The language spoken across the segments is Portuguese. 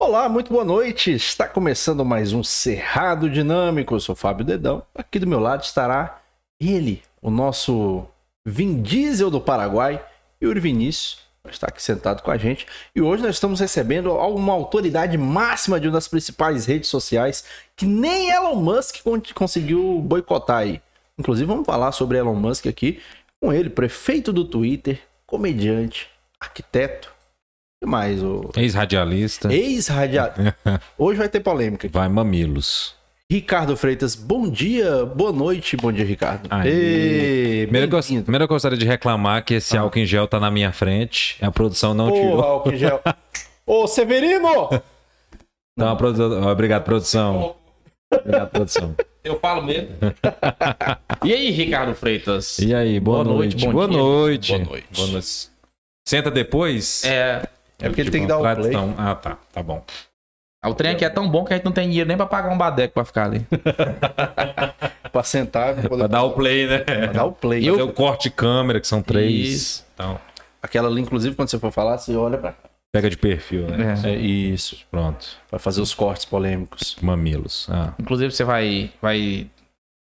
Olá, muito boa noite. Está começando mais um Cerrado Dinâmico. Eu sou Fábio Dedão. Aqui do meu lado estará ele, o nosso Vin Diesel do Paraguai, Yuri Vinícius. Está aqui sentado com a gente. E hoje nós estamos recebendo uma autoridade máxima de uma das principais redes sociais que nem Elon Musk con- conseguiu boicotar aí. Inclusive, vamos falar sobre Elon Musk aqui com ele, prefeito do Twitter, comediante, arquiteto. O que mais, o Ex-radialista. Ex-radiado. Hoje vai ter polêmica. aqui. Vai Mamilos. Ricardo Freitas, bom dia, boa noite, bom dia, Ricardo. Aí. Ê, Primeiro que, eu, bem-vindo. primeiro que eu gostaria de reclamar é que esse álcool em gel tá na minha frente. A produção não Ah. Porra, tirou. álcool em gel. Ô, Severino! Então, a produ... Obrigado, produção. Obrigado, produção. Eu falo mesmo. e aí, Ricardo Freitas? E aí, boa, Boa noite, noite. bom Boa dia. noite. Boa noite. Boa noite. Senta depois? É, É porque ele tem que dar o play. Tradição. Ah, tá. Tá bom. o trem aqui é tão bom que a gente não tem dinheiro nem pra pagar um badeco pra ficar ali. Pra sentar. pra poder- Pra dar o play, né? pra dar o play. Fazer o corte de câmera, que são três. Isso. Então, Aquela ali, inclusive, quando você for falar, você olha pra cá. pega de perfil, né? É. É isso. Pronto. Pra fazer os cortes polêmicos. Mamilos. Ah. Inclusive, você vai, vai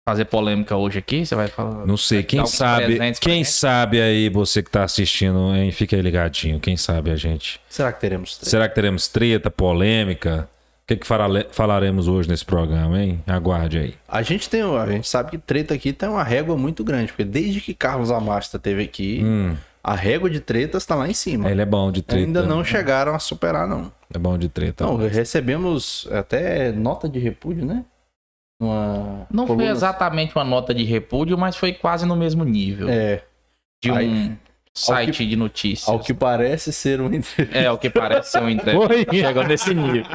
fazer polêmica hoje aqui? Você vai falar. Não sei, Dá quem uns sabe, presentes pra quem gente. sabe aí você que tá assistindo, hein, fica aí ligadinho, quem sabe a gente. Será que teremos três? Será que teremos treta, polêmica? O que que farale- falaremos hoje nesse programa, hein? Aguarde aí. A gente tem, um, a gente sabe que treta aqui tem uma régua muito grande, porque desde que Carlos Amasta teve aqui, Hum, a régua de tretas tá lá em cima. ele é bom de treta. Ainda não chegaram a superar, não. É bom de treta. Não, Então, recebemos até nota de repúdio, né? Uma Não foi coluna- exatamente uma nota de repúdio, mas foi quase no mesmo nível É, de um aí- site ao de notícias. ao que parece ser um entre- É, o que parece ser um entrevista. Oi. Chegou nesse nível.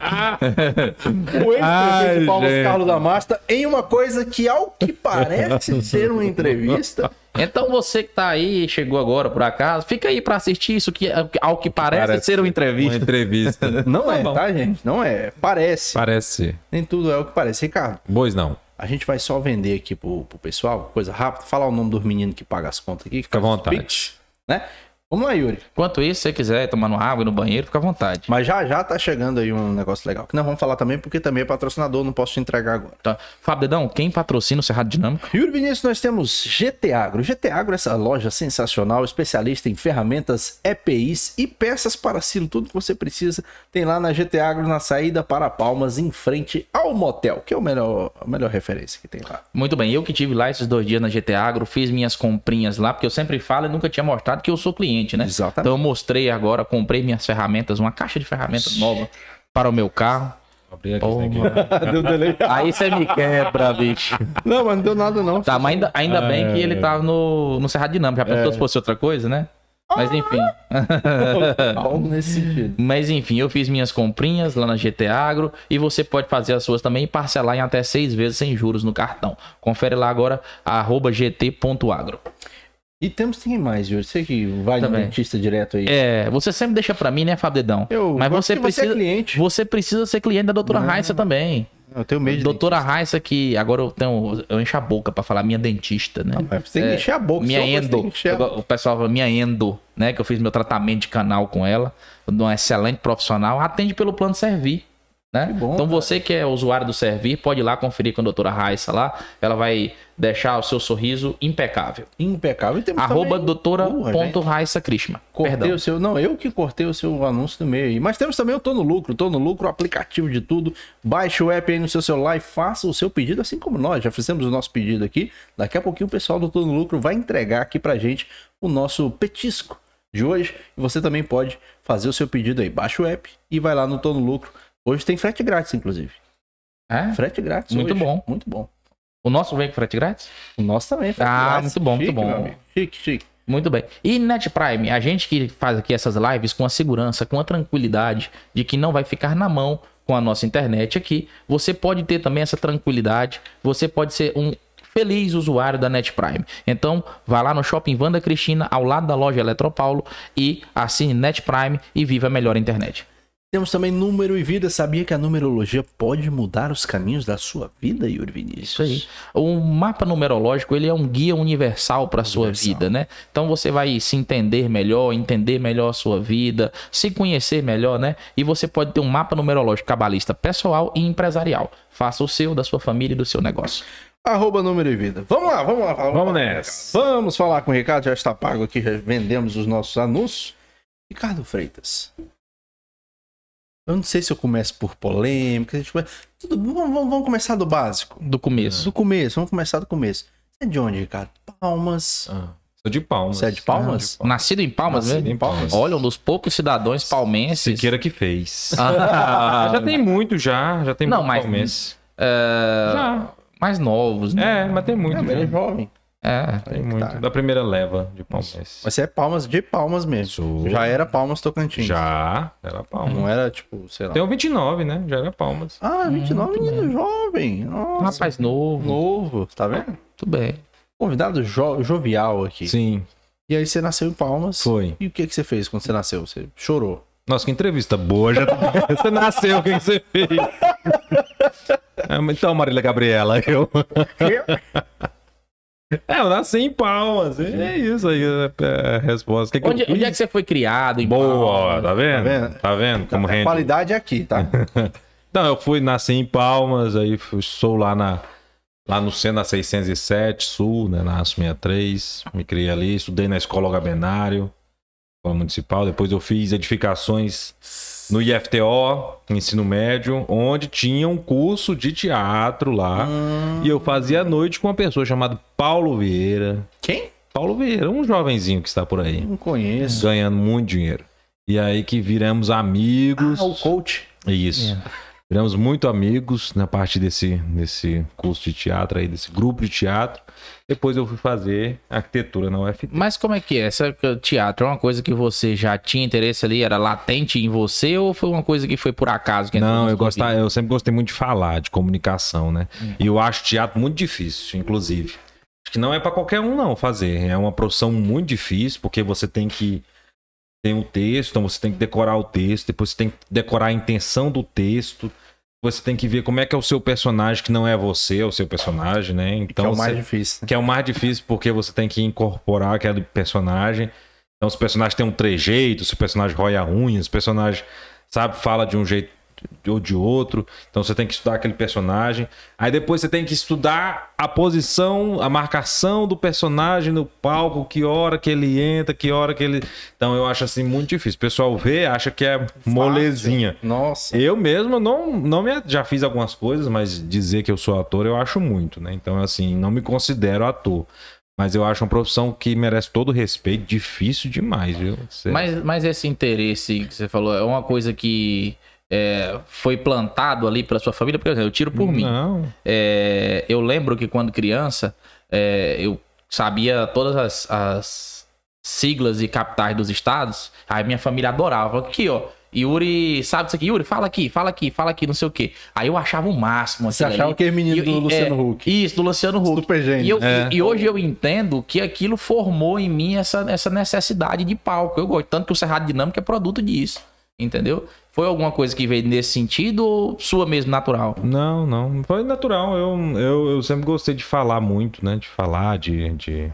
Ah, o ex-presidente Ai, Paulo gente. Carlos da Masta em uma coisa que ao que parece ser uma entrevista. Então você que tá aí, chegou agora por acaso, fica aí pra assistir isso que ao que parece, Parece ser uma Uma entrevista. entrevista. é Não é, bom. tá, gente? Não é. Parece. Parece ser. Nem tudo é o que parece. Ricardo, Pois não. a gente vai só vender aqui pro, pro pessoal, coisa rápida, falar o nome dos meninos que paga as contas aqui. que Fica à faz os vontade. Pix, né? Vamos lá, Yuri. Enquanto isso, se você quiser tomar no água, ir no banheiro, fica à vontade. Mas já já tá chegando aí um negócio legal. Que nós vamos falar também, porque também é patrocinador, não posso te entregar agora. Tá. Fábio Dedão, quem patrocina o Cerrado Dinâmico? Yuri Vinícius, nós temos GT Agro. GT Agro é essa loja sensacional, especialista em ferramentas, EPIs e peças para silo. Tudo que você precisa tem lá na GT Agro, na saída para Palmas, em frente ao motel, que é o melhor, a melhor referência que tem lá. Muito bem, eu que tive lá esses dois dias na GT Agro, fiz minhas comprinhas lá, porque eu sempre falo e nunca tinha mostrado que eu sou cliente, né? Exatamente. Então eu mostrei agora, comprei minhas ferramentas, uma caixa de ferramentas nova para o meu carro. Abri aqui, Pô, isso aqui. mano. deu delay. Aí você me quebra, bicho. Não, mas não deu nada não. Tá, mas ainda, ainda bem que ele tava no, no Cerrado Dinâmico. Já pensou se fosse outra coisa, né? Mas enfim. Tá. Bom nesse sentido. Mas enfim, eu fiz minhas comprinhas lá na GT Agro e você pode fazer as suas também e parcelar em até seis vezes sem juros no cartão. Confere lá agora, arroba gt.agro. E temos quem mais, Yuri? Você que vai no Também. dentista direto aí. É, você sempre deixa pra mim, né, Fabedão? Eu Mas gosto você que você é precisa, cliente. você precisa ser cliente da doutora Raissa também. Eu tenho medo de doutora Raissa que agora eu tenho, eu encho a boca pra falar minha dentista, né? dentista. Você tem que encher a boca. Minha só você tem endo, que encher a Eu- o pessoal fala minha endo, né? Que eu fiz meu tratamento de canal com ela, de uma excelente profissional, atende pelo plano servir. né? Que bom, então cara. você que é usuário do Servir, pode ir lá conferir com a doutora Raissa lá. Ela vai deixar o seu sorriso impecável. Impecável. E temos Arroba também- Porra, gente, doutora.raissakrishma. Cortei Perdão. o seu. Não, eu que cortei o seu anúncio no meio aí. Mas temos também o Tô no Lucro, Tô no Lucro, o aplicativo de tudo. Baixe o app aí no seu celular e faça o seu pedido, assim como nós. Já fizemos o nosso pedido aqui. Daqui a pouquinho o pessoal do Tô no Lucro vai entregar aqui pra gente o nosso petisco de hoje. E você também pode fazer o seu pedido aí. Baixa o app e vai lá no Tô no Lucro. Hoje tem frete grátis, inclusive. É? Frete grátis. Muito hoje. bom. Muito bom. O nosso vem com frete grátis? O nosso também. é frete Ah, grátis. muito bom, muito Chique, bom. meu amigo. Chique, chique. Muito bem. E Net Prime, a gente que faz aqui essas lives com a segurança, com a tranquilidade de que não vai ficar na mão com a nossa internet aqui, você pode ter também essa tranquilidade, você pode ser um feliz usuário da Net Prime. Então, vá lá no Shopping Vanda Cristina, ao lado da loja Eletropaulo e assine Net Prime e viva a melhor internet. Temos também número e vida. Sabia que a numerologia pode mudar os caminhos da sua vida, Yuri Vinícius? Isso aí. O mapa numerológico ele é um guia universal para sua Universal. vida, né? Então você vai se entender melhor, entender melhor a sua vida, se conhecer melhor, né? E você pode ter um mapa numerológico cabalista pessoal e empresarial. Faça o seu, da sua família e do seu negócio. Arroba número e vida. Vamos lá, vamos lá. Vamos falar. nessa. Vamos falar com o Ricardo, já está pago aqui, já vendemos os nossos anúncios. Ricardo Freitas. Eu não sei se eu começo por polêmica. a gente começa- Tudo, bom, vamos, vamos- vamos começar do básico. Do começo. Do começo, vamos começar do começo. Você é de onde, Ricardo? Palmas. Ah, sou de palmas. Você é de Palmas? Nascido em Palmas, Nascido né? em Palmas. Olha, um dos poucos cidadãos palmenses. Siqueira que fez. Ah, já tem muito, já. Já tem Não, muito mas- palmense. é, Já. mais novos, É, né? mas tem muito. Ah, mas já. ele eh, é jovem. É. Tem Aí que muito. tá. Da primeira leva de palmense. Mas você é palmas de palmas mesmo. Sou. Já era palmas Tocantins. Já. Era palmas. Não era tipo, sei lá. Tem o 29, né? Já era palmas. Ah, 29, menino jovem. Um Nossa, Rapaz novo. novo, tá vendo? Muito bem. Convidado jo- jovial aqui. Sim, E aí você nasceu em Palmas. foi. E o que, que você fez quando você nasceu? Você chorou. Nossa, que entrevista boa. Já... tá- você nasceu, o que que você fez? É, mas então, Marília Gabriela, eu. é, eu nasci em palmas. É isso aí é a resposta. O que que eu Onde, fiz? onde é que você foi criado? Em Boa, tá vendo? Tá Tá vendo? vendo, como a rende? qualidade é aqui, tá? Não, eu fui, nasci em Palmas, aí fui- sou lá na lá no centro da 607 Sul, né, na 63, me criei ali, estudei na escola Gabenário, escola municipal, depois eu fiz edificações no IFTO, ensino médio, onde tinha um curso de teatro lá, Ah, e eu fazia à noite com uma pessoa chamada Paulo Vieira. Quem? Paulo Vieira, um jovenzinho que está por aí, Não conheço. ganhando muito dinheiro. E aí que viramos amigos. Ah, o coach. É Isso. É. Viramos muito amigos na parte desse, desse curso de teatro aí, desse grupo de teatro. Depois eu fui fazer arquitetura na UFT. Mas como é que é? Essa teatro é uma coisa que você já tinha interesse ali, era latente em você ou foi uma coisa que foi por acaso? é Que entrou Não, na eu, sua gostava, vida? eu sempre gostei muito de falar, de comunicação, né? Hum. E eu acho teatro muito difícil, inclusive. Acho que não é pra qualquer um, não, fazer. É uma profissão muito difícil, porque você tem que. Tem um texto, então você tem que decorar o texto, depois você tem que decorar a intenção do texto. Você tem que ver como é que é o seu personagem, que não é você, é o seu personagem, né? Então, Então, que é o mais você- difícil. né? Que é o mais difícil porque você tem que incorporar aquele personagem. Então, se o personagem tem um trejeito, se o personagem roia a unha, se o personagem, sabe, fala de um jeito ou de outro. Então, você tem que estudar aquele personagem. Aí, depois, você tem que estudar a posição, a marcação do personagem no palco, que hora que ele entra, que hora que ele. Então, eu acho assim muito difícil. O pessoal vê, acha que é molezinha. né? Nossa. Eu mesmo não, não me, já fiz algumas coisas, mas dizer que eu sou ator eu acho muito, né? Então, assim, não me considero ator. Mas eu acho uma profissão que merece todo o respeito, difícil demais, viu? Cê- Mas, mas esse interesse que você falou é uma coisa que é, foi plantado ali pela sua família? Porque por exemplo, eu tiro por mim. Não. É, eu lembro que quando criança, é, eu sabia todas as, as siglas e capitais dos estados. Aí minha família adorava. Aqui, ó. Yuri, sabe isso aqui? Yuri, fala aqui, fala aqui, fala aqui, não sei o quê. Aí eu achava o máximo. Você aquilo achava ali. que é menino E- do e- Luciano é, Huck. Isso, do Luciano Huck. Super gênio. E, eu- É. e- e hoje eu entendo que aquilo formou em mim essa, essa necessidade de palco. Eu gosto. Tanto que o Cerrado Dinâmico é produto disso. Entendeu? Foi alguma coisa que veio nesse sentido ou sua mesmo natural? Não, não. Foi natural. Eu, eu, eu sempre gostei de falar muito, né? De falar, de, de,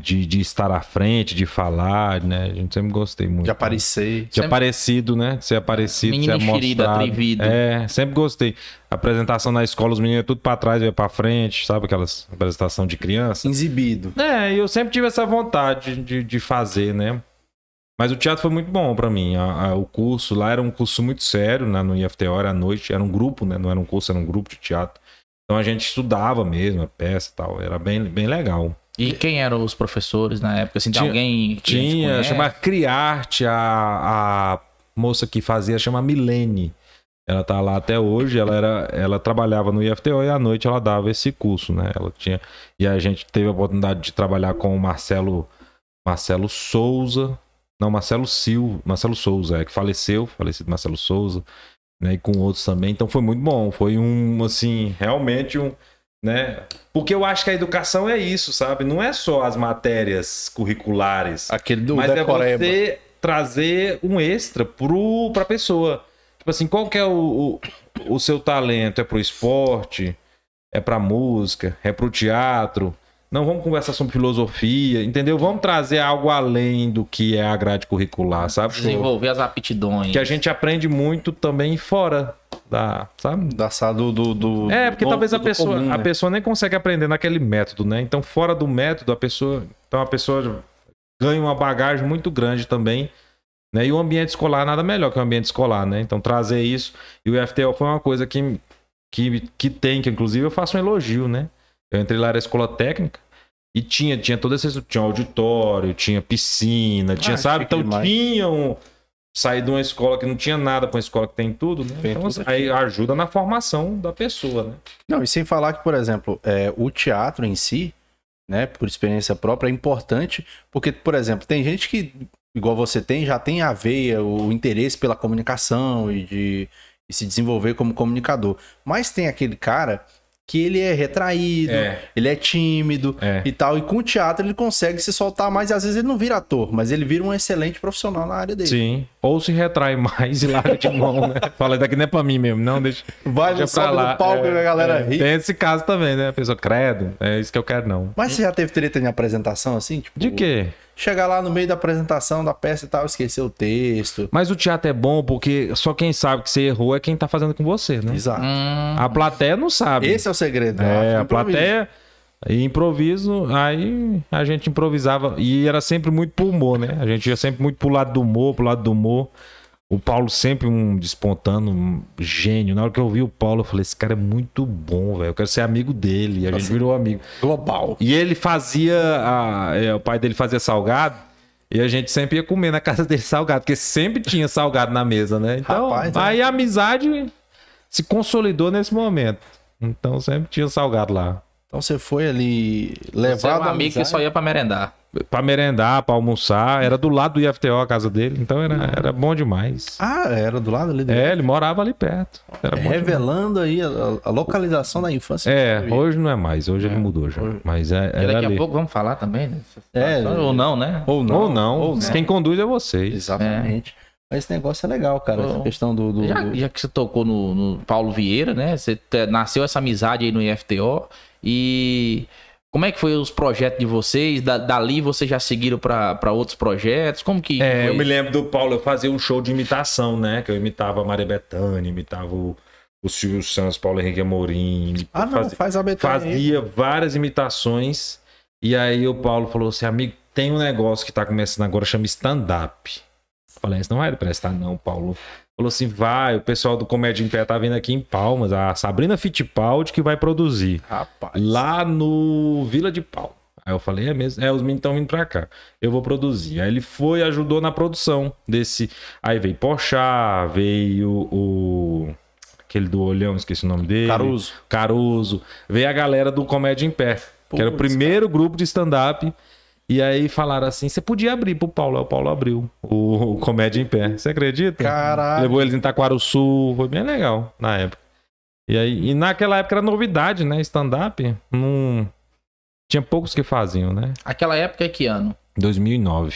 de, de estar à frente, de falar, né? A gente sempre gostei muito. De aparecer. De Sempre- aparecido, né? De ser aparecido, de Menino ser enxerido, mostrado. atrevido. É, sempre gostei. Apresentação na escola, os meninos iam tudo pra trás, ia pra frente, sabe aquelas apresentação de criança? Exibido. É, e eu sempre tive essa vontade de, de fazer, né? Mas o teatro foi muito bom pra mim. A- a- o curso lá era um curso muito sério, né? no IFTO era à noite, era um grupo, né? Não era um curso, era um grupo de teatro. Então a gente estudava mesmo a peça e tal, era bem, bem legal. E quem eram os professores na época? Assim, tinha, É. Tinha- alguém que a gente Tinha, conhece? chamava Criarte, a, a moça que fazia chama Milene. Ela tá lá até hoje, ela era, ela trabalhava no IFTO e à noite ela dava esse curso, né? Ela tinha e a gente teve a oportunidade de trabalhar com o Marcelo Marcelo Souza, não Marcelo Silva, Marcelo Souza, é que faleceu, falecido Marcelo Souza, né, e com outros também. Então foi muito bom, foi um assim, realmente um, né? Porque eu acho que a educação é isso, sabe? Não é só as matérias curriculares Aquele do mas é decoreba. você trazer um extra pro, pra pessoa. Tipo assim, qual que é o, o, o seu talento? É pro esporte? É pra música? É pro teatro? Não, vamos conversar sobre filosofia, entendeu? Vamos trazer algo além do que é a grade curricular, sabe? Desenvolver as aptidões. Que a gente aprende muito também fora da, sabe? Da sala do, do, do- É, do porque bom- talvez a do pessoa, comum, a né? pessoa nem consegue aprender naquele método, né? Então, fora do método, a pessoa. Então a pessoa ganha uma bagagem muito grande também. Né? E o ambiente escolar nada melhor que o ambiente escolar, né? Então trazer isso. E o FTO foi uma coisa que, que, que tem, que inclusive eu faço um elogio, né? Eu entrei lá na escola técnica e tinha, tinha todo esse. Tinha auditório, tinha piscina, tinha, Ah, sabe? chique Então demais. tinha um. Sair de uma escola que não tinha nada pra uma escola que tem tudo, né? Tem então, tudo aí ajuda na formação da pessoa, né? Não, e sem falar que, por exemplo, é, o teatro em si, né, por experiência própria, é importante, porque, por exemplo, tem gente que, igual você tem, já tem a veia, o interesse pela comunicação e de e se desenvolver como comunicador. Mas tem aquele cara que ele é retraído, É. ele é tímido É. e tal, e com o teatro ele consegue se soltar mais, e às vezes ele não vira ator, mas ele vira um excelente profissional na área dele. Sim. Ou se retrai mais e larga de mão, né? Fala, daqui não é pra mim mesmo, não, deixa. Vai, deixa não sobe no palco É, e a galera é. ri. Tem esse caso também, né? A pessoa, credo, é isso que eu quero, não. Mas você já teve treta em apresentação, assim? Tipo, De quê? Chegar lá no meio da apresentação da peça e tal, esquecer o texto. Mas o teatro é bom porque só quem sabe que você errou é quem tá fazendo com você, né? Exato. Hum, A plateia não sabe. Esse é o segredo. né? É, a Acho que improviso. plateia e improviso, aí a gente improvisava e era sempre muito pro humor, né? A gente ia sempre muito pro lado do humor, pro lado do humor. O Paulo sempre um despontando, um gênio. Na hora que eu vi o Paulo, eu falei: esse cara é muito bom, velho. Eu quero ser amigo dele. E a gente virou amigo. Global. E ele fazia. a- é, o pai dele fazia salgado. E a gente sempre ia comer na casa dele salgado, porque sempre tinha salgado na mesa, né? Então, Rapaz, é. aí a amizade se consolidou nesse momento. Então sempre tinha salgado lá. Então você foi ali você era levado um a amigo que só ia pra merendar. Pra merendar, pra almoçar. Era do lado do IFTO a casa dele, então era, era bom demais. Ah, era do lado ali do... É, ele morava ali perto. Era bom demais. Revelando aí a, a localização da infância. É, hoje não é mais, hoje ele mudou já. Mas é, E era daqui ali. a pouco vamos falar também, né? É, Ou não, né? Ou Ou não, quem conduz é vocês. Exatamente. Mas esse negócio é legal, cara. Bom. Essa questão do... do- Já, do- já que você tocou no, no Paulo Vieira, né? Você te- nasceu essa amizade aí no IFTO. E como é que foi os projetos de vocês? Da, dali vocês já seguiram pra pra outros projetos? Como que. É, foi? eu me lembro do Paulo, eu fazia um show de imitação, né? Que eu imitava a Maria Bethânia, imitava o, o Silvio Santos, Paulo Henrique Amorim. Ah, não, fazia- faz a Betânia aí. fazia várias imitações. E aí o Paulo falou assim: amigo, tem um negócio que tá começando agora, chama stand-up. Falei, isso não vai prestar, não, Paulo. Falou assim: vai, o pessoal do Comédia em Pé tá vindo aqui em Palmas, a Sabrina Fittipaldi que vai produzir. Rapaz. Lá no Vila de Pau. Aí eu falei, é mesmo? É, os meninos estão vindo pra cá. Eu vou produzir. Aí ele foi e ajudou na produção desse. Aí veio Pochá, veio o. Aquele do olhão, esqueci o nome dele. Caruso. Caruso. Veio a galera do Comédia em Pé, que era o Putz, primeiro grupo de stand-up. E aí falaram assim: você podia abrir pro Paulo. Aí o Paulo abriu o, o Comédia em Pé. Você acredita? Caralho. Levou eles em Sul, foi bem legal na época. E, aí, e naquela época era novidade, né? Stand-up. Não... Tinha poucos que faziam, né? Aquela época é que ano? 2009.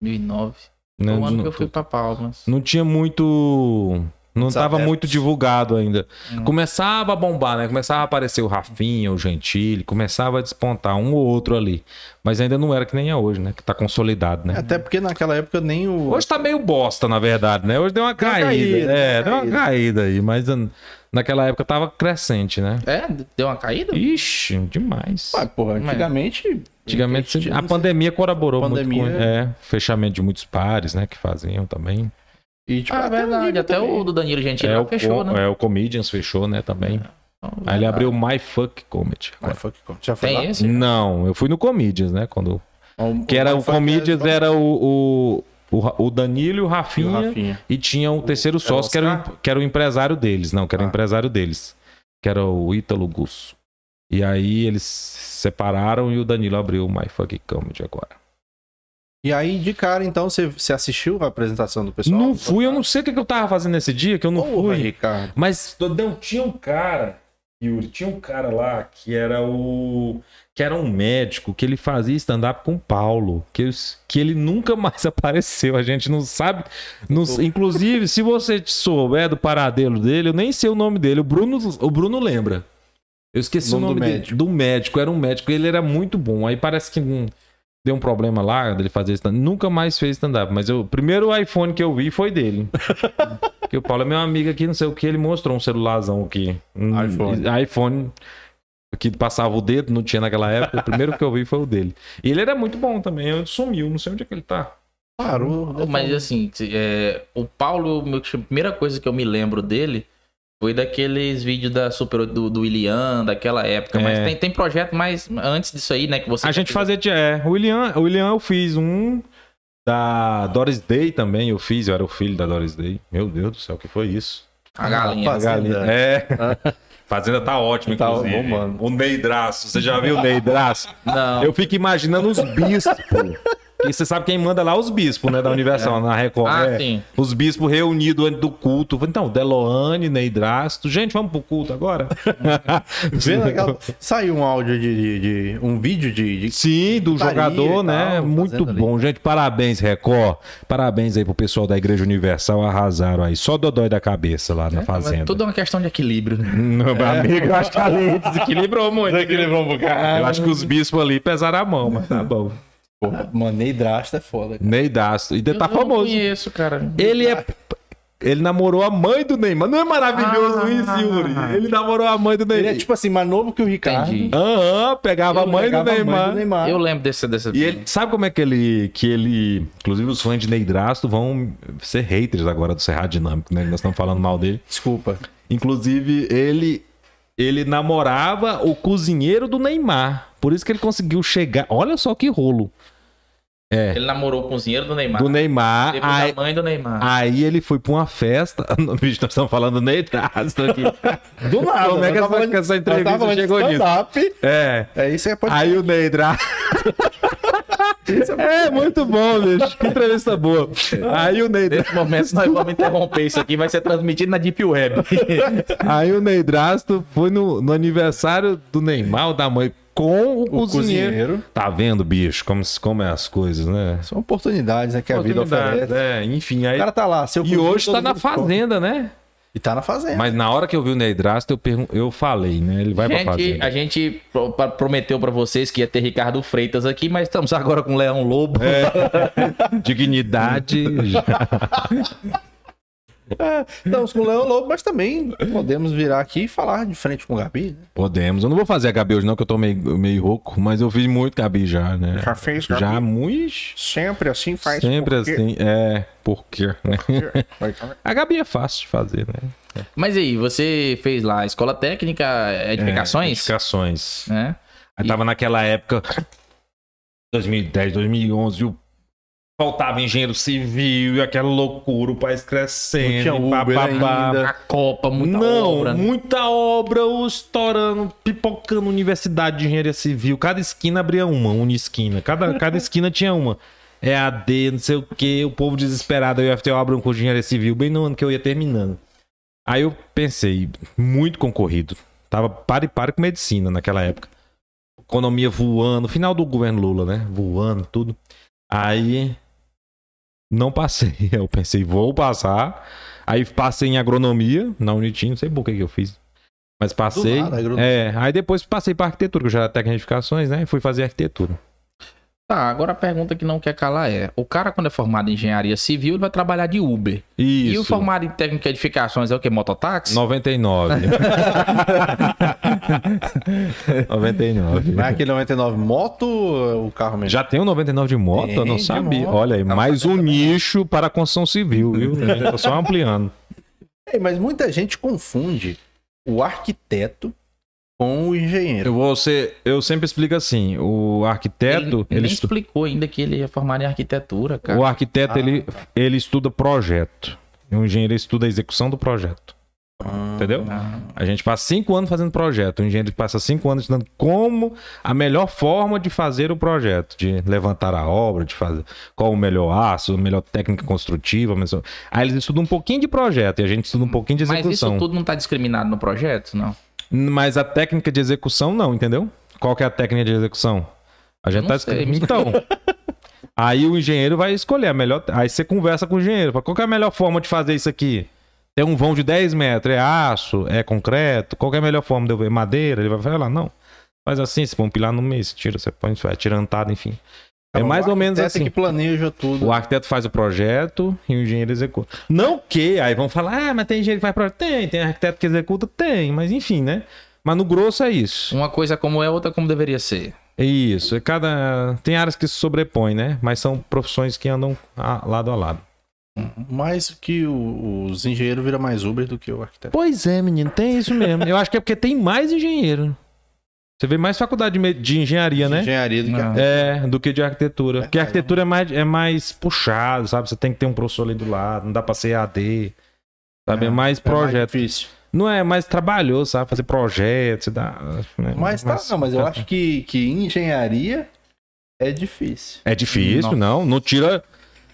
2009. Né? Foi o ano não, que eu fui pra Palmas. não tinha muito Não estava Sabe, é- muito divulgado ainda. Começava a bombar, né? Começava a aparecer o Rafinha, o Gentili, começava a despontar um ou outro ali. Mas ainda não era que nem é hoje, né? Que tá consolidado, né? Até porque naquela época nem o. Hoje tá meio bosta, na verdade, né? Hoje deu uma caída. caída, é, deu deu uma uma caída aí. Mas an- naquela época tava crescente, né? É, deu uma caída? Ixi, demais. Ah, porra, antigamente. Antigamente a não sei- pandemia colaborou Pandemia. muito com é, fechamento de muitos bares, né? Que faziam também. E, tipo, ah, até hoje verdade. Até também. o do Danilo Gentili é, lá o, fechou, com- né? é é, o Comedians fechou, né? Também. Aí ele abriu o My Fuck Comedy. Ah, fuck, já foi lá? Tem esse? Não, eu fui no Comedians, né? Quando... O- Que era o fuck Comedians, é- era o, o, o, Ra- o Danilo e o E o Rafinha. Rafinha. E tinha um terceiro era o é sócio que era, o Oscar? em- que era o empresário deles. Não, que era Ah. o empresário deles. Que era o Ítalo Gusso. E aí eles se separaram e o Danilo abriu o My Fuck Comedy agora. E aí, de cara, então, você, você assistiu a apresentação do pessoal? não fui, eu não sei o que que eu tava fazendo nesse dia, que eu não Porra, fui. Ricardo. Mas, Dodão, tinha um cara, Yuri, tinha um cara lá que era o. que era um médico, que ele fazia stand-up com o Paulo. Que, os- que ele nunca mais apareceu. A gente não sabe. não- inclusive, se você souber do paradeiro dele, eu nem sei o nome dele. O Bruno, o Bruno lembra. Eu esqueci o nome, do, médico. do médico. Era um médico, ele era muito bom. Aí parece que hum, deu um problema lá dele fazer stand-up. Nunca mais fez stand-up. Mas eu- o primeiro iPhone que eu vi foi dele. Que o Paulo é meu amigo aqui, não sei o que, ele mostrou um celularzão aqui. Um iPhone. iPhone que passava o dedo, não tinha naquela época. O primeiro que eu vi foi o dele. E ele era muito bom também, ele sumiu, não sei onde é que ele tá. Parou. Mas assim, se- é, o Paulo, meu, a primeira coisa que eu me lembro dele foi daqueles vídeos da Super 8 do, do Ilian, daquela época. Mas É. tem, tem projeto mais antes disso aí, né? Que você A já gente fez. fazia. de- É, o William, o William eu fiz um da Doris Day também, eu fiz, eu era o filho da Doris Day. Meu Deus do céu, o que foi isso? a galinha. Rapaz. Fazenda. É. Fazenda tá ótima, Ah. Tá inclusive. bombando. O Neidraço, você já viu o Neidraço? Não. Eu fico imaginando os bispos. E você sabe quem manda lá? Os bispos, né? Da Universal, na Record. Ah, é. sim. Os bispos reunidos antes do culto. Então, Deloane, Neidrasto. Gente, vamos pro culto agora? Vendo aquela- Saiu um áudio de. de- de- um vídeo de. de- Sim, do Putaria e jogador, tal, né? fazendo Muito ali. bom, gente. Parabéns, Record. Parabéns aí pro pessoal da Igreja Universal. Arrasaram aí. Só Dodói da cabeça lá na fazenda. Mas tudo é uma questão de equilíbrio, né? Não, meu É. amigo, eu acho que ali desequilibrou muito. né? Desequilibrou um bocado. Eu acho que os bispos ali pesaram a mão, mas tá bom. Porra, mano, Neidrasta é foda. cara. Neidrasto. E Eu tá não famoso. conheço, cara. Ele é. Ele namorou a mãe do Neymar. Não é maravilhoso isso, Yuri? Ele namorou a mãe do Ele Neymar. é tipo assim, mais novo que o Ricardo. Entendi. Aham, pegava a mãe, Pegava do Neymar. Neymar. Eu lembro desse. desse... E ele sabe como é que ele. Que ele. Inclusive, os fãs de Neidrasto vão ser haters agora do Cerrado Dinâmico, né? Nós estamos falando mal dele. Desculpa. Inclusive, ele. Ele namorava o cozinheiro do Neymar. Por isso que ele conseguiu chegar. Olha só que rolo. Ele namorou com o cozinheiro do Neymar. Do Neymar. Depois Aí, a mãe do Neymar. Aí ele foi pra uma festa. Bicho, nós estamos falando do Neidrasto aqui. Do nada. Como é que nós tava essa- falando- essa nós tava entrevista falando de chegou nisso? stand-up, É. É isso aí, pode. Aí o Neidra. É, muito bom, bicho. Que entrevista boa. Aí o Neidra. Nesse momento nós vamos interromper isso aqui, vai ser transmitido na Deep Web. Aí o Neidrasto foi no, no aniversário do Neymar, ou da mãe, com o, cozinheiro. cozinheiro. Tá vendo, bicho, como, se- como é as coisas, né? São oportunidades, né? Que a vida oferece. É, enfim. O Aí... cara tá lá, seu E cozinheiro, hoje tá todo na mundo come. fazenda, né? E tá na fazenda. Mas na hora que eu vi o Neidrasto, eu, pergun- eu falei, né? Ele vai pra gente, fazenda. a gente pro- pra- prometeu pra vocês que ia ter Ricardo Freitas aqui, mas estamos agora com o Leão Lobo. É. Dignidade. É, estamos com o Leão Lobo, mas também podemos virar aqui e falar de frente com o Gabi. Né? Podemos. Eu não vou fazer a Gabi hoje, não, que eu tô meio, meio rouco, mas eu fiz muito Gabi já, né? Já fez, Gabi? Já muito. Sempre assim faz. Sempre porque- assim. É, por quê, né? Vai, tá. A Gabi é fácil de fazer, né? Mas e aí, você fez lá escola técnica, É, É, edificações? Notificações. né? Aí tava naquela época, 2010, 2011, o... faltava engenheiro civil e aquela loucura, o país crescendo. Não tinha e Uber ainda. A Copa, muita não, obra. né? muita obra, o estourando, pipocando universidade de engenharia civil. Cada esquina abria uma, uma esquina. Cada, cada esquina tinha uma. É AD, não sei o quê, o povo desesperado. Aí o FTO abre um curso de engenharia civil bem no ano que eu ia terminando. Aí eu pensei, muito concorrido. Tava para e para com medicina naquela época. Economia voando, final do governo Lula, né? Voando, tudo. Aí Não passei. Eu pensei, vou passar. Aí passei em agronomia, na Unitim, não sei por que que eu fiz. Mas passei. nada, agronomia. é, aí depois passei para arquitetura, que eu já era técnico em edificações, né? E fui fazer arquitetura. Tá, agora a pergunta que não quer calar é: o cara, quando é formado em engenharia civil, ele vai trabalhar de Uber. Isso. E o formado em técnico de edificações é o quê? Mototáxi? 99. 99. Mas aquele 99 moto ou o carro mesmo? Já tem o 99 de moto? Eu Tem, não de sabia. moto. Olha aí, Tá mais um nicho para a construção civil, viu? Tô só ampliando. É, mas muita gente confunde o arquiteto com o engenheiro. Eu, vou ser, eu sempre explico assim: o arquiteto, ele, ele, nem estu- explicou ainda que ele é formado em arquitetura, cara. o arquiteto Ah, ele, tá. ele estuda projeto. E o engenheiro estuda a execução do projeto. Entendeu? Ah, A gente passa cinco anos fazendo projeto. O engenheiro passa cinco anos estudando como a melhor forma de fazer o projeto, de levantar a obra, de fazer qual o melhor aço, a melhor técnica construtiva. a melhor- Aí eles estudam um pouquinho de projeto e a gente estuda um pouquinho de Mas isso execução. Mas, tudo não tá discriminado no projeto, não? a técnica de execução não, entendeu? Qual que é a técnica de execução? A gente Eu tá não sei, escre- me Então. Aí o engenheiro vai escolher a melhor. Aí você conversa com o engenheiro. Fala, qual que é a melhor forma de fazer isso aqui? Tem um vão de 10 metros, é aço, é concreto? Qual que é a melhor forma de eu ver? Madeira? Ele vai falar, não. Faz assim, você põe um pilar no meio, você tira, você põe, vai tirantado, enfim. É Então, mais o ou menos arquiteto é assim. que planeja tudo. O arquiteto faz o projeto e o engenheiro executa. Não que, aí vão falar, ah, mas tem engenheiro que faz projeto. Tem, tem arquiteto que executa, tem, mas enfim, né? Mas no grosso é isso. Uma coisa como é, outra como deveria ser. É Isso, é cada. Tem áreas que se sobrepõem, né? Mas são profissões que andam a- lado a lado. Mais que o- os engenheiros viram mais Uber do que o arquiteto. Pois é, menino, tem isso mesmo. Eu acho que é porque tem mais engenheiro. Você vê mais faculdade de, me- de engenharia, né? Engenharia do que Não. arquiteto. É, do que de arquitetura. Porque Verdade, arquitetura é mais, é mais puxado, sabe? Você tem que ter um professor ali do lado, não dá pra ser AD. Sabe? É, É, mais É mais projeto. difícil. não é mais trabalhoso, sabe? Fazer projeto, você dá. né? Mas tá, não, mas eu acho que, que engenharia é difícil. É difícil, Nossa. não. Não tira,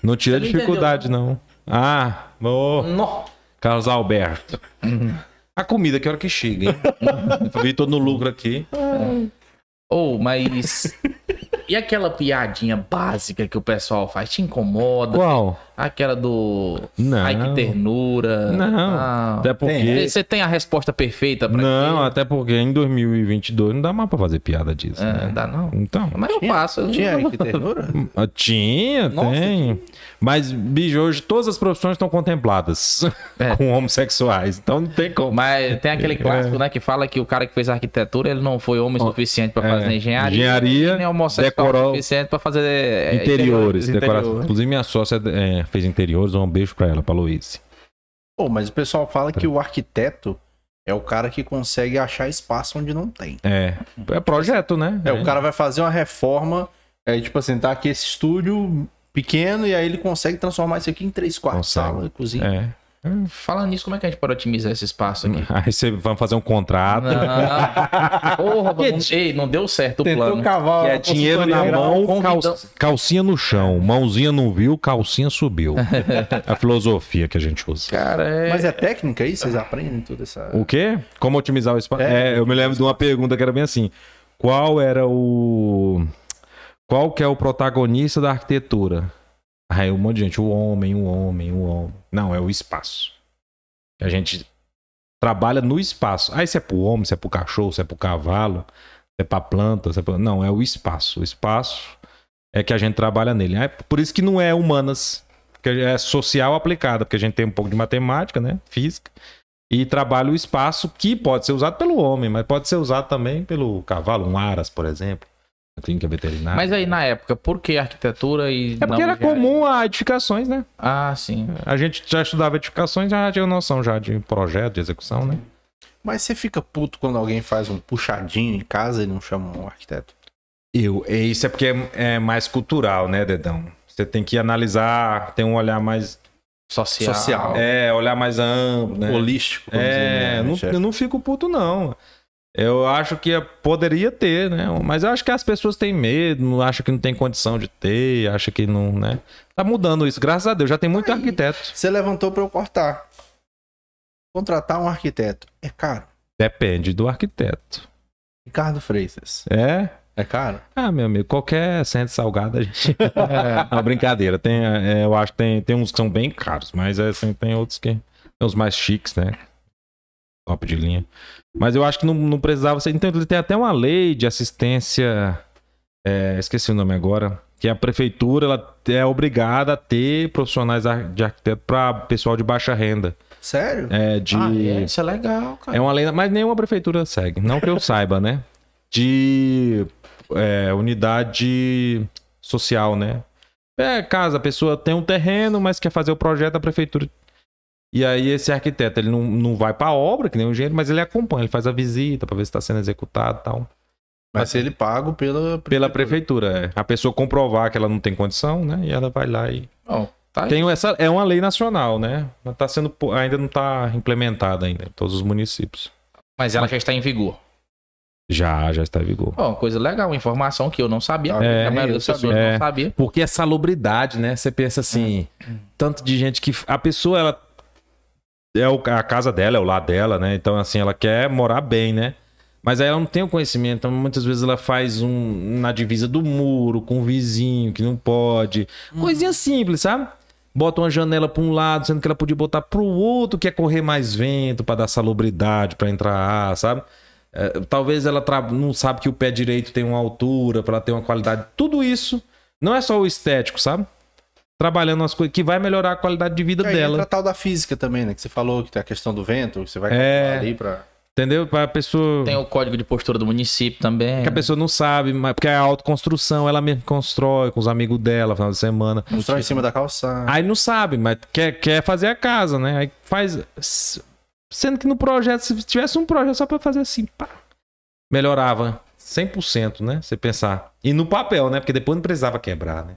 não tira Você não né? dificuldade, não. Ah, ô. Nó. Carlos Alberto. A comida, que hora que chega, hein? Vi todo no lucro aqui. Ou, mas. e aquela piadinha básica que o pessoal faz? Te incomoda? Qual? Aquela do. Não. Ai, que ternura. Não. Ah. Até porque. Você tem a resposta perfeita pra Não, aquilo? até porque em 2022 não dá mais pra fazer piada disso. É, né? não dá não. Então. Mas eu Tinha- faço. eu Tinha né? aí não- que ternura? Ah, Tinha, Nossa, tem. Mas, bicho, hoje todas as profissões estão contempladas É. com homossexuais. Então não tem como. Mas tem É. aquele clássico, né, que fala que o cara que fez arquitetura, ele não foi homem suficiente pra É, fazer engenharia. engenharia, nem homossexual decorou- suficiente pra fazer é, interiores, interiores, decoração. interior. Inclusive, minha sócia é, fez interiores. Um beijo pra ela, pra Luiz. Pô, mas o pessoal fala que o arquiteto é o cara que consegue achar espaço onde não tem. É. É projeto, né? É, o cara vai fazer uma reforma, é, tipo assim, tá aqui esse estúdio pequeno e aí ele consegue transformar isso aqui em três quartos, Consegue. sala, cozinha. É. Falando nisso, como é que a gente pode otimizar esse espaço aqui? Aí você vai fazer um contrato. Não. Porra, Que não, ei, não deu certo o plano. cavar É dinheiro na mão, cal- calcinha no chão. Mãozinha não viu, calcinha subiu. É a filosofia que a gente usa. Cara, é... Mas é técnica aí? Vocês aprendem tudo essa... O quê? Como otimizar o espaço? É. É, eu me lembro de uma pergunta que era bem assim. Qual era o... Qual que é o protagonista da arquitetura? Aí um monte de gente, o homem, o homem, o homem. Não, é o espaço. A gente trabalha no espaço. Aí se é pro homem, se é pro cachorro, se é pro cavalo, se é pra planta, se é pra... Não, é o espaço. O espaço é que a gente trabalha nele. É por isso que não é humanas, que é social aplicada, porque a gente tem um pouco de matemática, né? Física. E trabalha o espaço que pode ser usado pelo homem, mas pode ser usado também pelo cavalo, um aras, por exemplo, na clínica veterinária. Mas aí na época, por que arquitetura e. É porque não era engenharia? comum a edificações, né? Ah, sim. A gente já estudava edificações, já tinha noção já de projeto, de execução, né? Mas você fica puto quando alguém faz um puxadinho em casa e não chama um arquiteto? Eu, e isso é porque é, é mais cultural, né, Dedão? Você tem que analisar, tem um olhar mais. Social. Social. É, olhar mais amplo, né? Holístico. como É, dizem, né, não- chefe? eu não fico puto, não. Eu acho que poderia ter, né? Mas eu acho que as pessoas têm medo, não acham que não tem condição de ter, acha que não, né? Tá mudando isso, graças a Deus. Já tem muito arquiteto. Você levantou pra eu cortar. Contratar um arquiteto é caro. Depende do arquiteto. Ricardo Freitas. É? É caro? Ah, meu amigo, qualquer centro salgado a gente. é uma brincadeira. Tem, é, eu acho que tem, tem uns que são bem caros, mas é, assim, tem outros que. Tem os mais chiques, né? Top de linha. Mas eu acho que não, não precisava ser. Então, ele tem até uma lei de assistência. é, esqueci o nome agora. Que a prefeitura ela é obrigada a ter profissionais ar- de arquiteto para pessoal de baixa renda. Sério? É, de. Ah, é, isso é legal, cara. É uma lenda, mas nenhuma prefeitura segue. Não que eu saiba, né? De é, unidade social, né? É casa, a pessoa tem um terreno, mas quer fazer o projeto da prefeitura. E aí esse arquiteto, ele não, não vai pra obra, que nem um engenheiro, mas ele acompanha, ele faz a visita pra ver se tá sendo executado e tal. Vai ser ele pago pela Pela prefeitura, é. A pessoa comprovar que ela não tem condição, né? E ela vai lá e... Não, tá Tem essa, é uma lei nacional, né? Mas Tá sendo, po- ainda não tá implementada ainda em todos os municípios. Mas ela já está em vigor. Já, já está em vigor. Ó, coisa legal, uma informação que eu não sabia. Ah, é, a maioria eu das pessoas sabia. não É. sabia. Porque é salubridade, né? Você pensa assim, tanto de gente que. A pessoa, ela. É o- a casa dela, é o lar dela, né? Então, assim, ela quer morar bem, né? Mas aí ela não tem o conhecimento. Então, muitas vezes ela faz um na divisa do muro, com o vizinho que não pode. Coisinha simples, sabe? Bota uma janela pra um lado, sendo que ela podia botar pro outro, que é correr mais vento, pra dar salubridade, pra entrar ar, sabe? É, talvez ela tra- não sabe que o pé direito tem uma altura, pra ela ter uma qualidade. Tudo isso não é só o estético, sabe? Trabalhando as coisas que vai melhorar a qualidade de vida É, E aí dela. entra a tal da física também, né? Que você falou que tem a questão do vento, que você vai É. calcular ali pra... Entendeu? Pra pessoa. Tem o código de postura do município também. Que a pessoa não sabe, mas porque é a autoconstrução, ela mesmo constrói com os amigos dela no final de semana. Mostrar em cima da calçada. Aí não sabe, mas quer, quer fazer a casa, né? Aí faz. Sendo que no projeto, se tivesse um projeto só pra fazer assim, pá, melhorava 100%, né? Você pensar. E no papel, né? Porque depois não precisava quebrar, né?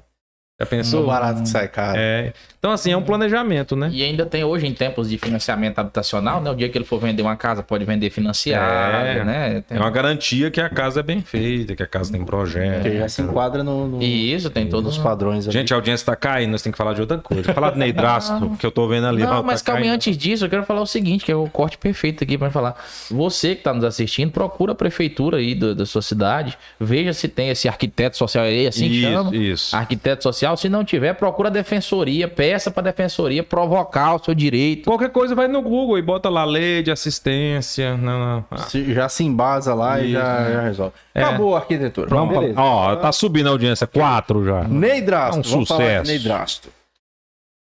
Já Sou pensou? É barato que sai caro. É. Então, assim, é um planejamento, né? E ainda tem hoje em tempos de financiamento habitacional, né? O dia que ele for vender uma casa, pode vender financiada, É. né? Tem- É uma garantia que a casa é bem feita, que a casa tem projeto. né? Porque já se enquadra no, no- E isso, tem todos nos os padrões ali. Gente, a audiência tá caindo, nós temos que falar de outra coisa. Falar do Neidrasto, que eu tô vendo ali. ó, Não, tá mas calma aí, caindo. antes disso, eu quero falar o seguinte, que é o corte perfeito aqui para falar. Você que está nos assistindo, procura a prefeitura aí do- da sua cidade, veja se tem esse arquiteto social aí, assim que chama. Isso, isso. Arquiteto social, se não tiver, procura a defensoria, peça para a defensoria provocar o seu direito. Qualquer coisa vai no Google e bota lá lei de assistência. Não, não. Ah, Se- já se embasa lá e Isso, É. já, já resolve. Acabou a arquitetura. vamos falar- Beleza. Ó, tá subindo a audiência, quatro já. Neidrasto. É um vamos falar de sucesso. Neidrasto.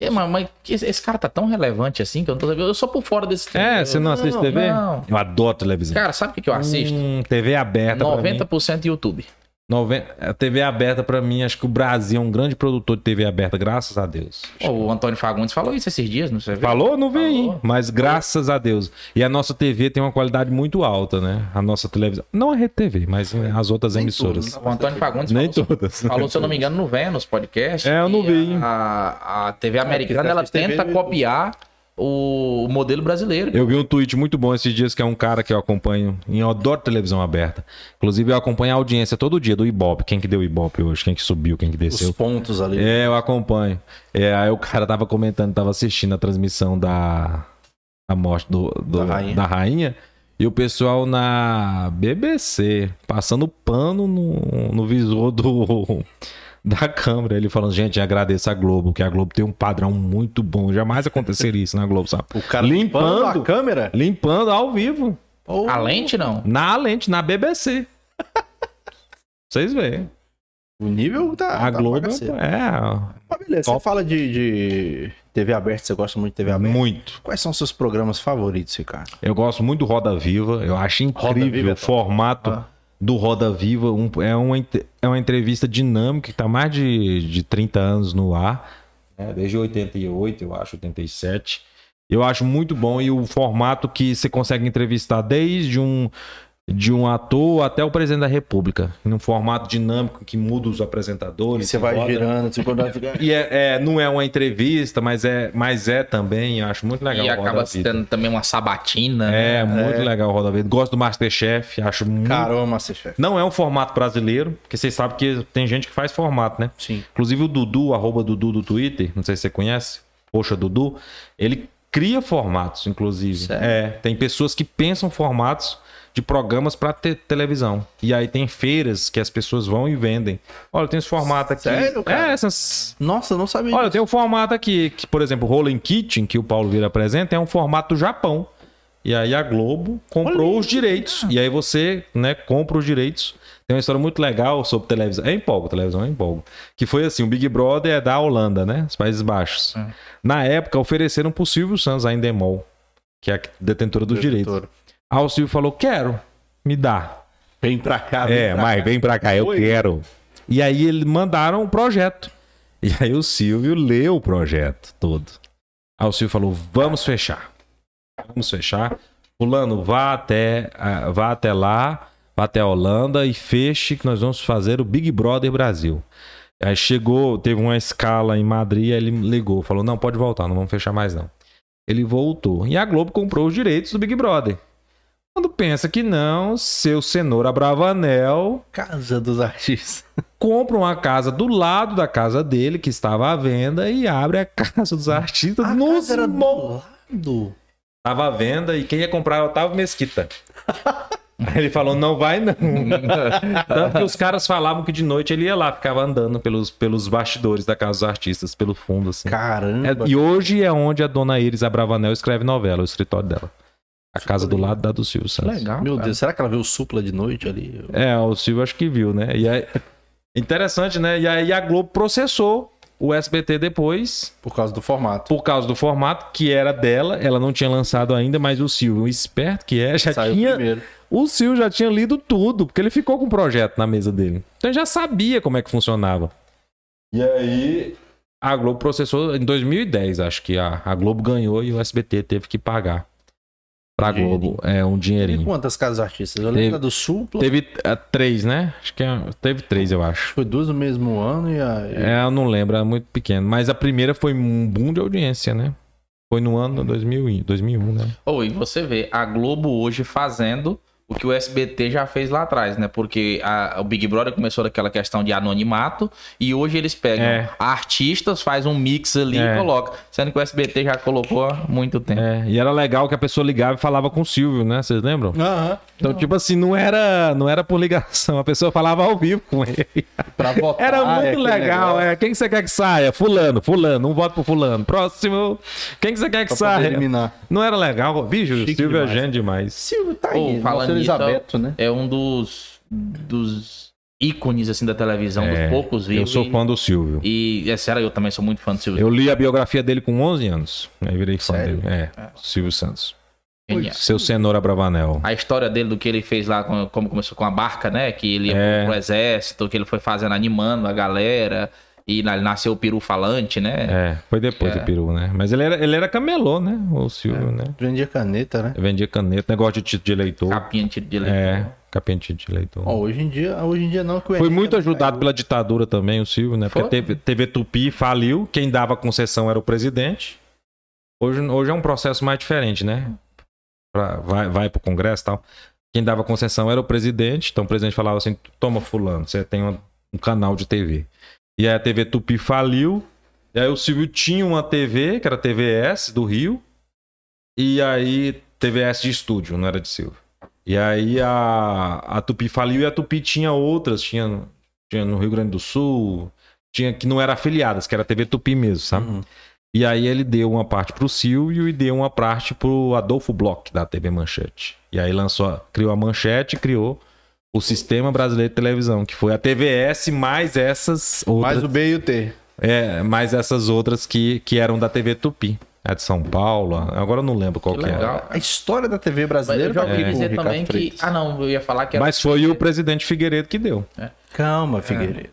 É, mas, mas que esse esse cara tá tão relevante assim que eu não tô sabendo. Eu sou por fora desse É, você não assiste TV? não. Eu adoro televisão. Cara, sabe o que que eu assisto? Hum, TV aberta pra mim. 90% YouTube. Noven- A TV aberta pra mim, acho que o Brasil é um grande produtor de TV aberta, graças a Deus. Pô, o Antônio Fagundes falou isso esses dias, não sei. Falou? Não vem, Falou. mas graças a Deus. E a nossa TV tem uma qualidade muito alta, né? A nossa televisão. Não a RedeTV, mas é, as outras emissoras. O Antônio Fagundes Nem né? falou, todas. falou, se eu não me engano, no Vênus Podcast. É, eu não que vi. É, tá A, a TV americana, quem ela assiste TV tenta no copiar o modelo brasileiro. Eu vi um tweet muito bom esses dias que é um cara que eu acompanho em eu adoro televisão aberta. Inclusive eu acompanho a audiência todo dia do Ibope, quem que deu Ibope hoje, quem que subiu, quem que Os desceu. pontos ali. É, eu acompanho. É, aí o cara tava comentando, tava assistindo a transmissão da a morte do, do- Da da, rainha. rainha. e o pessoal na BBC passando pano no, no visor do da câmera, ele falando, gente, agradeço a Globo, que a Globo tem um padrão muito bom, jamais aconteceria isso na Globo, sabe? O cara Limpando. a câmera. Limpando ao vivo. A lente, não. Na lente, na BBC. Vocês veem. O nível tá. A tá Globo bagaceiro. é. Mas beleza, você fala de, de TV aberta, você gosta muito de TV aberta. Muito. Quais são seus programas favoritos, Ricardo? Eu gosto muito do Roda Viva. Eu acho Roda Viva incrível é o top. formato Ah. do Roda Viva. Um- é, uma, ent- é uma entrevista dinâmica que tá mais de, de 30 anos no ar. né? Desde 88, eu acho, 87. Eu acho muito bom e o formato que você consegue entrevistar desde um de um ator até o presidente da República, num formato dinâmico que muda os apresentadores. Você que vai roda. girando, você vai ficar. E é, é, não é uma entrevista, mas é, mas é também, eu acho muito legal. e o Roda acaba Vida. tendo também uma sabatina. né? É, muito legal o Roda Vida. Gosto do Masterchef, acho muito. Caramba, Masterchef. Não é um formato brasileiro, porque vocês sabem que tem gente que faz formato, né? Sim. Inclusive o Dudu, arroba Dudu do Twitter, não sei se você conhece, Poxa Dudu, ele cria formatos, inclusive. Sério? É, tem pessoas que pensam formatos de programas para televisão. E aí tem feiras que as pessoas vão e vendem. Olha, tem esse formato aqui. Sério, cara? É, essas Nossa, eu não sabia. Olha, disso. tem um formato aqui, que, por exemplo, o Rolling Kitchen, que o Paulo Vieira apresenta, é um formato do Japão. E aí a Globo comprou os direitos. E aí você, né, compra os direitos. Tem uma história muito legal sobre televisão. É empolgo, televisão é empolgo. Que foi assim, o Big Brother é da Holanda, né? Os Países Baixos. Na época, ofereceram pro Silvio Santos a Endemol, que é a detentora dos direitos. Aí o Silvio falou, quero, me dá. Vem pra cá, Ah, vem É, pra mas cá. vem pra cá, eu Oi. quero. E aí eles mandaram o projeto. E aí o Silvio leu o projeto todo. Aí o Silvio falou: vamos fechar. Vamos fechar. Fulano, vá até, ah, vá até lá, vá até a Holanda e feche que nós vamos fazer o Big Brother Brasil. Aí chegou, teve uma escala em Madrid, aí ele ligou, falou: não, pode voltar, não vamos fechar mais não. Ele voltou. E a Globo comprou os direitos do Big Brother. Quando pensa que não, seu cenoura Bravanel Casa dos artistas. compra uma casa do lado da casa dele, que estava à venda, e abre a casa dos artistas A nos casa era do mon- lado. Estava à venda e quem ia comprar era o Otávio Mesquita. Aí ele falou, não vai não. né? Tanto que os caras falavam que de noite ele ia lá, ficava andando pelos, pelos bastidores da casa dos artistas, pelo fundo, assim. Caramba. É, e hoje é onde a dona Iris Abravanel escreve novela, o escritório dela. A casa do lado da do Silvio Santos. Legal. Meu cara. Deus, será que ela viu o Supla de noite ali? É, o Silvio acho que viu, né? E aí- Interessante, né? E aí a Globo processou o SBT depois, Por causa do formato. por causa do formato que era dela, ela não tinha lançado ainda, mas o Silvio, o esperto que é, já Saiu tinha. primeiro. O Silvio já tinha lido tudo, porque ele ficou com o projeto na mesa dele. Então ele já sabia como é que funcionava. E aí. A Globo processou em 2010, acho que a, a Globo ganhou e o SBT teve que pagar pra Dinheirinho. Globo. É, um E dinheirinho. quantas casas dos artistas? Eu lembro Teve- da do Supla. Teve eh, três, né? Acho que é- teve três, eu acho. Foi duas no mesmo ano e a. É, eu não lembro, era muito pequeno. Mas a primeira foi um boom de audiência, né? Foi no ano 2000, e- 2001, né? Oh, e você vê a Globo hoje fazendo o que o SBT já fez lá atrás, né? Porque a- o Big Brother começou daquela questão de anonimato e hoje eles pegam É. artistas, faz um mix ali É. e coloca. Sendo que o SBT já colocou há muito tempo. É, e era legal que a pessoa ligava e falava com o Silvio, né? Vocês lembram? Aham. Então, tipo assim, não era, não era por ligação, a pessoa falava ao vivo com ele. Pra votar. Era é muito aquele legal, negócio. é. Quem que você quer que saia? Fulano, fulano, um voto pro fulano. Próximo. Quem que você quer que Pra poder saia? eliminar. Não era legal? Bicho, o Chique Silvio é demais. gente demais. Silvio tá Ô, aí. fala Nossa, nisso, Elisabeto, né? É um dos, dos ícones assim da televisão, É, dos poucos Eu vivos. sou fã do Silvio. E é sério, eu também sou muito fã do Silvio. Eu li a biografia dele com 11 anos. Aí virei fã Sério? Ah. dele. É, Silvio Santos. Genial. Seu cenoura Bravanel. a história dele do que ele fez lá, com- como começou com a barca, né? Que ele ia É. pro exército, que ele foi fazendo, animando a galera, e na- nasceu o peru falante, né? É, foi depois É. do peru, né? Mas ele era, ele era camelô, né? O Silvio, É. né? Vendia caneta, né? Vendia caneta, negócio de título de eleitor. Capinha de de É, capinha de título de eleitor. Ó, hoje em dia, hoje em dia não. Que o é- Foi Enem muito também ajudado caiu. pela ditadura também, o Silvio, né? Porque Foi? TV, TV Tupi faliu, quem dava concessão era o presidente. Hoje, hoje é um processo mais diferente, né? Pra- vai, vai pro Congresso e tal. Quem dava concessão era o presidente, então o presidente falava assim: toma, Fulano, você tem um, um canal de TV. E aí a TV Tupi faliu, e aí o Silvio tinha uma TV, que era a TVS do Rio, e aí TVS de estúdio, não era de Silvio. E aí a, a Tupi faliu e a Tupi tinha outras, tinha, tinha no Rio Grande do Sul, tinha que não era afiliadas, que era a TV Tupi mesmo, sabe? Uhum. E aí ele deu uma parte pro Silvio e deu uma parte pro Adolfo Bloch da TV Manchete. E aí lançou, a- criou a Manchete e criou o Sistema Brasileiro de Televisão, que foi a TVS mais essas outras, Mais o B e o T. é, mais essas outras que, que eram da TV Tupi. A de São Paulo, agora eu não lembro qual que, é. Que era. legal. É. A história da TV Mas brasileira eu já tá ouvi com o dizer Ricardo também que. Freitas. Ah, não, eu ia falar que era. Mas foi o presidente Figueiredo que deu. Calma, Figueiredo.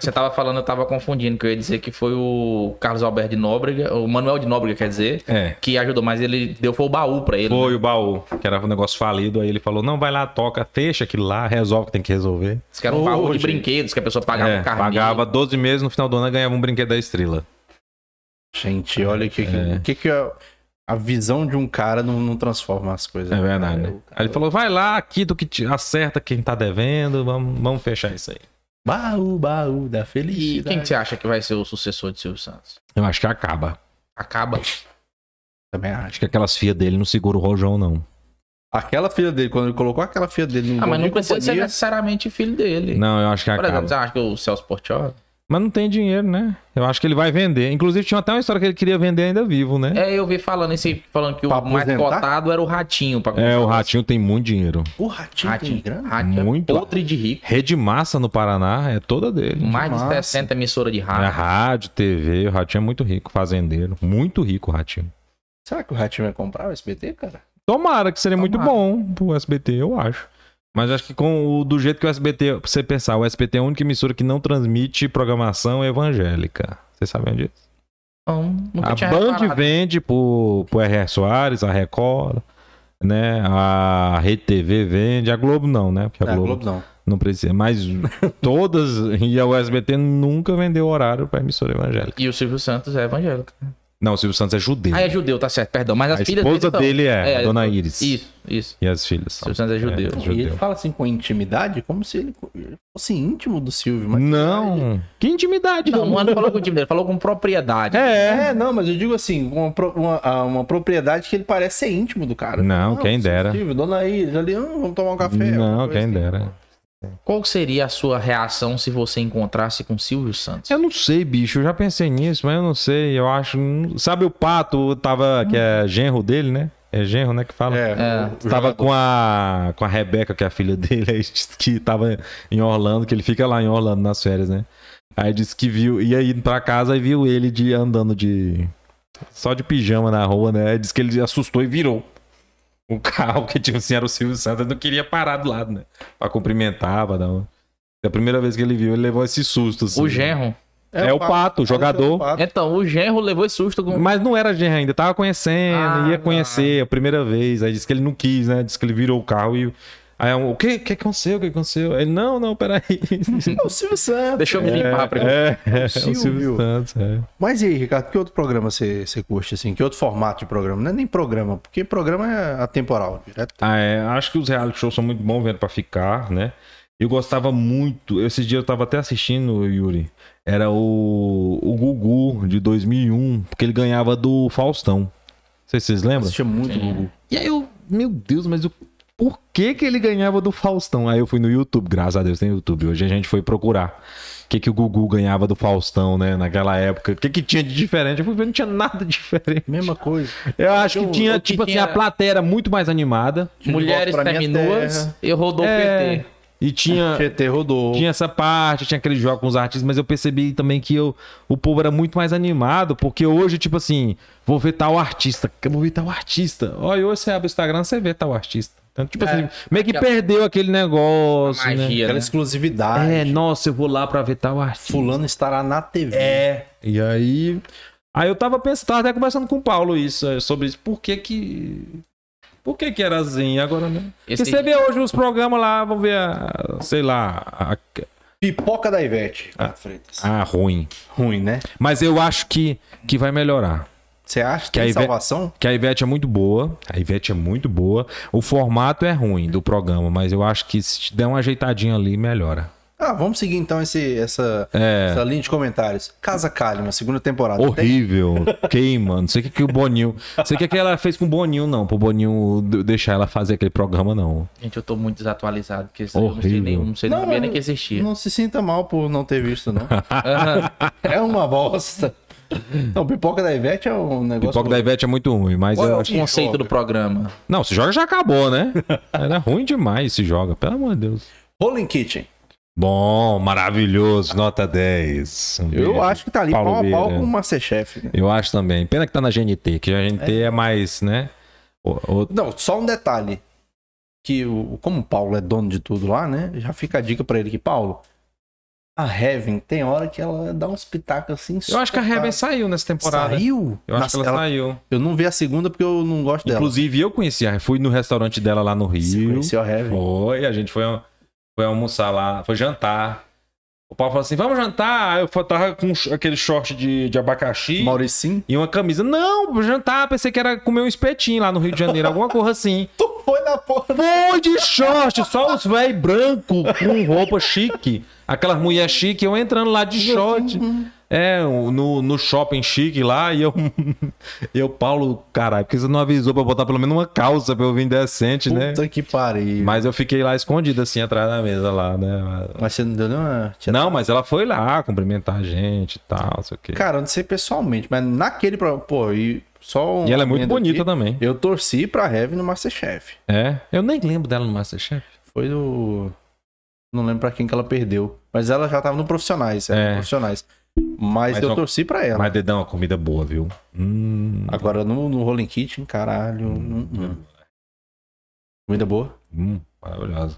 Você tava falando, eu tava confundindo, que eu ia dizer que foi o Carlos Alberto de Nóbrega, o Manuel de Nóbrega, quer dizer, É. que ajudou, mas ele deu foi o baú pra ele. né? Foi o baú, que era um negócio falido. Aí ele falou: não, vai lá, toca, fecha aquilo lá, resolve o que tem que resolver. Diz que era um baú Ô, de gente. brinquedos, que a pessoa pagava É, um carminho. pagava 12 meses, no final do ano ganhava um brinquedo da estrela. Gente, olha o que, que- É. o que, que a, a visão de um cara não, não transforma as coisas. É verdade, Cara, né? o Aí ele falou: vai lá, aqui do que te acerta quem tá devendo, vamos, vamos fechar isso aí. Baú, baú da felicidade. né? E quem que você acha que vai ser o sucessor de Silvio Santos? Eu acho que acaba. Acaba. Também Acho acho. que aquelas fias dele não segura o rojão, não. Aquela filha dele, quando ele colocou aquela filha dele no Ah, mas não Bom Dia precisa ser Companhia, necessariamente filho dele. Não, eu acho que Por acaba. exemplo, você acha que o Celso Portiolli? Mas não tem dinheiro, né? Eu acho que ele vai vender. Inclusive, tinha até uma história que ele queria vender ainda vivo, né? É, eu vi falando isso aí, falando que o Pra mais aposentar? cotado era o Ratinho. Pra É, o Ratinho tem muito dinheiro. O ratinho, tem Ratinho. grana? Ratinho Muito. é podre de rico. Rede Massa no Paraná é toda dele. Mais de massa. 60 emissoras de É rádio. rádio, TV, o Ratinho é muito rico, fazendeiro. Muito rico o Ratinho. Será que o ratinho vai comprar o SBT, cara? Tomara que seria muito Tomara. bom pro SBT, eu acho. Mas acho que com o, do jeito que o SBT, pra você pensar, o SBT é a única emissora que não transmite programação evangélica. Vocês sabem disso? Então, nunca é a tinha Band reparado. vende pro, pro R.R. Soares, a Record, né? A Rede TV vende, a Globo não, né? Porque a É, Globo, não. não precisa. Mas todas e a USBT nunca vendeu horário pra emissora evangélica. E o Silvio Santos é evangélico. Não, o Silvio Santos é judeu. Ah, é judeu, tá certo, perdão. Mas as a filhas esposa são- dele é, a Dona Iris. Isso, isso. E as filhas. são. Silvio Santos é judeu. É, E ele judeu. fala assim com intimidade, como se ele fosse íntimo do Silvio. Mas... Não. Que intimidade, Não, Dom. não falou com o time dele, falou com propriedade. É. É, não, mas eu digo assim, uma, pro- uma, ah, uma propriedade que ele parece ser íntimo do É, cara. Ah, Não, quem seu dera. Silvio, dona Iris, ali, "Ah, vamos tomar um café. alguma Não, coisa quem assim. dera. Qual seria a sua reação se você encontrasse com o Silvio Santos? Eu não sei, bicho. Eu já pensei nisso, mas eu não sei. Eu acho. Sabe o pato tava. Que é genro dele, né? É genro, né? Que fala. Hum. É, É. o Tava jogador. com a, com a Rebeca, que é a filha dele, aí disse que tava em Orlando, que ele fica lá em Orlando nas férias, né? Aí disse que viu, ia indo pra casa e viu ele de andando de. só de pijama na rua, né? Aí disse que ele assustou e virou o carro, que tipo assim, era o Silvio Santos, ele não queria parar do lado, né? Pra cumprimentar, pra dar uma... A primeira vez que ele viu, ele levou esse susto. assim. O genro. É, o pato, o jogador. É Pato. Então, o genro levou esse susto com. Mas não era genro ainda, tava conhecendo, Ah, ia não. conhecer a primeira vez. Aí disse que ele não quis, né? Disse que ele virou o carro e. Aí um, o que, que aconteceu? O que aconteceu? Ele, não, não, peraí. É o Silvio Santos. Deixa eu me É. limpar primeiro. é, é, o Silvio. Silvio Santos, é. Mas e aí, Ricardo, que outro programa você, você curte, assim? Que outro formato de programa? Não é nem programa, porque programa é atemporal, direto. Ah, é, acho que os reality shows são muito bons vendo pra ficar, né? Eu gostava muito. Esses dias eu tava até assistindo, Yuri. Era o, o Gugu de 2001, porque ele ganhava do Faustão. Não sei se vocês lembram. Assistia muito Gugu. E aí eu, meu Deus, mas o, por que que ele ganhava do Faustão? Aí eu fui no YouTube, graças a Deus tem YouTube. Hoje a gente foi procurar o que que o Gugu ganhava do Faustão, né, naquela época. O que que tinha de diferente? Eu fui ver, não tinha nada diferente. Mesma coisa. Eu acho que o tinha, que tipo assim, tinha- a plateia era muito mais animada. Mulheres Pra minha terminuas terra. e rodou o É, PT. E tinha... GT rodou. Tinha essa parte, tinha aquele jogo com os artistas, mas eu percebi também que eu, o povo era muito mais animado, porque hoje, tipo assim, vou ver tal artista, eu vou ver tal artista. Olha, hoje você abre o Instagram, você vê tal artista. Então, tipo É, assim, meio que aquela- perdeu aquele negócio, né? Magia, Aquela né? exclusividade. É, nossa, eu vou lá pra ver tal artista. Fulano estará na TV. É. E aí... Aí eu tava pensando, tava até conversando com o Paulo isso, eh, sobre isso. Por que que... Por que que era assim agora, né? Porque Esse- você vê hoje os programas lá, vamos ver, a, sei lá, Pipoca da Ivete. Ah, Freitas. a, a ruim. Ruim, né? Mas eu acho que, que vai melhorar. Você acha que, Que a tem Ivete- salvação? Que a Ivete é muito boa. A Ivete é muito boa. O formato é ruim do programa, mas eu acho que se der uma ajeitadinha ali, melhora. Ah, vamos seguir então esse, essa, essa linha de comentários. Casa Kalima, segunda temporada. É. Horrível, queima, não sei o que, que o Boninho. Não sei o que, que ela fez com o Boninho, não. Pro Boninho d- deixar ela fazer aquele programa, não. Gente, eu tô muito desatualizado. Porque isso eu não sei Horrível. nem, não sei Não, não, sabia nem mas- que existia. Não se sinta mal por não ter visto, não. Aham. é uma bosta. Não, Pipoca da Ivete é um O negócio... Pipoca da Ivete é muito ruim, mas Qual é eu o acho. O conceito do programa. Não, se joga já acabou, né? Era ruim demais se joga, pelo amor de Deus. Rolling Kitchen. Bom, maravilhoso, nota 10. Um Eu beijo. acho que tá ali Paulo pau a pau Vieira. com o Masterchef. né? Eu acho também. Pena que tá na GNT, que a GNT é, mais, né? O- o- Não, só um detalhe. Que o, como o Paulo é dono de tudo lá, né? Já fica a dica pra ele que, Paulo, a Heaven tem hora que ela dá uns pitacos assim. Eu acho que a Heaven saiu nessa temporada. Saiu? Eu acho Nossa, que ela, ela- saiu. eu não vi a segunda porque eu não gosto dela. Inclusive, eu conheci a fui no restaurante dela lá no Você Rio. conheceu a Heaven? Foi, a gente foi, foi almoçar lá, foi jantar. O Paulo falou assim: vamos jantar. Aí Eu tava com um aquele short de, de abacaxi. Mauricinho? E uma camisa. Não, jantar, pensei que era comer um espetinho lá no Rio de Janeiro, alguma coisa assim. Tu foi na porra Foi de short, só os velhos branco com roupa chique. Aquelas mulher chique, eu entrando lá de short. É, o- no, no shopping chique lá, e eu. e eu, Paulo, caralho, porque você não avisou pra eu botar pelo menos uma calça pra eu vir decente, né? Puta que pariu. Mas... Mas eu fiquei lá escondido, assim, atrás da mesa lá, né? você não deu nenhuma. tirada? Não, mas ela foi lá cumprimentar a gente e tal, não sei o quê. Cara, eu não sei pessoalmente, mas naquele programa. Pô, e só um E ela é muito adendo bonita aqui, também. Eu torci pra Heavy no Masterchef. É? Eu nem lembro dela no Masterchef. Foi do. Não lembro pra quem que ela perdeu. Mas ela já tava no profissionais. Era É. no profissionais. Mas, Mas eu uma- torci pra ela. Mas dedão, a comida boa, viu? Hum, Agora no, no Rolling Kitchen, caralho. hum, hum. Comida boa. hum, maravilhosa.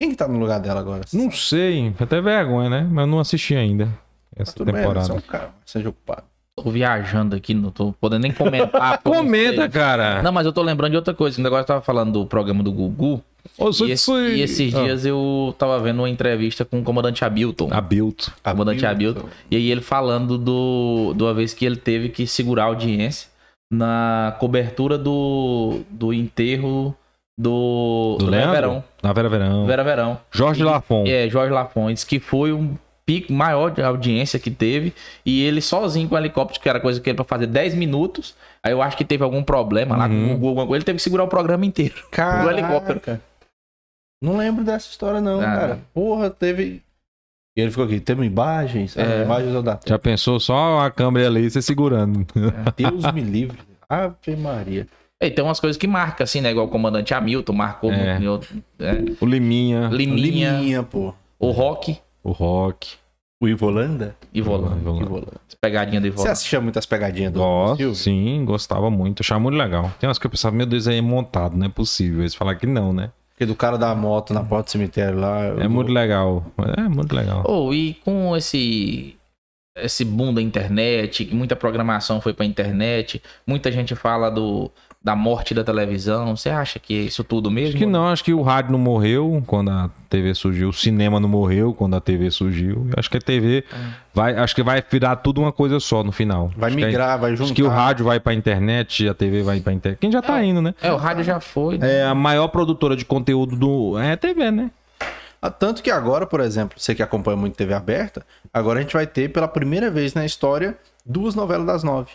Quem que tá no lugar dela agora? Não sei, até vergonha, né? Mas eu não assisti ainda essa Tudo bem, temporada. você é um cara, seja ocupado. Tô viajando aqui, não tô podendo nem comentar. porque eu não Comenta, sei. cara. Não, mas eu tô lembrando de outra coisa. Agora eu tava falando do programa do Gugu. Ô, sou- E, esse- sou- e esses Ah, dias eu tava vendo uma entrevista com o comandante Ah, Abilton. A Bilto. comandante Abilton. E aí ele falando do, de uma vez que ele teve que segurar a audiência na cobertura do, do enterro do, Do Vera Leandro? é Verão. Na Vera Verão. Vera Verão. Jorge E- Lafon. É, Jorge Lafontes, que foi um pico maior de audiência que teve. E ele sozinho com o helicóptero, que era coisa que ele pra fazer 10 minutos. Aí eu acho que teve algum problema lá Uhum. com o Google, alguma coisa. Ele teve que segurar o programa inteiro. Caraca. Do helicóptero. Não lembro dessa história, não, Ah. cara. Porra, teve. E ele ficou aqui, temos imagens? É. As Imagens eu da Já pensou só a câmera ali, você segurando. Deus me livre. Ave Maria. E tem umas coisas que marca, assim, né? Igual o comandante Hamilton marcou É. no- em outro- é, O Liminha, Liminha, Liminha, pô. o Rock o Rock. O Ivolanda? e Volando. Volando. Ivolanda. Pegadinha do Você Ivolando. assistia muitas pegadinhas do Gosto, Silvio? sim, gostava muito. Achava muito legal. Tem umas que eu pensava, meu Deus, aí é montado, não é possível. Eles falaram que não, né? Porque do cara da moto na porta do cemitério lá. É muito legal. É muito legal. Oh, e com esse esse boom da internet, que muita programação foi pra internet, muita gente fala do da morte da televisão. Você acha que é isso tudo mesmo? Acho né? que não, acho que o rádio não morreu quando a TV surgiu, o cinema não morreu quando a TV surgiu. Eu Acho que a É. TV vai, acho que vai virar tudo uma coisa só no final. Vai acho que a- migrar, vai juntar. acho que o rádio vai pra internet, a TV vai pra internet. Quem já tá indo, né? É, o rádio já foi. né? É a maior produtora de conteúdo do é a TV, né? Ah, Tanto que agora, por exemplo, você que acompanha muito TV aberta, agora a gente vai ter pela primeira vez na história duas novelas das nove.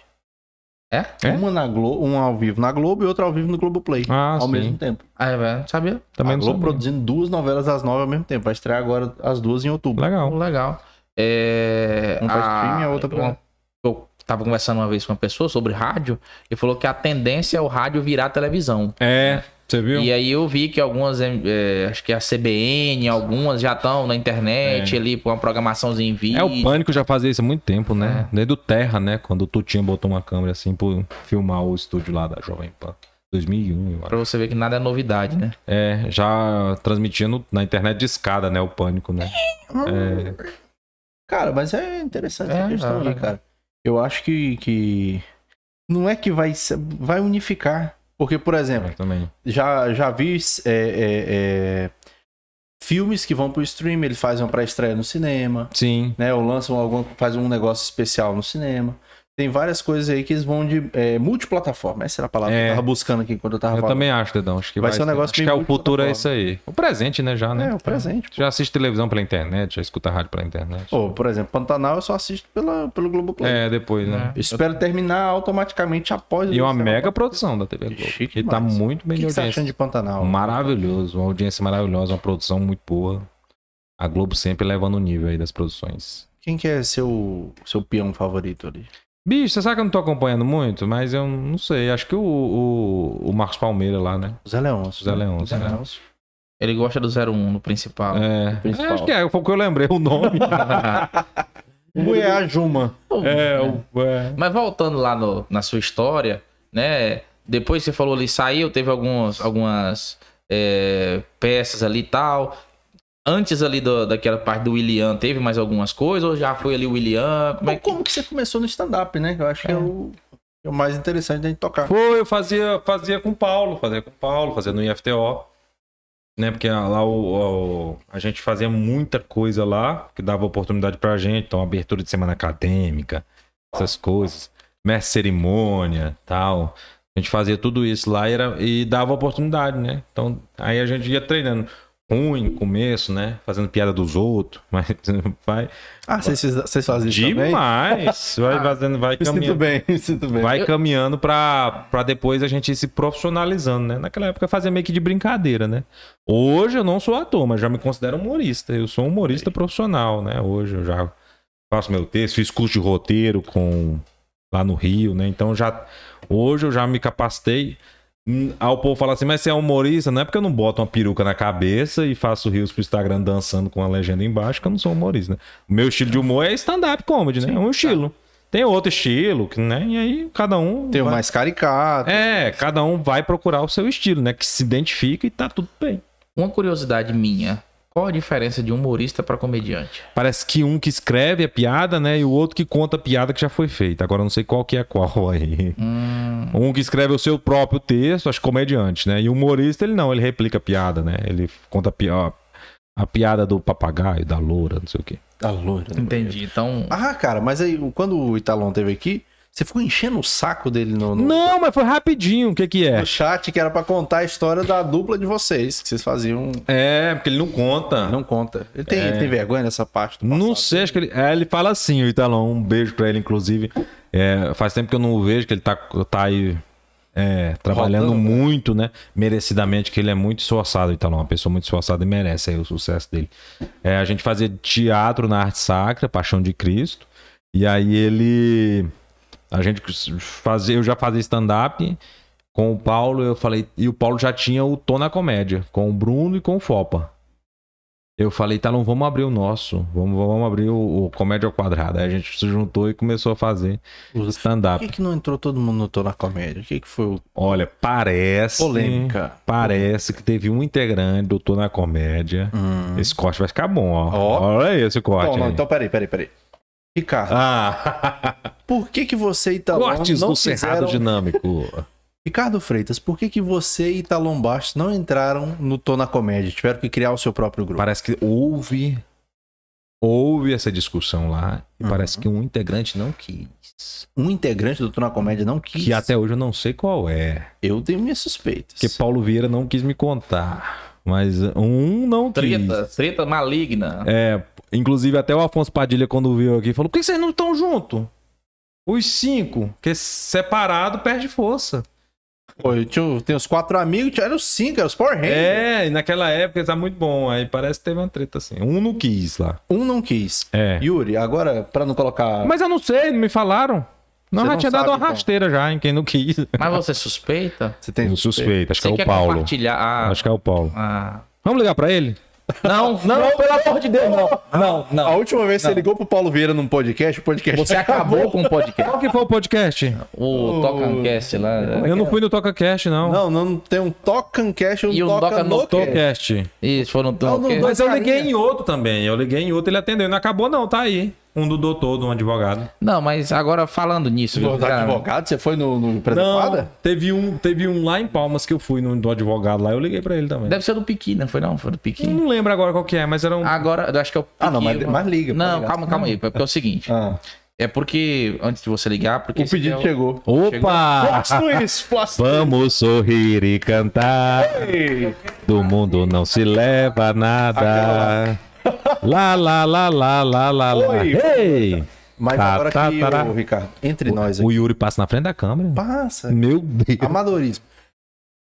É? É? Uma na Globo, uma ao vivo na Globo e outra ao vivo no Globoplay. Ah, ao sim. mesmo tempo. Ah, é, velho, não sabia? Também a não Globo sabia. produzindo duas novelas das nove ao mesmo tempo. Vai estrear agora as duas em outubro. Legal. Oh, legal. É, Um pra streaming, a outra pra- uma- Eu tava conversando uma vez com uma pessoa sobre rádio e falou que a tendência é o rádio virar televisão. É, você viu? E aí eu vi que algumas, eh, eh, acho que a CBN, algumas já estão na internet ali com uma programaçãozinha em vídeo. É, o Pânico já fazia isso há muito tempo, É. né? Desde o Terra, né? Quando o Tutinho botou uma câmera assim pra filmar o estúdio lá da Jovem Pan. 2001, eu acho. Pra você ver que nada é novidade, né? É, já transmitindo na internet de escada, né? O pânico, né? É, Cara, mas é interessante É, essa questão, é, né, é. cara? Eu acho que, que. Não é que vai, ser- vai unificar. Porque, por exemplo, Eu também. já, já vi é, é, é, filmes que vão pro stream, eles fazem uma pré-estreia no cinema, Sim. né? Ou lançam algum, faz um negócio especial no cinema. Tem várias coisas aí que eles vão de é, multiplataforma. Essa era a palavra que É. eu tava buscando aqui enquanto eu tava Eu falando. também acho, Dedão. Acho que Tá Vai vai, ser um negócio Acho bem que é o muito futuro é plataforma. isso aí. O presente, né? Já, né? É, o presente. Já assiste televisão pela internet, já escuta rádio pela internet. Pô, por exemplo, Pantanal eu só assisto pela, pelo Globoplay. É, depois, né? Eu espero terminar automaticamente após o E uma Luciano mega Pantanal. produção da TV Globo. é Chique que tá demais. muito O bem que, de que você tá audiência. achando de Pantanal? Maravilhoso, uma audiência maravilhosa, uma produção muito boa. A Globo sempre levando o nível aí das produções. Quem que é seu, seu peão favorito ali? Bicho, você sabe que eu não tô acompanhando muito, mas eu não sei. Acho que o, o, o Marcos Palmeira lá, né? O Zé Leôncio. Zé né? Leôncio, Zé né? Leôncio. Ele gosta do 01 no principal. É, principal. acho que é, foi o que eu lembrei o nome. Ué, a Juma. é, o, é. né? Mas voltando lá no- na sua história, né? Depois você falou ali, saiu, teve algumas, algumas eh, peças ali e tal. Antes ali do- daquela parte do William, teve mais algumas coisas? Ou já foi ali o William? Como é Mas que... como que você começou no stand-up, né? Que Eu acho que é o, é o mais interessante da gente tocar. Foi, eu fazia, fazia com o Paulo, fazia com o Paulo, fazia no IFTO. Né, porque lá o, o- a gente fazia muita coisa lá, que dava oportunidade pra gente, então abertura de semana acadêmica, essas coisas, mestre cerimônia, tal. A gente fazia tudo isso lá e, era- e dava oportunidade, né? Então, aí a gente ia treinando. ruim no começo, né? Fazendo piada dos outros, mas vai Ah, vocês, vocês fazem isso também? demais. Vai fazendo, vai Me sinto caminhando. bem, me sinto bem. Vai caminhando pra, pra depois a gente ir se profissionalizando, né? Naquela época fazia meio que de brincadeira, né? Hoje eu não sou ator, mas já me considero humorista. Eu sou um humorista profissional, né? Hoje eu já faço meu texto, fiz curso de roteiro com lá no Rio, né? Então já hoje eu já me capacitei. Hum, Ao povo falar assim, mas você é humorista, não é porque eu não boto uma peruca na cabeça e faço rios pro Instagram dançando com a legenda embaixo que eu não sou humorista, né? O meu estilo de humor é stand-up comedy, né? É um estilo. Tem outro estilo, que, né? E aí cada um. Tem o vai- mais caricato. É, cada um vai procurar o seu estilo, né? Que se identifica e tá tudo bem. Uma curiosidade minha. Qual a diferença de humorista pra comediante? Parece que um que escreve a piada, né? E o outro que conta a piada que já foi feita. Agora eu não sei qual que é qual aí. Um que escreve o seu próprio texto, acho que comediante, né? E o humorista, ele não, ele replica a piada, né? Ele conta a piada. A piada do papagaio, da loura, não sei o quê. Tá loira. Entendi. Então, Ah, cara, mas aí quando o Italon teve aqui, você ficou enchendo o saco dele no, no- Não, mas foi rapidinho, o que que é? no chat que era pra contar a história da dupla de vocês, que vocês faziam. É, porque ele não conta. É. Hum. Não conta. Ele tem, ele tem vergonha dessa parte do Não passado. sei, acho que ele. É, ele fala assim, o Italão. Um beijo pra ele, inclusive. É, faz tempo que eu não o vejo, que ele tá, tá aí é, trabalhando Rodando, né? muito, né? Merecidamente, que ele é muito esforçado, o Italão. Uma pessoa muito esforçada e merece aí o sucesso dele. É, a gente fazia teatro na arte sacra, Paixão de Cristo. E aí ele. A gente fazia, eu já fazia stand-up com o Paulo, eu falei. E o Paulo já tinha o Tô na Comédia, com o Bruno e com o Fopa. Eu falei, tá, não, vamos abrir o nosso. Vamos, vamos abrir o, o Comédia ao Quadrado. Aí a gente se juntou e começou a fazer Os- Por stand-up. que, que não entrou todo mundo no Tô na Comédia? O que, que foi o Olha, parece. polêmica? Parece que teve um integrante do Tô na Comédia. Esse corte vai ficar bom, ó. Ó. Olha esse corte. Hum. Bom, não, aí. então peraí, peraí, peraí. Ricardo, Ah, por que, que você e Italon cortes Então, não do Cerrado fizeram... Dinâmico. Ricardo Freitas, por que, que você e Italon Bastos não entraram no Tô na Comédia? Tiveram que criar o seu próprio grupo. parece que houve. Houve essa discussão lá. E Uhum. parece que um integrante não quis. Um integrante do Tô na Comédia não quis. Que até hoje eu não sei qual é. Eu tenho minhas suspeitas. Porque Paulo Vieira não quis me contar. Mas um não quis. treta, treta maligna. É, inclusive até o Afonso Padilha, quando veio aqui, falou: por que vocês não estão junto? Os cinco, porque separado perde força. Pô, eu tinha, tem os quatro amigos, tinha- eram os cinco, eram os Power Rangers. É, e naquela época tá muito bom. Aí parece que teve uma treta assim. Um não quis lá. Um não quis. É. Yuri, agora, pra não colocar. Mas eu não sei, não me falaram. Não, Você já não tinha sabe, dado uma então. rasteira já em quem não quis. Mas você suspeita? Você tem suspeito, É. acho que é você o Paulo. compartilhar? Ah, Acho que é o Paulo. ah. Vamos ligar pra ele? Não, não, pelo amor de Deus, não. A Não, não. última vez que você ligou pro Paulo Vieira num podcast, o podcast. Você acabou com o podcast. Qual que foi o podcast? O Tocancast lá. né? Eu não fui no TocaCast, não. Não, não tem um Toca Cast, um E um Toca Toca no no Cast. TocaCast. Isso, foram Não, não, Tocancast. Mas eu liguei carinha. em outro também. Eu liguei em outro, ele atendeu. Não acabou, não, tá aí. Um do doutor, de um advogado. Não, mas agora falando nisso, viu, Do cara? advogado, você foi no, no é Preservada? teve um, teve um lá em Palmas que eu fui no do advogado lá, eu liguei pra ele também. Deve ser do Piqui, não foi não? Foi do Piqui? Não lembro agora qual que é, mas era um. Agora, eu acho que é o Hum. Ah, não, mas- Piqui, mas liga, pode Não, ligar. calma, calma aí, porque é o seguinte. Ah, É porque, antes de você ligar, porque... o pedido esse é chegou. Opa! Plot twist, plot Vamos sorrir e cantar. twist. Do mundo não se leva nada. Lá, lá, lá, lá, lá, lá, lá. Oi. Ei! Mas Tá, agora tá, que tá, tá. o Ricardo, entre nós aqui, O Yuri passa na frente da câmera. passa. Meu Deus. Amadorismo.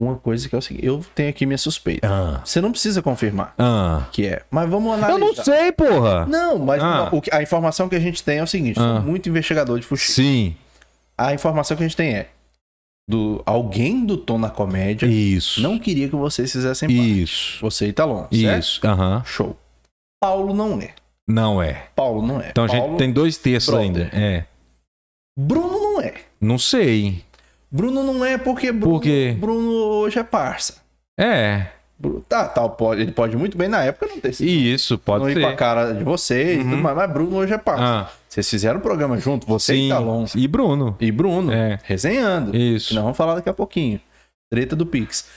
Uma coisa que é o seguinte, eu tenho aqui minha suspeita. Ah, Você não precisa confirmar ah. que é, mas vamos Eu analisar. não sei, porra. Não, mas Ah. não, o que- a informação que a gente tem é o seguinte: Ah. sou muito investigador de fuxico. Sim. A informação que a gente tem é: do alguém do Tom na Comédia Isso. não queria que vocês fizessem parte. Isso. Você e Talon, certo? Isso. Aham. Show. Paulo não é. Não é. Paulo não é. Então a Paulo- gente tem dois textos brother. ainda. É. Bruno não é. Não sei. Bruno não é porque Bruno, Por quê? Bruno hoje é parça. É. Bru- Tá, tá, pode, ele pode muito bem na época não ter sido. Isso, pode não ir com a ser. Uhum. cara de vocês, tudo mais, mas Bruno hoje é parça. Ah, Vocês fizeram um programa junto, você sim. e Talon E Bruno. e Bruno, É. resenhando. Isso. Hum. Não, vamos falar daqui a pouquinho. Treta do Pix.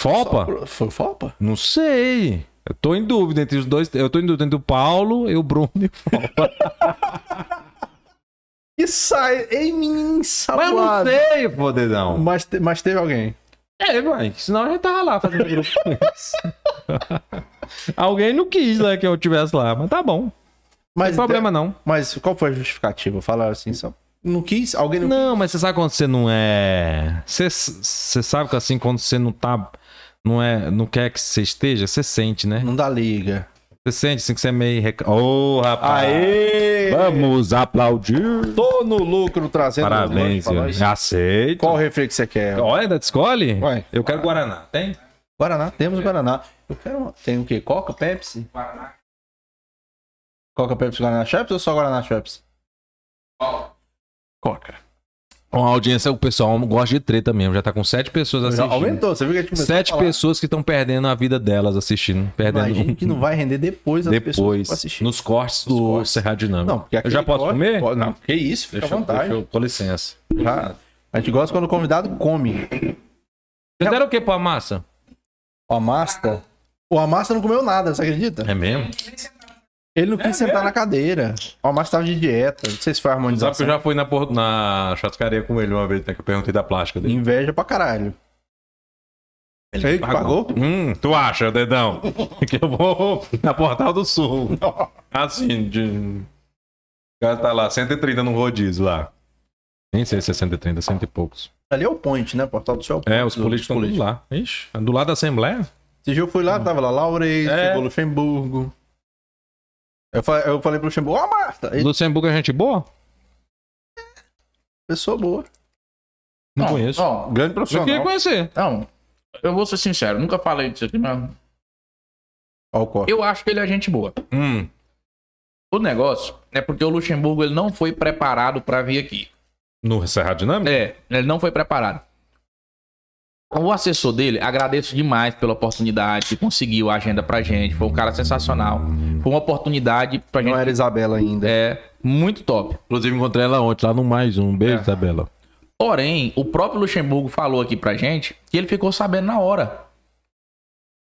Só Fopa? pro- Foi Fopa? Não sei. Eu tô em dúvida entre os dois. Eu tô em dúvida entre o Paulo e o Bruno e o Tá Fopa. E sai. Ei, menino Mas eu não ensaboado. sei, podedão. Mas, te- mas teve alguém. É, vai. Senão eu já tava lá fazendo grupo com eles. Alguém não quis né, que eu tivesse lá, mas tá bom. Mas, é- Não tem problema não. mas qual foi a justificativa? Falaram assim, só. Não quis? Alguém não, Não, mas você sabe quando você não é. Você, você sabe que assim, quando você não tá. Não, é, não quer que você esteja, você sente, né? não dá liga. Você sente assim que você é meio. Rec... Ô, rapaz! Aê! Vamos aplaudir! Tô no lucro trazendo os dois Parabéns, pra senhor. nós. Aceito. Qual refri que você quer? Olha, ainda te escolhe? Ué. Eu quero Guaraná. Tem? Guaraná, temos Guaraná. Eu quero. uma- Tem o quê? Coca, Pepsi? Coca, Pepsi, Guaraná Chaps ou só Guaraná Chaps? Coca. Uma audiência, o pessoal gosta de treta mesmo. Já tá com sete pessoas Já assistindo. aumentou, você viu que a gente começou a Sete falar. pessoas que estão perdendo a vida delas assistindo. Perdendo um Imagina que não vai render depois as pessoas que depois. vão assistir. Nos cortes Nos do cortes. Cerrado Dinâmico. Não, porque eu aquele já posso corte- comer? pode- Não, que isso, fica à Deixa eu, vontade. deixa eu, com licença. Já. A gente gosta quando o convidado come. Vocês deram o que pra massa? O Amasta. O Amasta não comeu nada, você acredita? É mesmo? Ele É não quis sentar na cadeira. O Amasta tava de dieta. Não sei se foi harmonização. Sabe que eu já fui na, por- na churrascaria com ele uma vez, né? Que eu perguntei da plástica dele. Inveja pra caralho. Ele, que pagou? Hum, tu acha, dedão? que eu vou na Portal do Sul. Assim, de. O cara tá lá, 130 no rodízio lá. Nem sei se é 130, cento e poucos. Ali é o Point, né? Portal do Céu. É, os Do- políticos estão tudo lá. Ixi, do lado da Assembleia? Esse dia eu fui lá, tava lá Laurei, Ah. É. chegou Luxemburgo. Eu falei, eu falei pro Luxemburgo, ó, Marta! Ele, Luxemburgo é gente boa? pessoa boa. Não, conheço. é Ó, Grande eu profissional. queria conhecer. não, eu vou ser sincero, nunca falei disso aqui, mas Ó, o corte. eu acho que ele é gente boa. Hum, O negócio é porque o Luxemburgo ele não foi preparado pra vir aqui. no Cerrado Dinâmico? É, ele não foi preparado. O assessor dele, agradeço demais pela oportunidade que conseguiu a agenda pra gente. Foi um cara sensacional. Foi uma oportunidade pra gente. Não era Isabela ainda. É, muito top. Inclusive, encontrei ela ontem, lá no Mais Um. Beijo, Isabela. Porém, o próprio Luxemburgo falou aqui pra gente que ele ficou sabendo na hora.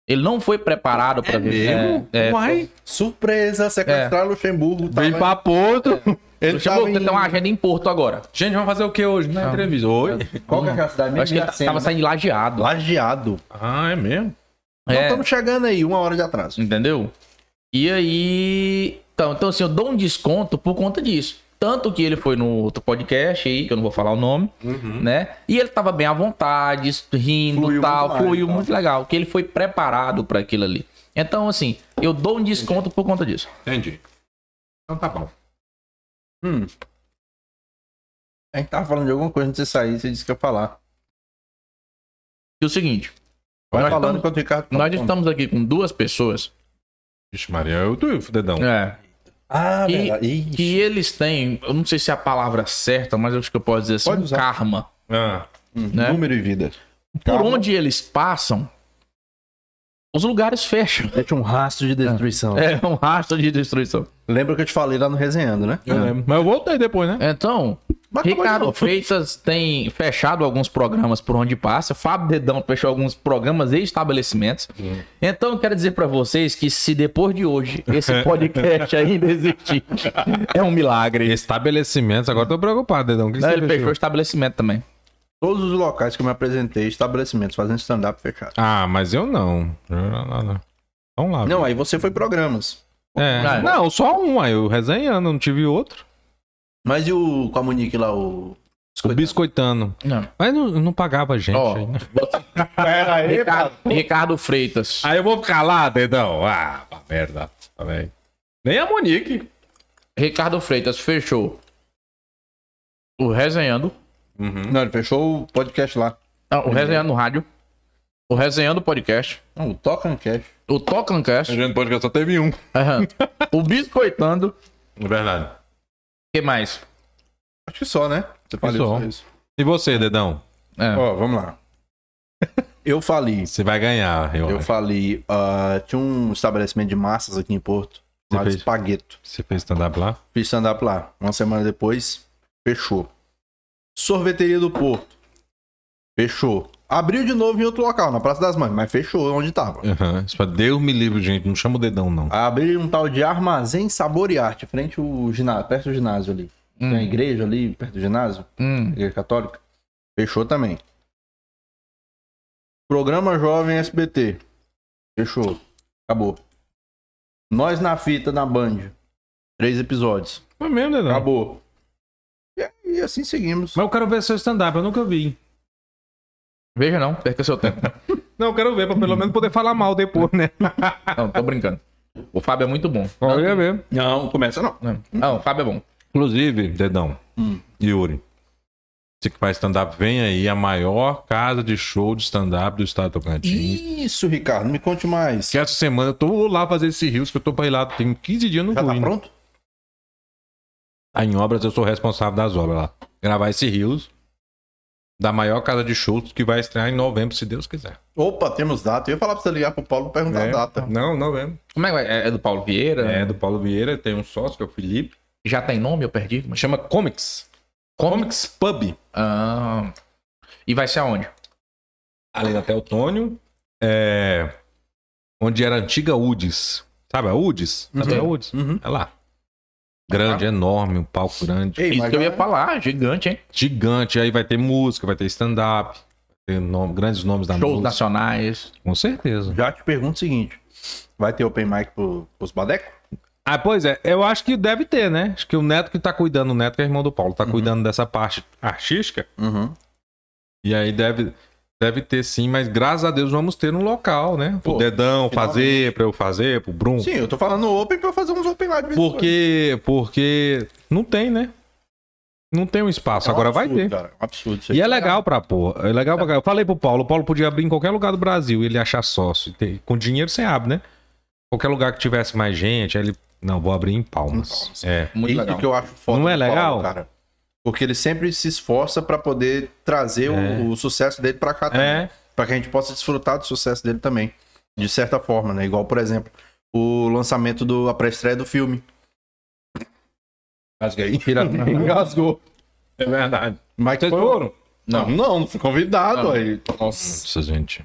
Ele não foi preparado pra vir. É, é. Uai. Surpresa, sequestrar Luxemburgo. Vem tava- É. pra Porto. Ele Luxemburgo tava ele tem uma em... agenda em Porto agora. Gente, vamos fazer o que hoje na entrevista? Oi? Qual que é a cidade? Eu acho que ele Miracema, tava né? saindo lajeado. Lajeado. Ah, é mesmo? Então É. estamos chegando aí, uma hora de atraso. Entendeu? E aí. Então, então, assim, eu dou um desconto por conta disso. Tanto que ele foi no outro podcast aí, que eu não vou falar o nome, né? E ele tava bem à vontade, rindo Uhum. Fluiu tal, muito mais, fluiu então. muito legal, que ele foi preparado pra aquilo ali. Então, assim, eu dou um desconto por conta disso. Entendi. Então tá bom. Hum. A gente tava falando de alguma coisa antes de você sair, você disse que ia falar. E o seguinte, Vai Nós falando estamos- enquanto o Ricardo tá nós falando. estamos aqui com duas pessoas Ixi, Maria, eu tô dedão. é, Ah, que- verdade. Ixi. que eles têm, eu não sei se é a palavra é certa, mas eu acho que eu posso dizer assim, Pode um usar. karma. Ah, né? Número e vida. Por Karma. onde eles passam, os lugares fecham. Deixa um rastro de destruição. É um rastro de destruição. Lembra que eu te falei lá no resenhando, né? eu lembro. Mas eu voltei depois, né? Então, Mas acabou de Ricardo novo. Freitas tem fechado alguns programas por onde passa. Fábio Dedão fechou alguns programas e estabelecimentos. Então, eu quero dizer pra vocês que se depois de hoje esse podcast ainda existir, é um milagre. Estabelecimentos, agora eu tô preocupado, dedão. O que Não, você ele fechou o estabelecimento também. Todos os locais que eu me apresentei, estabelecimentos fazendo stand-up fechado. Ah, mas eu não. Eu Não, não, não. Vamos lá. Não, aí você foi programas. É. Ah, é. Não, só um aí, eu resenhando, não tive outro. Mas e o Comunique lá, o. O biscoitano. Não. Mas não, não pagava a gente. Ó. aí, né? Pera aí, Ricardo, Ricardo Freitas. Aí eu vou ficar lá, dedão. Ah, pra merda. Tá bem. Nem a Monique. Ricardo Freitas fechou o Resenhando. Uhum. Não, ele fechou o podcast lá. Não, o Resenhando Rádio. O Resenhando Podcast. Não, o Toca and Cash. O Tocancast. gente pode que só teve um. aham, o Biscoitando. O É verdade. que mais? Acho que só, né? Você falou Só. só isso. E você, dedão? É. Ó, vamos lá. Eu falei. Você vai ganhar, eu, Eu acho. falei. ah, tinha um estabelecimento de massas aqui em Porto. Você Chamado fez? Espagueto. Você fez stand-up lá? Fiz stand-up lá. Uma semana depois, fechou. Sorveteria do Porto. Fechou. Abriu de novo em outro local, na Praça das Mães, mas fechou onde tava. Aham. Isso pra- Deus me livre, gente. Não chama o dedão, não. Abriu um tal de Armazém Sabor e Arte, frente ao ginásio, perto do ginásio ali. Tem uma Hum, igreja ali, perto do ginásio, hum. igreja católica. Fechou também. Programa Jovem SBT. Fechou. Acabou. Nós na fita, na Band. Três episódios. Foi mesmo, né? não? Acabou. E, e assim seguimos. Mas eu quero ver seu stand-up, eu nunca vi. Veja não, perca seu tempo. Não, eu quero ver, pra pelo menos poder falar mal depois, né? Não, tô brincando. O Fábio é muito bom. Olha mesmo. Não, começa não. Não, não, o Fábio é bom. Inclusive, Dedão, Hum. Yuri, você que faz stand-up, vem aí a maior casa de show de stand-up do estado do Tocantins. Isso, Ricardo, me conte mais. Que é essa semana eu tô lá fazer esse rios que eu tô pra ir lá, tem 15 dias eu não Já fui. tá ainda. pronto? Aí em obras eu sou responsável das obras lá. Gravar esse rios da maior casa de shows que vai estrear em novembro, se Deus quiser. Opa, temos data. Eu ia falar pra você ligar pro Paulo pra É. perguntar a data. Não, novembro. Como é que é? É do Paulo Vieira? É do Paulo Vieira, tem um sócio que é o Felipe. Já tem nome, eu perdi. Mas... Chama Comics. Comics Pub. Ah, e vai ser aonde? ali na Teotônio, é, onde era a antiga UDES. Sabe a UDES? Sabe a Uhum. UDES? Uhum. É lá. Grande, enorme, um palco grande. Ei, Isso mas que eu já- ia falar, gigante, hein? Gigante. Aí vai ter música, vai ter stand-up, vai ter nome- grandes nomes da Shows música. nacionais. Com certeza. Já te pergunto o seguinte: vai ter open mic pro, pros Badeco? Ah, pois é. Eu acho que deve ter, né? Acho que o Neto que tá cuidando, o Neto que é irmão do Paulo, tá cuidando dessa parte artística. Uhum. E aí deve, deve ter sim, mas graças a Deus vamos ter um local, né? Pô, o Dedão finalmente. fazer, pra eu fazer, pro Bruno. Sim, eu tô falando open pra fazer uns open mic. de vez em Porque, porque não tem, né? Não tem um espaço, quando. É um agora vai absurdo, ter. Cara, é um absurdo isso aí. E é legal pra porra. É legal pra... caralho. Eu falei pro Paulo, o Paulo podia abrir em qualquer lugar do Brasil e ele achar sócio. Tem- Com dinheiro você abre, né? Qualquer lugar que tivesse mais gente, aí ele. Não, vou abrir em Em Palmas. Palmas. É. Muito Isso legal. que eu acho foda Não é do Paulo, legal? cara. Porque ele sempre se esforça pra poder trazer É. o, o sucesso dele pra cá também. É. Pra que a gente possa desfrutar do sucesso dele também. De certa forma, né? Igual, por exemplo, o lançamento do a pré-estreia do filme. Rasguei. Engasgou. É verdade. um Mas que Vocês foi- foram? Não, não, não fui convidado Não. aí. Nossa. Nossa, gente.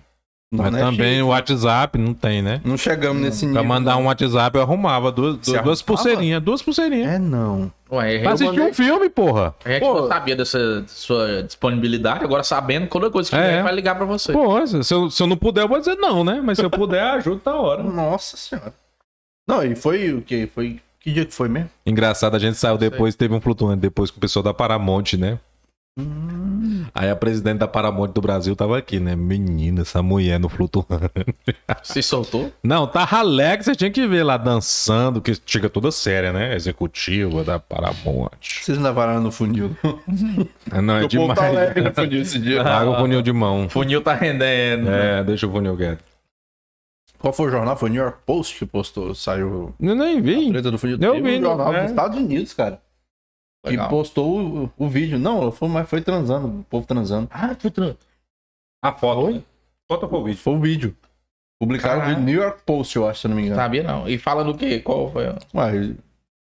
Não, Mas né, também gente? o WhatsApp não tem, né? Não chegamos nesse nível. Pra mandar um WhatsApp eu arrumava duas, Você duas, duas arrumava? pulseirinhas. Duas pulseirinhas. É, não. Ué, eu pra assistir mandei- um filme, porra. A gente Pô. não sabia dessa sua disponibilidade, agora sabendo, qualquer coisa que É. vier, vai ligar pra você. Pô, se eu, se eu não puder, eu vou dizer não, né? Mas se eu puder, ajudo na hora. Nossa senhora. Não, e foi o quê? Foi. Que dia que foi mesmo? Engraçado, a gente saiu depois, teve um flutuante depois com o pessoal da Paramount, né? Aí a presidente da Paramount do Brasil tava aqui, né? Menina, essa mulher no flutuante. Se soltou. Não, tava alegre, você tinha que ver lá dançando, que chega toda séria, né? Executiva da Paramount. Vocês não levaram no funil. Não, é o povo tá demais. alegre no funil esse dia. Paga o funil de mão. Funil tá rendendo. É, deixa o funil quieto. Qual foi o jornal? Foi o New York Post que postou, saiu Eu nem a vi. treta do funil. Eu Teve vi, um jornal né? dos Estados Unidos, cara. Legal. Que postou o, o vídeo. Não, foi, mas foi transando, o povo transando. Ah, foi tran- A foto, hein? Foto foi o vídeo. Foi o vídeo. Publicaram Caraca. o New York Post, eu acho, se eu não me Tá. engano. Sabia não. E falando o quê? Qual foi? Ué,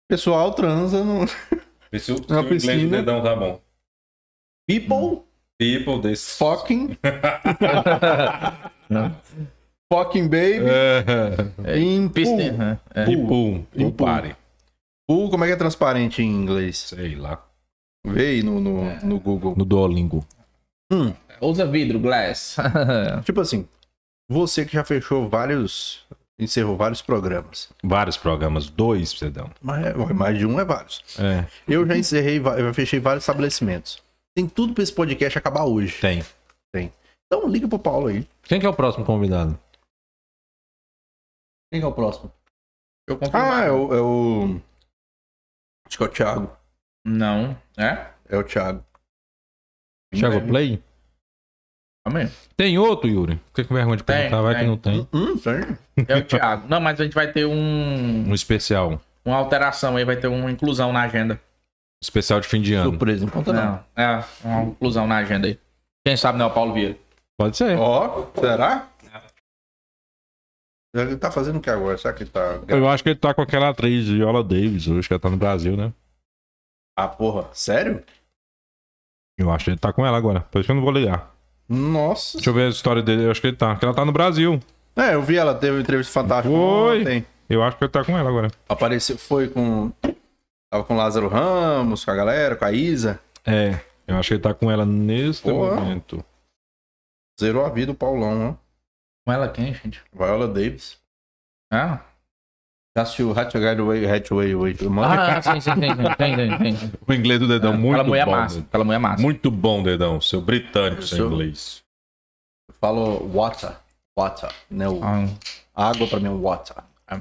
pessoal transa no. Se o, se Na piscina. dedão tá bom. People People, this... fucking. fucking baby. É, in pool. Piscina. É. E pum, E e pum. pare. Pool, como é que é transparente em inglês? Sei lá. Vê aí no, no, É. no Google. No Duolingo. Hum, Usa vidro, glass. tipo assim, você que já fechou vários. Encerrou vários programas. Vários programas, dois pra você dar. Mas ué, mais de um é vários. É, Eu já encerrei, va- eu já fechei vários estabelecimentos. Tem tudo pra esse podcast acabar hoje. tem. Então liga pro Paulo aí. Quem que é o próximo convidado? Quem que é o próximo? Eu confio Ah, mais. é o. É o... Acho que é o Thiago. Não. É? É o Thiago. Thiago Play? Amém. Tem outro, Yuri? Fica com vergonha de Tem, perguntar, vai tem. que não tem. Hum, tem. É o Thiago. Não, mas a gente vai ter um Um especial. uma alteração aí, vai ter uma inclusão na agenda. Especial de fim de ano. Surpresa, não conta não. É, uma inclusão na agenda aí. Quem sabe não é o Paulo Vieira. Pode ser. Ó, será? Ele tá fazendo o que agora? Será que ele tá. gra- Eu acho que ele tá com aquela atriz Viola Davis hoje, que ela tá no Brasil, né? Ah, porra, sério? Eu acho que ele tá com ela agora. Por isso que eu não vou ligar. Nossa. Deixa eu ver a história dele. Eu acho que ele tá. Porque ela tá no Brasil. É, eu vi ela, teve uma entrevista fantástica Foi. ontem. Eu acho que ele tá com ela agora. Apareceu, foi com. Tava com o Lázaro Ramos, com a galera, com a Isa. É. Eu acho que ele tá com ela nesse Porra. momento. Zerou a vida o Paulão, né? Com ela quem, gente? Viola Davis. Ah, Já assistiu Hatchway Way, Hatchway Way. ah sim, sim, sim, sim, tem, tem, tem. O inglês do dedão, é muito Aquela mulher bom. massa, Dedão. aquela mulher massa. Muito bom, dedão. Seu britânico, seu Seu- inglês. Ah. Eu falo water. Water. Né? O- Ah, Água pra mim é water.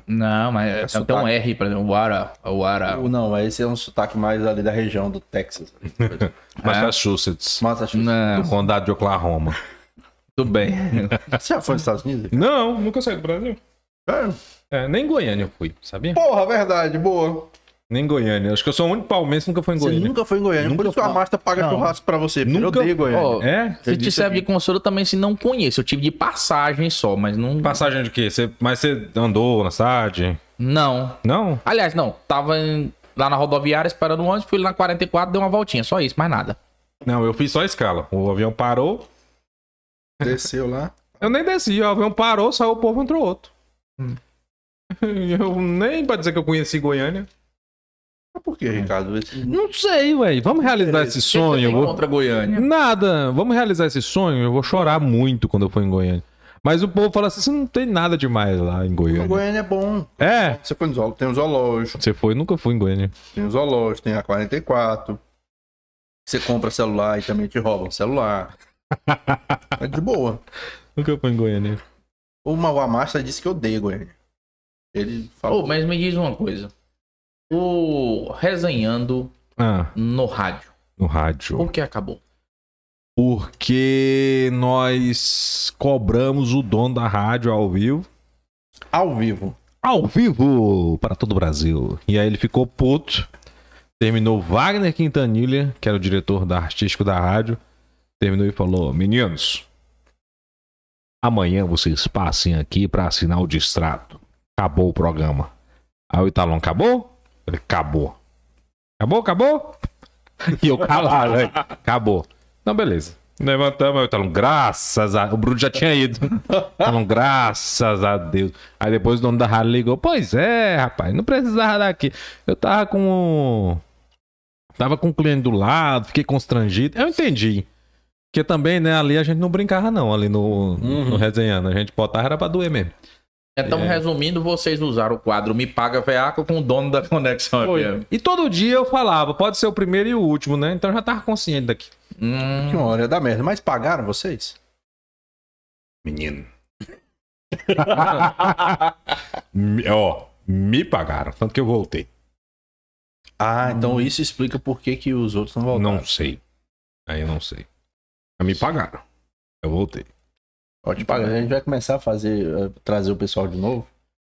Não, mas é, tem sotaque. um R, por exemplo, Wara, Ah. Wara. Ou Não, esse é um sotaque mais ali da região do Texas. É. Massachusetts. Massachusetts. Não, Do condado de Oklahoma. tudo bem. Você já foi nos Estados Unidos? Não, nunca saí do Brasil. É. É, nem em Goiânia eu fui, sabia? Porra, verdade, boa. Nem em Goiânia. Acho que eu sou o único palmeirense que nunca foi em Você Goiânia. nunca foi em Goiânia, Nunca por isso a fui. Marta paga Não. churrasco pra você. porque Nunca- Eu odeio Goiânia. Ó, É? Se Eu te disse serve aqui. de consolo, eu também se não conheço. Eu tive de passagem só, mas não. Passagem de quê? Você, mas você andou na cidade? Não. Não? Aliás, não. Tava em- lá na rodoviária esperando o ônibus, fui lá na 44, dei uma voltinha. Só isso, mais nada. Não, eu fiz só a escala. O avião parou. Desceu lá. Eu nem desci. O avião parou, saiu o povo, entrou outro. Hum. Eu nem pra dizer que eu conheci Goiânia. Mas por É. que, Ricardo? Esse- Não sei, velho. Vamos realizar esse sonho. Você vou- contra Goiânia. Nada. Vamos realizar esse sonho. Eu vou chorar muito quando eu for em Goiânia. Mas o povo fala assim: você não tem nada demais lá em Não, Goiânia. Goiânia é bom. É. Você foi no zoológico, tem o zoológico, Você foi, nunca fui em Goiânia. tem o zoológico, tem a 44. Você compra celular e também te roubam celular. é de boa. Nunca fui em Goiânia. O Mauá Marta disse que odeia Goiânia. Ele falou. Ô, mas me diz uma coisa. O resenhando Ah, no rádio. no rádio. Por que acabou? Porque nós cobramos o dono da rádio ao vivo. Ao vivo. Ao vivo para todo o Brasil. E aí ele ficou puto. Terminou Wagner Quintanilha, que era o diretor da artístico da rádio. Terminou e falou: Meninos, amanhã vocês passem aqui para assinar o distrato. Acabou o programa. Aí o Italon acabou? Ele acabou. Acabou, acabou? E eu calado, né? Acabou. Não, beleza. Levantamos, aí o Talon, graças a O Bruno já tinha ido. Talon, graças a Deus. Aí depois o dono da rádio ligou: Pois é, rapaz, não precisava daqui. Eu tava com. Tava com o cliente do lado, fiquei constrangido. Eu entendi. Porque também, né, ali a gente não brincava, não, ali no, no resenhando. A gente botava era pra doer mesmo. Então, resumindo, vocês usaram o quadro Me Paga Veaco com o dono da Conexão FM. E todo dia eu falava, pode ser o primeiro e o último, né? Então eu já tava consciente daqui. Hum, Que hora da merda. Mas pagaram vocês? Menino. Me- ó, me pagaram, tanto que eu voltei. Ah, então isso explica por que, que os outros não voltaram. Não sei. Aí eu não sei. Mas me pagaram. Eu voltei. Pode pagar. A gente vai começar a fazer, eh, trazer o pessoal de novo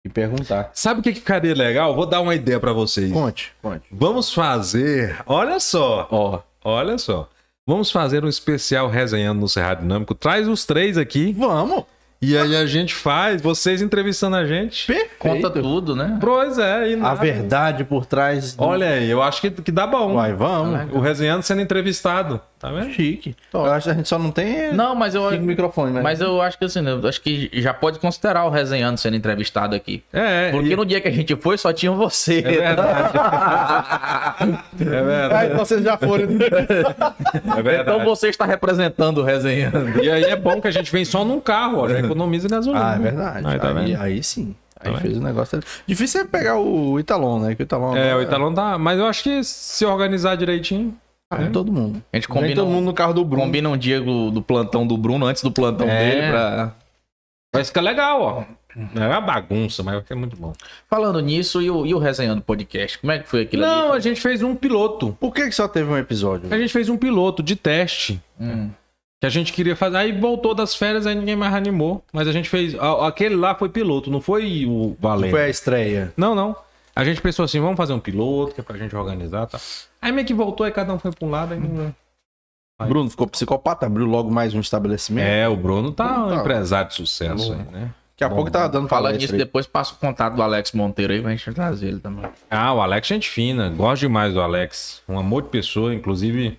e perguntar. Sabe o que que ficaria legal? Vou dar uma ideia pra vocês. Conte, conte. Vamos fazer. Olha só. Ó, olha só. Vamos fazer um especial resenhando no Cerrado Dinâmico. Traz os três aqui. Vamos! E aí a gente faz, vocês entrevistando a gente. Perfeito! conta tudo, né? Pois é, e A nada. verdade por trás do... Olha aí, eu acho que, que dá bom. Vai, vamos. O resenhando sendo entrevistado. Tá vendo? Chique. Eu acho que a gente só não tem Não, mas eu, cinco microfones, É. né? mas eu acho que assim, né, eu acho que já pode considerar o resenhando sendo entrevistado aqui. É, Porque e- no dia que a gente foi, só tinha você. é verdade. é Ah, verdade. então vocês já foram. É verdade. Então você está representando o resenhando. E aí é bom que a gente vem só num carro, ó. Já economiza gasolina. ah, é verdade. Aí, tá aí, vendo? aí sim. Aí vendo? fez o negócio. Difícil é pegar o Italon, né? Que o Italon. É, o agora- Italão tá. Mas eu acho que se organizar direitinho. Ah, é. todo mundo. A gente Vem combina, todo mundo no carro do Bruno. combina um dia do, do plantão do Bruno antes do plantão É. dele pra. Vai ficar legal, ó. É uma bagunça, mas vai ficar muito bom. Falando nisso, e o, e o resenhando podcast? Como é que foi aquilo Não, ali? a gente fez um piloto. Por que, que só teve um episódio? A gente fez um piloto de teste. Hum. Que a gente queria fazer. Aí voltou das férias, aí ninguém mais animou. Mas a gente fez. a- Aquele lá foi piloto, não foi o Valente. Foi a estreia. Não, não. A gente pensou assim, vamos fazer um piloto, que é pra gente organizar, tá? Aí meio que voltou, aí cada um foi pra um lado. Aí... não- Bruno ficou psicopata, abriu logo mais um estabelecimento. É, o Bruno tá Bruno um tá- empresário de sucesso aí, né? Daqui a pouco tava dando Falando palestra nisso, aí. depois passa o contato do Alex Monteiro aí pra gente trazer ele também. Ah, o Alex é gente fina. Gosto demais do Alex. Um amor de pessoa, inclusive...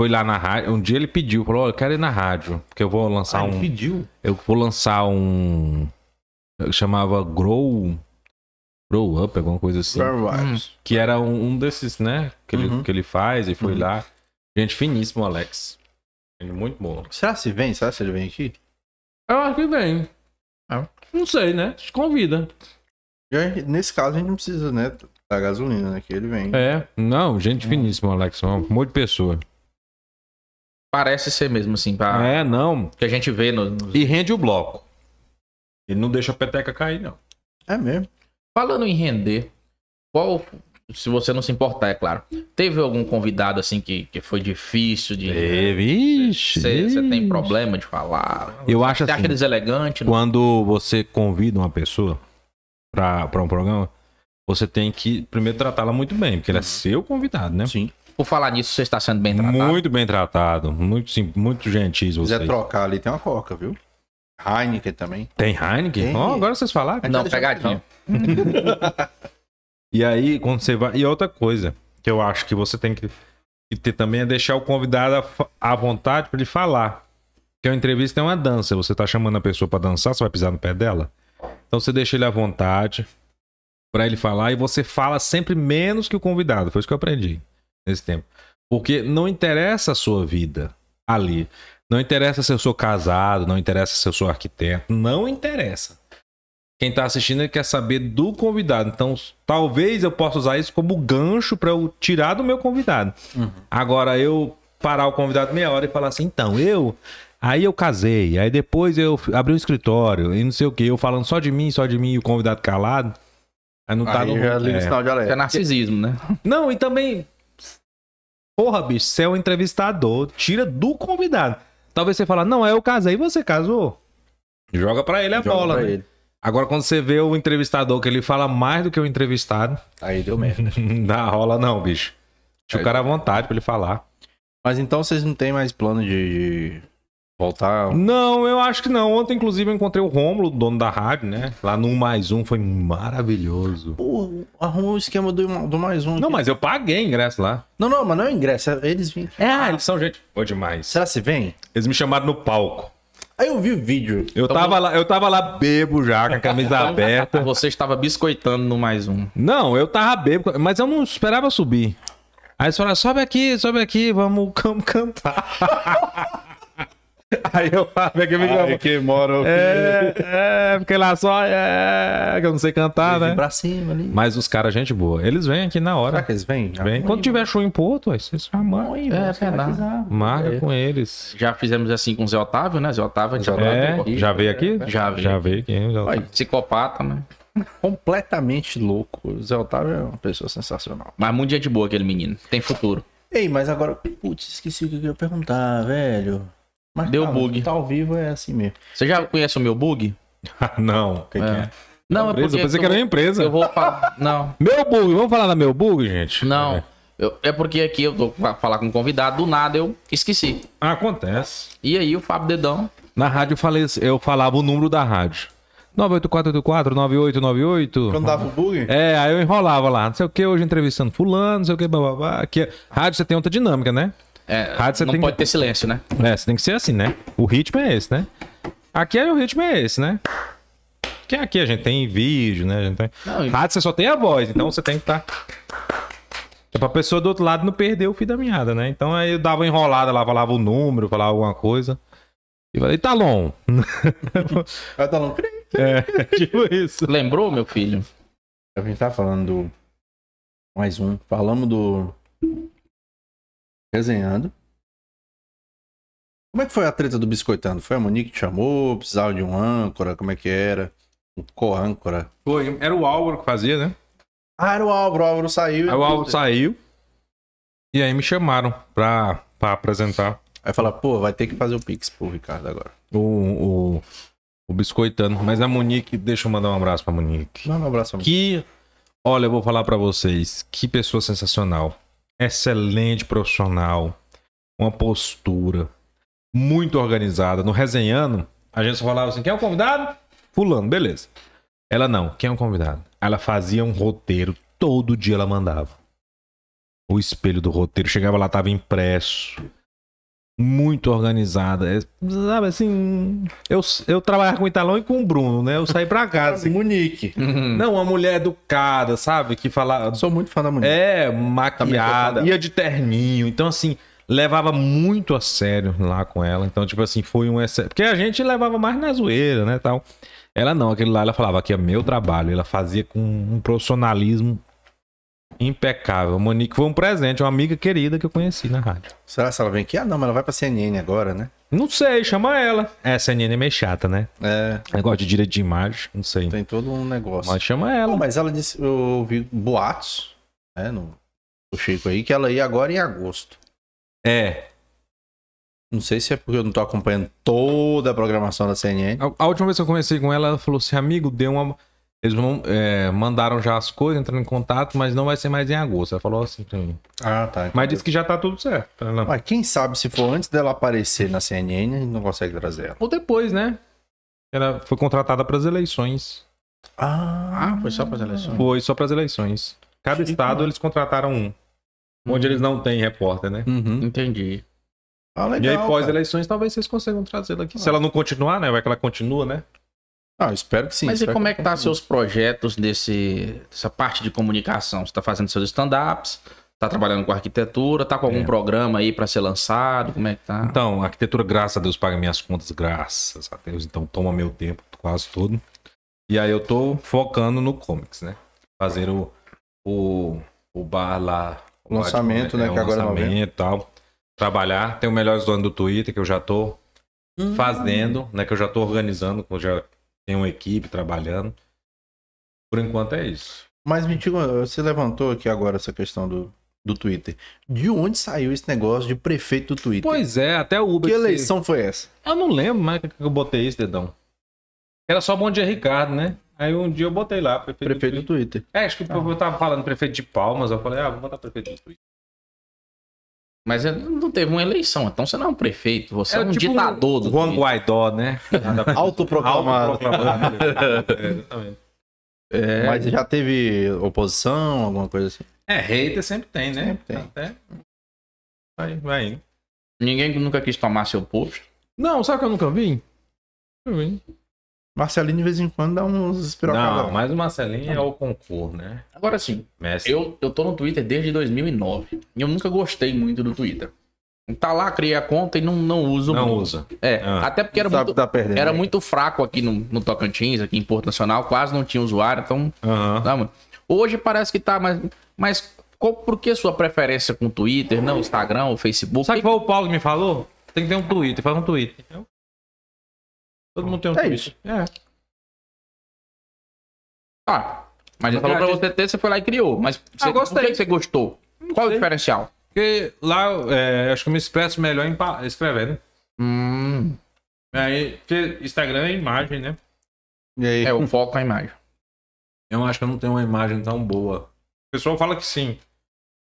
Foi lá na rádio. Um dia ele pediu, falou: "Ó, eu quero ir na rádio, porque eu vou lançar Ah, um. pediu. Eu vou lançar um. eu Chamava Grow. Grow Up, alguma coisa assim. Que era um, um desses, né? Que, ele, Uhum. que ele faz e foi Uhum. lá. Gente finíssimo, Alex. é Muito bom. Será se vem? Será se ele vem aqui? Eu acho que vem. Ah. Não sei, né? Te convida. Já- Nesse caso a gente não precisa, né? Da gasolina, né? Que ele vem. É. Não, gente finíssima, Alex. Um monte de pessoa. Parece ser mesmo, assim, pra... É, não. que a gente vê no... no- E rende o bloco. Ele não deixa a peteca cair, não. É mesmo. Falando em render, qual... Se você não se importar, é claro. Teve algum convidado, assim, que, que foi difícil de... É, Vixe. Você você tem vixe. problema de falar? Eu acho Você acha assim. deselegante? Quando você convida uma pessoa pra, pra um programa, você tem que primeiro tratá-la muito bem, porque ele é seu convidado, né? Sim. Por falar nisso, você está sendo Uhum. bem tratado. é Muito bem tratado, muito sim, muito gentis Se vocês. quiser trocar ali, tem uma coca, viu? Heineken também. Tem Heineken? Tem. Ó, agora vocês falaram. Mas Não, vai deixar pegadinha. E aí, quando você vai. E outra coisa que eu acho que você tem que, que ter também é deixar o convidado à fa- à vontade pra ele falar. Porque uma entrevista é uma dança. Você tá chamando a pessoa pra dançar, você vai pisar no pé dela. Então você deixa ele à vontade pra ele falar e você fala sempre menos que o convidado. Foi isso que eu aprendi nesse tempo. Porque não interessa a sua vida ali. Não interessa se eu sou casado, não interessa se eu sou arquiteto, não interessa. Quem tá assistindo ele quer saber do convidado. Então, s- talvez eu possa usar isso como gancho pra eu tirar do meu convidado. Uhum. Agora, eu parar o convidado meia hora e falar assim, então, eu... Aí eu casei, aí depois eu f- abri um escritório e não sei o que, eu falando só de mim, só de mim e o convidado calado. Aí não tá Aí no... já liga é. o sinal de Isso é alerta. narcisismo, né? Não, e também. Porra, bicho, você é um entrevistador. Tira do convidado. Talvez você fale, não, é eu casei, você casou. Joga pra ele a Joga bola. pra né? ele. Agora, quando você vê o entrevistador que ele fala mais do que o entrevistado, Aí deu merda. não dá rola, não, bicho. Deixa o cara à vontade pra ele falar. Mas então vocês não têm mais plano de de voltar? Não, eu acho que não. Ontem, inclusive, eu encontrei o Rômulo, dono da rádio, né? Lá no 1 mais um, foi maravilhoso. Pô, arruma o esquema do, do mais um. Não, aqui. mas eu paguei ingresso lá. não, não, mas não é ingresso. é- Eles vêm. aqui. É, eles são gente. Foi demais. Será se vem? Eles me chamaram no palco. Aí eu vi o vídeo. Eu tava, lá, eu tava lá bebo já, com a camisa aberta. Você estava biscoitando no mais um. Não, eu tava bebo, mas eu não esperava subir. Aí eles falaram, sobe aqui, sobe aqui, vamos, cam- cantar. Aí eu falei que me gravou. Ah, que mora aqui. É, é, fiquei lá só, é, que eu não sei cantar, né? Pra cima ali. Mas os caras, gente boa, eles vêm aqui na Será hora. que eles vêm? Vem. Quando tiver show em Porto, aí vocês chamam. É, verdade. Marca com eles. Já fizemos assim com o Zé Otávio, né? Zé Otávio, Zé É, já veio aqui? Já veio. Já veio aqui. já- Olha, Psicopata, né? completamente louco. O Zé Otávio é uma pessoa sensacional. Mas muito gente boa aquele menino. Tem futuro. Ei, mas agora. Putz, esqueci o que eu ia perguntar, velho. Mas Deu calma, bug. Tá ao vivo é assim mesmo. Você já conhece o meu bug? Não. O que que é? Não, Empresa? Eu pensei que eu era vou- uma empresa. Eu vou falar. Não, Meu bug, vamos falar da meu bug, gente? não. É. Eu- É porque aqui eu tô pra falar com um convidado, do nada eu esqueci. Acontece. E aí o Fábio Dedão. Na rádio eu, falei, eu falava o número da rádio. 98484-9898. Quando dava o bug? É, aí eu enrolava lá, não sei o que, hoje entrevistando fulano, não sei o que, bababá. Aqui, rádio você tem outra dinâmica, né? É, Rádio, você não tem que- pode ter silêncio, né? É, você tem que ser assim, né? O ritmo é esse, né? Aqui aí o ritmo é esse, né? Que aqui a gente tem vídeo, né? A gente tem... Não, e- Rádio você só tem a voz, então você tem que estar. É pra pessoa do outro lado não perder o fio da meada, né? Então aí eu dava uma enrolada lá, falava o número, falava alguma coisa. E falei, tá long. Aí tá louco. É, tipo isso. Lembrou, meu filho? A gente tá falando do. Mais um. Falamos do. Desenhando. Como é que foi a treta do Biscoitando? Foi a Monique que te chamou? Precisava de um âncora? Como é que era? Um co-âncora? Foi, era o Álvaro que fazia, né? Ah, era o Álvaro. O Álvaro saiu. e- Aí É o Álvaro saiu. E aí me chamaram pra, pra apresentar Aí fala, pô, vai ter que fazer o Pix pro Ricardo agora. o, o, o Biscoitano. Mas a Monique, deixa eu mandar um abraço pra Monique. Manda um abraço amigo. Que, olha, eu vou falar pra vocês, que pessoa sensacional, excelente profissional, uma postura muito organizada. No resenhando, a gente só falava assim: quem é o convidado? Fulano, beleza. Ela não, quem é o convidado? Ela fazia um roteiro, todo dia ela mandava. O espelho do roteiro chegava lá, tava impresso. Muito organizada. É, Sabe assim. Eu, eu trabalhava com o Italão e com o Bruno, né? Eu saí pra casa. assim, Monique. Hum, não, uma mulher educada, sabe? Que fala. Sou muito fã da Monique. É, Também foi maquiada. falado. Ia de terninho. Então, assim, levava muito a sério lá com ela. Então, tipo assim, foi um excesso. Porque a gente levava mais na zoeira, né? Tal. Ela não, aquele lá ela falava que é meu trabalho. Ela fazia com um profissionalismo impecável. A Monique foi um presente, uma amiga querida que eu conheci na rádio. Será que ela vem aqui? Ah, não, mas ela vai pra CNN agora, né? Não sei, chama ela. Essa NN é meio chata, né? É, Negócio de direito de imagem, não sei. tem todo um negócio. Mas chama Não, ela. mas ela disse, eu ouvi boatos, né, no, do Chico aí, que ela ia agora em agosto. É. Não sei se é porque eu não tô acompanhando toda a programação da CNN. A, a última vez que eu conversei com ela, ela falou assim: amigo, deu uma. Eles vão, é, mandaram já as coisas, entrando em contato, mas não vai ser mais em agosto. Ela falou assim pra mim. Ah, tá. Mas disse que já tá tudo certo. Ela- Mas quem sabe se for antes dela aparecer na CNN, a gente não consegue trazer ela. Ou depois, né? Ela foi contratada pras eleições. Ah, foi só para as eleições. Foi só pras eleições. Cada Chique, Uhum. estado né? eles contrataram um. Onde eles não têm repórter, né? uhum. Entendi. ah legal. E aí, cara. pós-eleições, talvez vocês consigam trazer daqui. Se ela não continuar, né? Vai que ela continua, né? Ah, espero que sim. Mas e espero como é que tá seus projetos desse, dessa parte de comunicação? Você tá fazendo seus stand-ups? Tá trabalhando com arquitetura? Tá com algum É. programa aí pra ser lançado? Como é que tá? Então, a arquitetura, graças a Deus, paga minhas contas, graças a Deus. Então, toma meu tempo quase todo. E aí, eu tô focando no comics, né? Fazer o, o, o bar lá. O lançamento, né, o que agora é um lançamento e tal. Trabalhar. Tem o melhor dono do Twitter, que eu já tô Uhum. Hum. fazendo, né? Que eu já tô organizando, que eu já tenho uma equipe trabalhando. Por enquanto, é isso. Mas me diga, eh, você levantou aqui agora essa questão do, do Twitter. De onde saiu esse negócio de prefeito do Twitter? Pois é, até o que Uber... eleição foi essa? Eu não lembro mais que eu botei esse dedão. Era só Bom Dia Ricardo, né? Aí um dia eu botei lá, prefeito. Prefeito do do... Twitter. É, acho que eu tava falando prefeito de Palmas, eu falei, ah, vou botar prefeito de Twitter. Mas é- não teve uma eleição, então você não é um prefeito, você é, um tipo ditador do Juan Twitter. Guaidó, né? Autoproclamado. Autoproclamado. é, exatamente. É, Mas já teve oposição, alguma coisa assim? É, hater sempre tem, né? Sempre tem. Até... Vai, vai indo. Ninguém nunca quis tomar seu posto. Não, sabe que eu nunca vi? Eu vi. Marcelinho de vez em quando dá uns Não, espirocadas. mas o Marcelinho é o concurso, né? Agora sim, Mestre. eu, eu tô no Twitter desde 2009 e eu nunca gostei muito do Twitter. Tá lá, criei a conta e não, não uso Não muito. usa. É, Ah. até porque era Sabe muito, que tá perdendo. era muito fraco aqui no, no Tocantins, aqui em Porto Nacional, quase não tinha usuário, então Aham. Tá, mano? Hoje parece que tá, mas, mas qual- por que sua preferência com Twitter, não Instagram ou Facebook? Sabe qual o Paulo me falou? Tem que ter um Twitter, faz um Twitter. Eu- Todo mundo tem um É Twitter. isso. É. Ah, mas ele falou pra você ter, você foi lá e criou. Mas você, Ah, gostei. por que que você gostou? Qual o sei. diferencial? Porque lá, é, acho que eu me expresso melhor em pa- escrevendo. Hum, Aí, porque Instagram é imagem, né? E aí? é o foco na imagem. Eu acho que eu não tenho uma imagem tão boa. O pessoal fala que sim.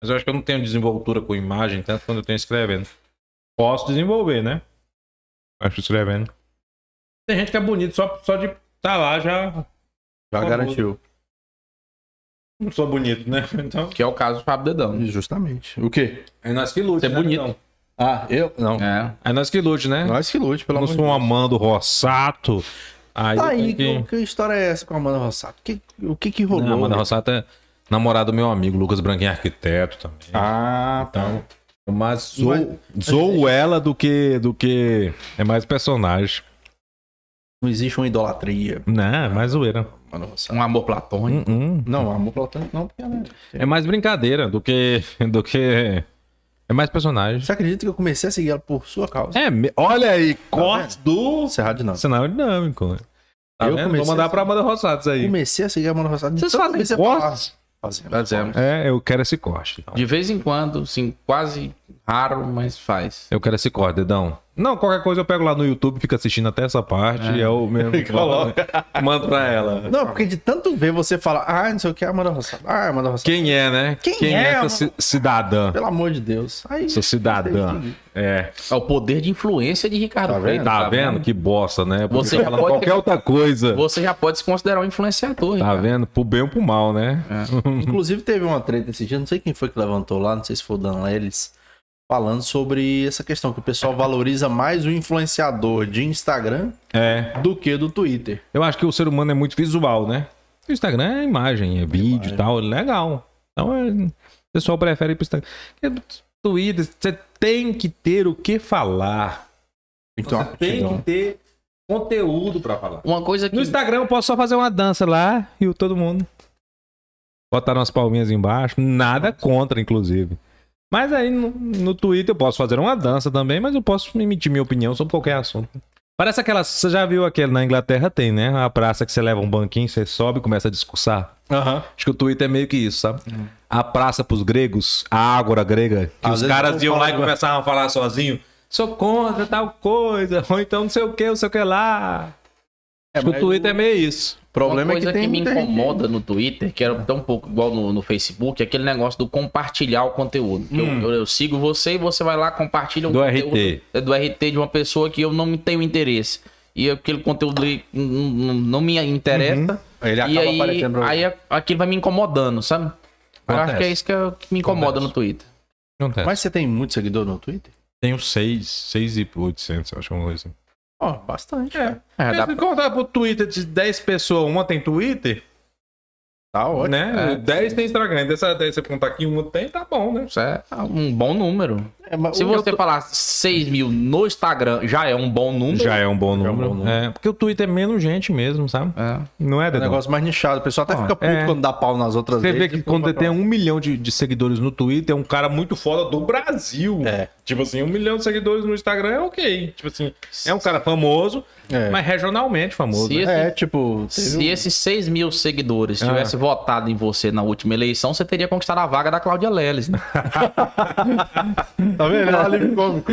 Mas eu acho que eu não tenho desenvoltura com imagem, tanto quando eu tenho escrevendo. Posso desenvolver, né? Acho que escrevendo. Tem gente que é bonito só, só de estar lá já já famoso. garantiu. não sou bonito, né? Então. Que é o caso do Fábio Dedão. Justamente. O quê? É nós que lute. Você é bonito. Então? Ah, eu? Não. É. É nós que lute, né? Nós que lute, pelo Eu não amor de sou um Deus. Amando Rossato. Aí, Tá eu aí, tenho que... que história é essa com a Amanda Rossato? Que- o que que rolou? Não, Amanda né? Rossato é namorado do meu amigo, Lucas Branquinho, arquiteto também. Ah, tá. Então, mas zoo, zoo ela do que, do que. É mais personagem. Não existe uma idolatria, Não, é mais zoeira. Amanda Rossato. Um amor platônico. Hum, hum. Não, amor platônico não, porque ela É mais brincadeira do que. do que. É mais personagem. Você acredita que eu comecei a seguir ela por sua causa? É, me- olha aí, Tá corte do Cerrado não. cenário dinâmico. Tá Eu vendo? Vou comecei mandar a- pra Amanda Rossato isso aí. Comecei a seguir a Amanda Rossato. de Vocês tanta fazem vez que você cortes? fala. Fazemos. Fazemos. É, eu quero esse corte. então. De vez em quando, sim, quase raro, mas faz. Eu quero esse corte, dedão. Não, qualquer coisa eu pego lá no YouTube, fico assistindo até essa parte e eu mesmo coloco, mando pra ela. Não, porque de tanto ver você falar, ah, não sei o que, Amanda Rossato. Ah, Amanda Rossato. Quem é, né? Quem é, é, essa mano? ci- cidadã? Pelo amor de Deus. Aí, Essa cidadã. É, É o poder de influência de Ricardo Tá vendo? Freire, tá vendo? Que bosta, né? Porque Você tá já falando pode- qualquer outra coisa. Você já pode se considerar um influenciador. Tá Ricardo. vendo? Pro bem ou pro mal, né? Inclusive teve uma treta esse dia, não sei quem foi que levantou lá, não sei se foi o Dan Lelis, falando sobre essa questão que o pessoal valoriza mais o influenciador de Instagram É. do que do Twitter. Eu acho que o ser humano é muito visual, né? O Instagram é imagem, é vídeo e tal, legal. Então é, o pessoal prefere ir pro Instagram. Porque Twitter, você tem que ter o que falar. Então, você tem então, que ter conteúdo pra falar. Uma coisa que. No Instagram eu posso só fazer uma dança lá e o todo mundo. Botar umas palminhas embaixo. Nada contra, inclusive. Mas aí no, no Twitter eu posso fazer uma dança também, mas eu posso emitir minha opinião sobre qualquer assunto. Parece aquela. Você já viu aquele na Inglaterra? Tem, né? A praça que você leva um banquinho, você sobe e começa a discursar. aham. Acho que o Twitter é meio que isso, sabe? A praça pros gregos, a ágora grega, que Às os vezes caras eu iam lá e falo- começavam a falar sozinho. Sou contra tal coisa, ou então não sei o que, não sei o que lá. É, Acho que mas o Twitter é meio isso. O problema uma é coisa que tem me muita gente- incomoda no Twitter, que era tão pouco igual no, no Facebook, é aquele negócio do compartilhar o conteúdo. Eu- Hum. Eu, eu sigo você e você vai lá, compartilha o Do conteúdo RT. é, do RT de uma pessoa que eu não tenho interesse. E aquele conteúdo ali não, não- não me interessa. Uhum. Ele e acaba aí, aparecendo pra aí a- aquilo vai me incomodando, sabe? Eu Acontece. acho que é isso que, é- que me incomoda Acontece. no Twitter. Acontece. Mas você tem muito seguidor no Twitter? Tenho 6, 6 e 800, eu acho uma coisa assim. Ó, bastante. É. cara. É, dá Se contar pro Twitter de 10 pessoas, uma tem Twitter, Tá ótimo. né? É. 10 tem Instagram. né? Dessa 10 você contar que uma tem, tá bom, né? Isso é um bom número. É, mas Se o- você falar 6 mil no Instagram, já é um bom número. Já é um bom Já é um número. bom número. É, porque o Twitter é menos gente mesmo, sabe? É. Não é, É um Dedão? negócio mais nichado. O pessoal até Ó, fica puto é. quando dá pau nas outras Você vê redes que e pula quando pra tem lá. um milhão de, de seguidores no Twitter, é um cara muito foda do Brasil. É. Tipo assim, um milhão de seguidores no Instagram é ok. Tipo assim, é um cara famoso, É. mas regionalmente famoso. Se né? esse- É, tipo... Se teve um- esses 6 mil seguidores Ah. tivessem votado em você na última eleição, você teria conquistado a vaga da Cláudia Leles. Né? Tá vendo? É um alívio cômico.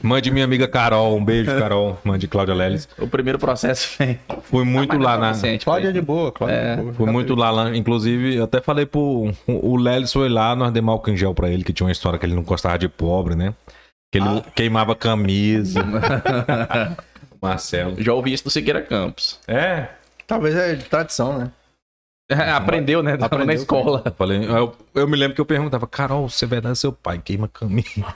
Mande minha amiga Carol, um beijo, Carol. Mande Cláudia Leles. O primeiro processo vem. Fui muito lá na. Cláudia é de boa, Cláudia é de boa. Fui muito lá, lá. Inclusive, eu até falei pro. O Lelis foi lá, nós demos álcool em gel pra ele, que tinha uma história que ele não gostava de pobre, né? Que ele Ah. queimava camisa. Marcelo. Já ouvi isso do Siqueira Campos. É, Talvez é de tradição, né? Aprendeu, né? Aprendeu na Aprendeu, escola. Eu, falei, eu, eu me lembro que eu perguntava, Carol, você vai dar seu pai, queima caminho.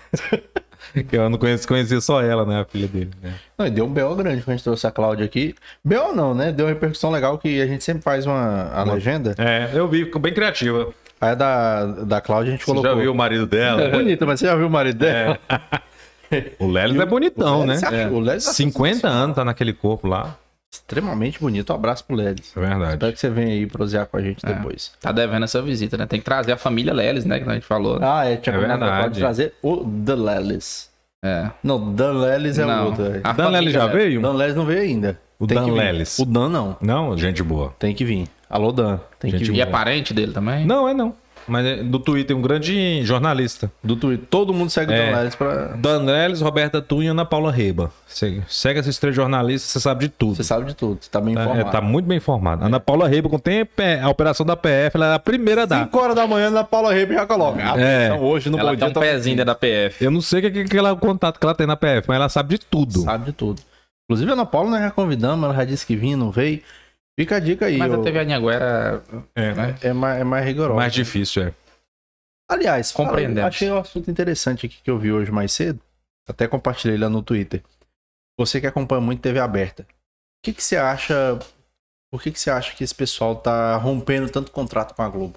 que eu não conhecia, conhecia só ela, né? A filha dele. né? Não, e deu um B.O. grande quando a gente trouxe a Cláudia aqui. B.O. não, né? Deu uma repercussão legal que a gente sempre faz uma a legenda. É, eu vi, ficou bem criativa. Aí a da, da Cláudia a gente colocou. É Você já viu o marido dela? Bonita, mas você já viu o marido dela? o Lelis é bonitão, O né? Lelis se achou, O Lelis é 50 anos, tá naquele corpo lá. extremamente bonito. Um abraço pro Lelis. É verdade. É. Espero que você venha aí prosear com a gente depois. Tá devendo essa visita, né? Tem que trazer a família Leles, né? Que a gente falou. né? Ah, é, tinha É combinado com a Cláudia verdade. trazer o The Lelis. É. Não, Dan Lelis é o Não. outro. é. A Dan Lelis já família Leles. veio? Dan Lelis não veio ainda. Ah, O Tem Dan que vir. Lelis. O Dan não. Não, gente boa. Tem que vir. Alô, Dan. Tem Gente um que vir. E é parente dele também? Não, é não. Mas é do Twitter, um grande jornalista. Do Twitter. Todo mundo segue É. o Dan Lelis pra... Dan Lelis, Roberta Tunha e Ana Paula Reba. Segue, segue esses três jornalistas, você sabe de tudo. Você sabe de tudo. Você tá bem Tá, é, informado. tá muito bem informado. Ana Paula Reba, com tempo, é, a operação da PF, ela é a primeira a dar. 5 horas da manhã na Paula Rebe já coloca. É. Atenção, hoje no Ela Bom tem Dia tá um pezinho da PF. Eu não sei o que, que, que ela, o contato que ela tem na PF, mas ela sabe de tudo. Sabe de tudo. Inclusive a Ana Paula nós já convidamos, ela já disse que vinha, não veio. Fica a dica aí. Mas ô. a TV Anhanguera É, é, mais, é mais rigorosa. mais difícil, é. Aliás, fala- Compreendemos. achei um assunto interessante aqui que eu vi hoje mais cedo. Até compartilhei lá no Twitter. Você que acompanha muito TV aberta. O que, que você acha? Por que, que você acha que esse pessoal tá rompendo tanto contrato com a Globo?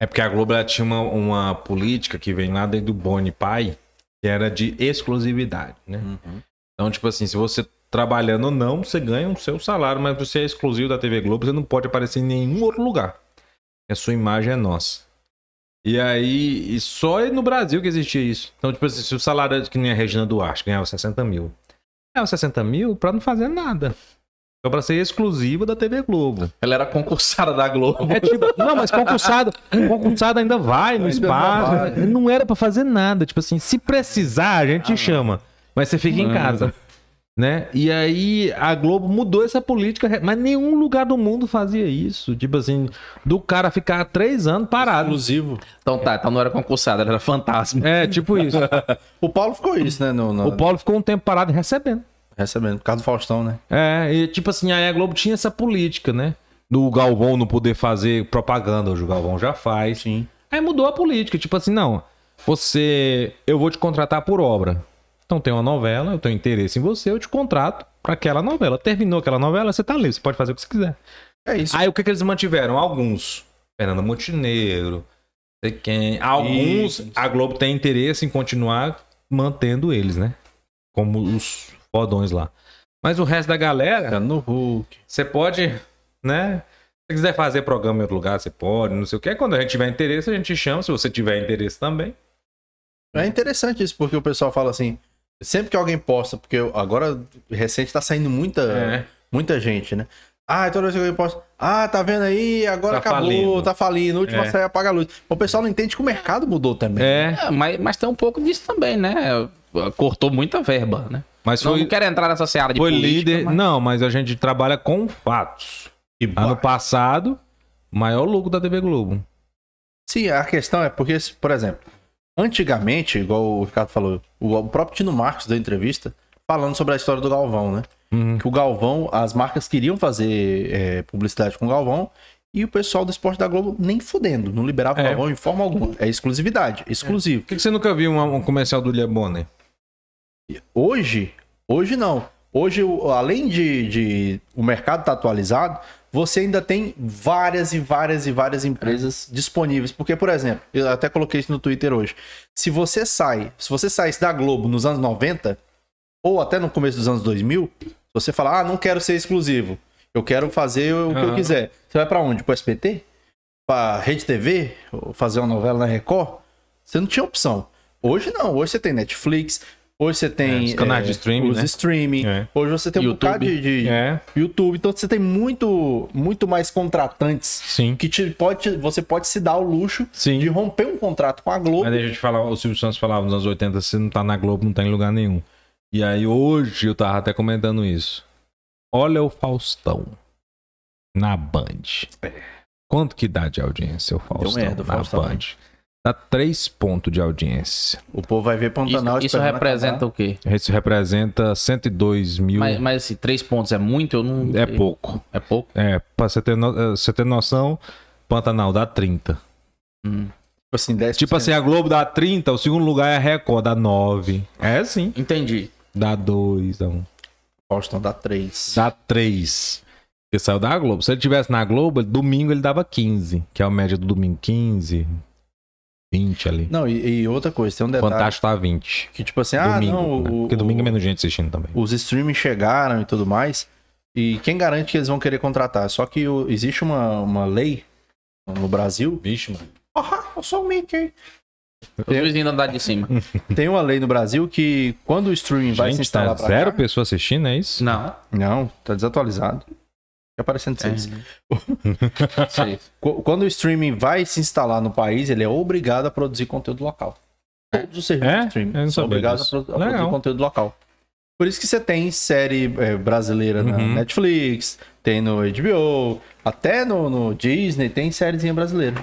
É porque a Globo ela tinha uma, uma política que vem lá dentro do Boni Pai, que era de exclusividade, né? Uhum. Então, tipo assim, se você trabalhando ou não, você ganha o seu salário, mas você é exclusivo da TV Globo, você não pode aparecer em nenhum outro lugar. A sua imagem é nossa. E aí, e só no Brasil que existia isso. Então, tipo assim, se o salário era que nem a Regina Duarte ganhava 60 mil. Ganhava 60 mil pra não fazer nada. Só pra ser exclusiva da TV Globo. ela era concursada da Globo. É tipo, não, mas concursado, concursado ainda vai Ah. no Ainda espaço. vai. Não era pra fazer nada. Tipo assim, se precisar, a gente chama. Mas você fica em Ah. casa. Né? E aí a Globo mudou essa política, mas nenhum lugar do mundo fazia isso. Tipo assim, do cara ficar três anos parado. Exclusivo. Então tá, então não era concursada, ela era fantasma. É, tipo isso. O Paulo ficou isso, né? No, no- O Paulo ficou um tempo parado e recebendo. Recebendo. Por causa do Faustão, né? É, e tipo assim, aí a Globo tinha essa política, né? Do Galvão não poder fazer propaganda, hoje o Galvão já faz. Sim. Aí mudou a política, tipo assim, não, você, eu vou te contratar por obra. Então tem uma novela, eu tenho interesse em você, eu te contrato pra aquela novela. Terminou aquela novela, você tá livre, você pode fazer o que você quiser. É isso. Aí o que que eles mantiveram? Alguns. Fernanda Montenegro, não sei quem. Alguns, Isso. a Globo tem interesse em continuar mantendo eles, né? Como os fodões lá. Mas o resto da galera, Tá no Hulk. você pode, né? Se quiser fazer programa em outro lugar, você pode, não sei o quê. Quando a gente tiver interesse, a gente chama. Se você tiver interesse também. É interessante isso, porque o pessoal fala assim. Sempre que alguém posta, porque eu- agora recente tá saindo muita, É. muita gente, né? Ah, toda vez que alguém posta. Ah, tá vendo aí? Agora Tá acabou, falindo. tá falindo. Última É. sair apaga a luz. O pessoal não entende que o mercado mudou também. É, É, mas, mas tem um pouco disso também, né? Cortou muita verba, né? mas Não, foi, não quero entrar nessa seara de foi política, líder. mas- Não, mas a gente trabalha com fatos. E Ano passado, maior lucro da TV Globo. Sim, a questão é porque, se- por exemplo, antigamente, igual o Ricardo falou, o o próprio Tino Marcos da entrevista, falando sobre a história do Galvão, né? Que o Galvão, as marcas queriam fazer é, publicidade com o Galvão e o pessoal do esporte da Globo nem fudendo, não liberava o É. Galvão em forma alguma. É exclusividade, exclusivo. Por que, que você nunca viu uma- um comercial do Lia Bonner? Hoje, hoje não. Hoje, o- além de, de o mercado estar atualizado, você ainda tem várias e várias e várias empresas disponíveis. Porque, por exemplo, eu até coloquei isso no Twitter hoje. Se você sai, se você saísse da Globo nos anos 90, ou até no começo dos anos 2000, você fala, ah, não quero ser exclusivo. Eu quero fazer o que eu Aham. quiser. Você vai pra onde? Pro SBT? Pra Rede TV? Ou Fazer uma novela na Record? Você não tinha opção. Hoje não. Hoje você tem Netflix. Hoje você tem É, os canais de streaming, Os né? streaming. É. Hoje você tem um YouTube. bocado de, de É, YouTube. Então você tem muito, muito mais contratantes sim. que te pode, você pode se dar o luxo Sim. de romper um contrato com a Globo. Mas deixa eu te falar, o Silvio Santos falava nos anos 80, se não tá na Globo, não tá em lugar nenhum. E aí hoje eu tava até comentando isso. Olha o Faustão na Band. Quanto que dá de audiência o Faustão É. merda o na Faustão, Band? Dá 3 pontos de audiência. O povo vai ver Pantanal Isso, isso esperando representa acabar. o quê? Isso representa 102 mil. Mas, mas assim, três pontos é muito? Eu não. É pouco. É pouco? É, pra você ter, no- eh, você ter noção, Pantanal dá 30. Hum. Tipo assim, 10%. Tipo assim, a Globo dá 30, o segundo lugar é a Record, dá 9. É sim. Entendi. Dá 2, dá 1. Faustão dá 3. Dá 3. Porque saiu da Globo. Se ele tivesse na Globo, ele- domingo ele dava 15, que é a média do domingo. 15, 20 ali. Não, e, e outra coisa, tem um detalhe Fantástico tá 20. que tipo assim, ah, domingo. não, né? o- Porque domingo é o- menos gente assistindo também. os streaming chegaram e tudo mais, e quem garante que eles vão querer contratar? Só que o- existe uma, uma lei no Brasil. Vixe, mano. Ah, eu sou o Mickey. Os vizinhos do andar de cima. Tem uma lei no Brasil que quando o streaming vai se Gente, tá instalar pra zero cá- pessoa assistindo, é isso? Não. Não, tá desatualizado. Fica aparecendo É. seis. Sei. Qu- Quando o streaming vai se instalar no país, ele é obrigado a produzir conteúdo local. Todos os serviços É? de streaming Eu não são sabia obrigados a, disso. produ- a Legal. produzir conteúdo local. Por isso que você tem série é, brasileira na Uhum. Netflix, tem no HBO, até no, no Disney tem sériezinha brasileira.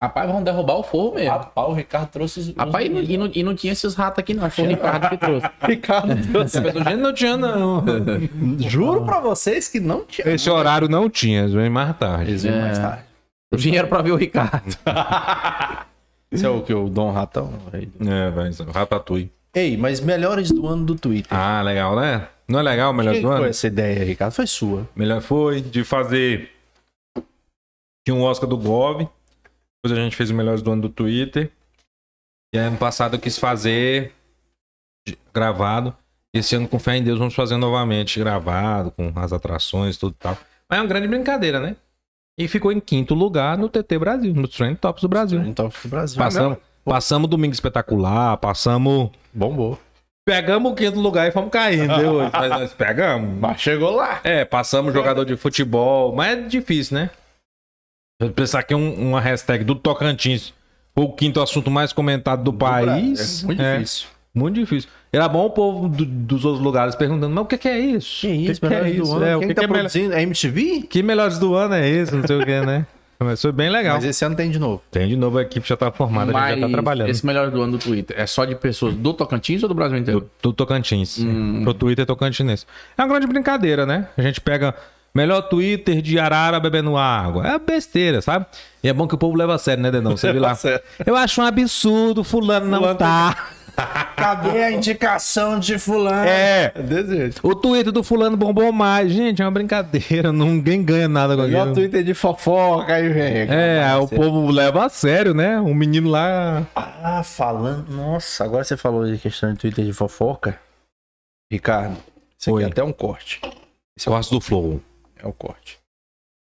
Rapaz, vão derrubar o forro mesmo. Rapaz, o Ricardo trouxe os... É. Rapaz, e, não- e não, e não tinha esses ratos aqui, não. Foi o Ricardo que trouxe. o Ricardo trouxe. Gente, não tinha, não. Juro pra vocês que não tinha. Esse horário não tinha, eles vêm mais tarde. Eles vêm mais É. tarde. Vieram pra ver o Ricardo. Esse é o que? O Dom Ratão? É, vai, Ratatouille. Ei, mas melhores do ano do Twitter. Ah, legal, né? Não é legal o melhor Quem do ano? foi essa ideia, Ricardo? Foi sua. Melhor foi de fazer. Tinha um Oscar do Gov. Depois a gente fez o Melhores do Ano do Twitter. E aí, ano passado eu quis fazer de- gravado. Esse ano, com fé em Deus, vamos fazer novamente gravado, com as atrações, tudo e tal. Mas é uma grande brincadeira, né? E ficou em quinto lugar no TT Brasil, no Trend Tops do Brasil. Então, pro Brasil. Passamos, passamos Domingo Espetacular, passamos. Bombou. Pegamos o quinto lugar e fomos caindo, viu? Mas nós pegamos. Mas chegou lá. É, passamos jogador de futebol, mas é difícil, né? Eu pensar que um- uma hashtag do Tocantins foi o quinto assunto mais comentado do país. É muito É, difícil. muito difícil. Era bom o povo do- dos outros lugares perguntando, mas o que, que é isso? Que isso, que, que é melhores do isso? ano. É, o Quem que, tá que, é melhor... produzindo? É MTV? que melhores do ano é esse? Não sei o que, né? Mas foi bem legal. Mas esse ano tem de novo. Tem de novo a equipe já tá formada, a gente já tá trabalhando. esse melhor do ano do Twitter é só de pessoas do Tocantins ou do Brasil inteiro? Do, do Tocantins. Pro Twitter tocantinense. É uma grande brincadeira, né? A gente pega melhor Twitter de Arara bebendo água. É besteira, sabe? E é bom que o povo leva a sério, né, Dedão? Você viu lá. Leva a sério. Eu acho um absurdo, fulano, não Fulano tá. Cadê a indicação de fulano? É. Desse jeito. O Twitter do fulano bombou mais. Gente, é uma brincadeira. Ninguém ganha nada com Melhor aquilo. Twitter de fofoca aí, velho. É, o povo leva a sério, né? Um menino lá... Ah, falando. Nossa, agora você falou de questão de Twitter de fofoca. Ricardo, isso aqui Oi. é até um corte. Gosto do flow. É um corte.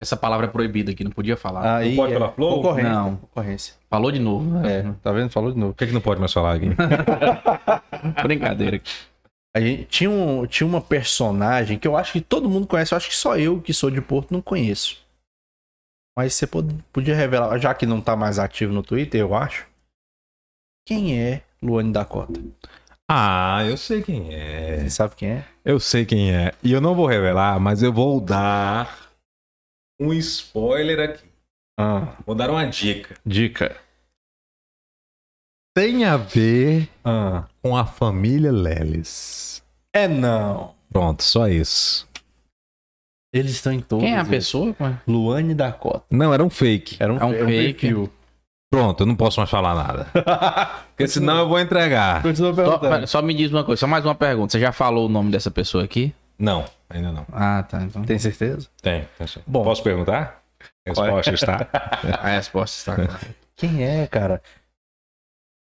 Essa palavra é proibida aqui, não podia falar. Aí, Ah, pode é falar flow? Concorrência. Não. Concorrência. Falou de novo. né? É, tá vendo? Falou de novo. Por que, que não pode mais falar aqui? Brincadeira. aqui. A gente tinha, um, tinha uma personagem que eu acho que todo mundo conhece, eu acho que só eu que sou de Porto não conheço. Mas você pod- podia revelar, já que não tá mais ativo no Twitter, eu acho. Quem é Luane Dakota? ah, eu sei quem é. Você sabe quem é? Eu sei quem é. E eu não vou revelar, mas eu vou dar um spoiler aqui. Ah, Vou dar uma dica. dica. Tem a ver Ah. com a família Lelis. É não. Pronto, só isso. Eles estão em todos. Quem é a eles. pessoa? mano? Luane Dakota. Não, era um fake. Era um, É um era fake. perfil. Pronto, eu não posso mais falar nada. Porque senão eu vou entregar. Continua Só, perguntando. pera- só me diz uma coisa, só mais uma pergunta. Você já falou o nome dessa pessoa aqui? Não, ainda não. Ah, tá. Então Tem certeza? Tem. Bom. Posso perguntar? é? Resposta está. a resposta está clara. Quem é, cara?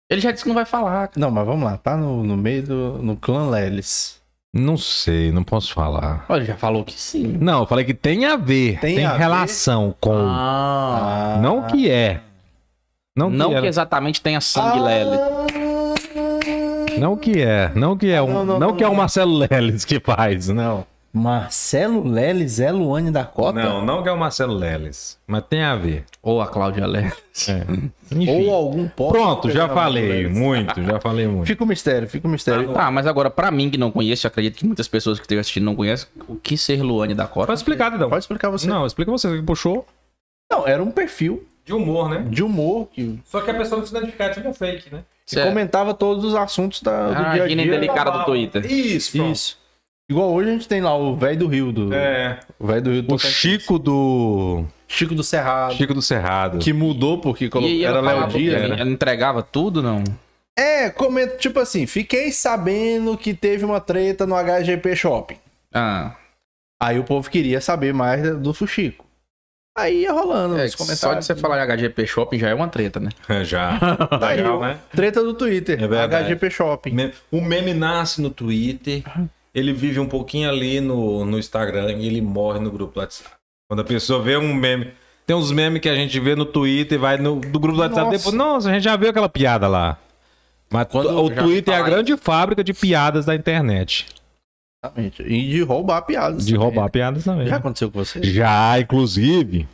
Ele já disse que não vai falar. cara. Não, mas vamos lá. Tá no, no meio do. No clã Lelis. Não sei, não posso falar. Olha, ele já falou que sim. Não, eu falei que tem a ver. Tem Tem, a ver? relação com. Ah, Não que é. Não que, não que é. exatamente tenha sangue Ah. Lely. Não que é. Não que é, um, Não, não, não, não, que é não. o Marcelo Lelis que faz, não. Marcelo Lelis é Luane Dakota? Não, não que é o Marcelo Lelis. Mas tem a ver. Ou a Cláudia Lely. É. Enfim. Ou algum pobre. Pronto, já Pelo falei. amor de Deus. Muito, já falei muito. Fica o mistério, fica o mistério. Ah, mas agora, pra mim que não conheço, eu acredito que muitas pessoas que estejam assistindo não conhecem, o que ser Luane da Cota? Pode explicar, então. Pode explicar você. Não. Não, explica você que puxou. era um perfil De humor, né? de humor que, Só que a pessoa não se identificar, tipo um fake, né? Tá que Certo. comentava todos os assuntos da, do Ah, dia a que nem dia. delicado. Cara do Twitter. Isso, pronto. Isso. Igual hoje a gente tem lá o velho do Rio do. É. O velho do Rio do O Chico do. Chico do Cerrado. Chico do Cerrado. Que mudou porque colo- E era ela Léo falava o quê? Dias, né? Ela entregava tudo, não? É, comenta, tipo assim, fiquei sabendo que teve uma treta no HGP Shopping. Ah, Aí o povo queria saber mais do Fuxico. Aí ia rolando é, nos só de comentários. você falar de HGP Shopping já é uma treta, né? Já. Aí, Legal, ó, né? Treta do Twitter, É verdade. HGP Shopping. Me- O meme nasce no Twitter, ele vive um pouquinho ali no, no Instagram e ele morre no grupo do WhatsApp. Quando a pessoa vê um meme. Tem uns memes que a gente vê no Twitter e vai no, do grupo do WhatsApp. Nossa. Depois, nossa, a gente já viu aquela piada lá. Mas Quando to- o já Twitter é a fala grande fábrica de piadas da internet. Exatamente. E de roubar piadas. De também, roubar né? piadas também. Já aconteceu com você? Já, inclusive.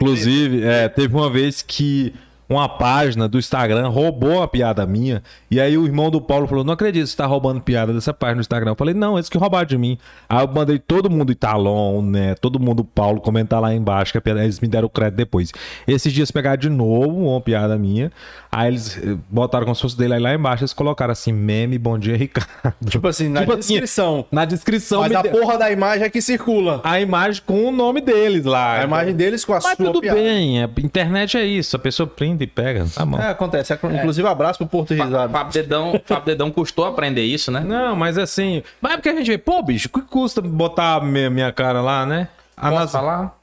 Inclusive, é, teve uma vez que uma página do Instagram roubou uma piada minha. E aí o irmão do Paulo falou: Não acredito, você tá roubando piada dessa página do Instagram. Eu falei: Não, eles que roubaram de mim. Aí eu mandei todo mundo, Italon, né? Todo mundo, Paulo, comentar lá embaixo. Que a piada, eles me deram o crédito depois. Esses dias pegaram de novo uma piada minha. Aí eles eh, botaram como se fosse dele. Aí lá embaixo eles colocaram assim: Meme, bom dia, Ricardo. Tipo assim, na Tipo assim, descrição. Na descrição, mas me a de- porra da imagem é que circula. a imagem com o nome deles lá. A imagem deles com a Mas sua tudo piada. bem, a internet é isso. A pessoa prende e pega, tá bom. É, acontece. Inclusive, abraço pro Porto Fa- Risado. Fábio Dedão, Fábio Dedão custou aprender isso, né? Não, mas assim. Mas é porque a gente vê, pô, bicho, que custa botar minha, minha cara lá, né? A Posso falar?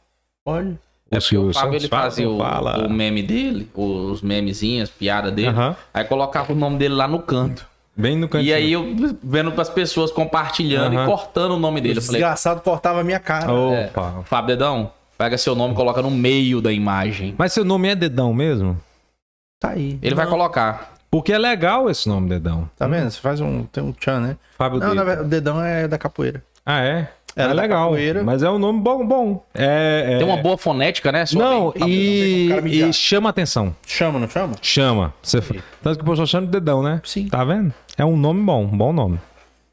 Olha. É Porque o Fábio ele fazia o, o meme dele, os memezinhas, piada dele. Aham. Aí colocava o nome dele lá no canto. Bem no cantinho. E aí eu vendo as pessoas compartilhando e Aham. cortando o nome dele. Eu falei, Desgraçado cortava a minha cara. Opa. Fábio Dedão, pega seu nome e coloca no meio da imagem. Mas seu nome é Dedão mesmo? Tá aí. Ele vai colocar. Porque é legal esse nome, Dedão. Tá vendo? Você faz um. Tem um tchan, né? Fábio Não, Dedo. na verdade, o dedão é da capoeira. Ah, é? Era é da legal. capoeira. Mas é um nome bom, bom. É. é- Tem uma boa fonética, né? Só Não, tem- e, Fábio Dedão, tem cara e chama atenção. Chama, não chama? Chama. Você... Tanto que o pessoal chama de dedão, né? Sim. Tá vendo? É um nome bom, um bom nome.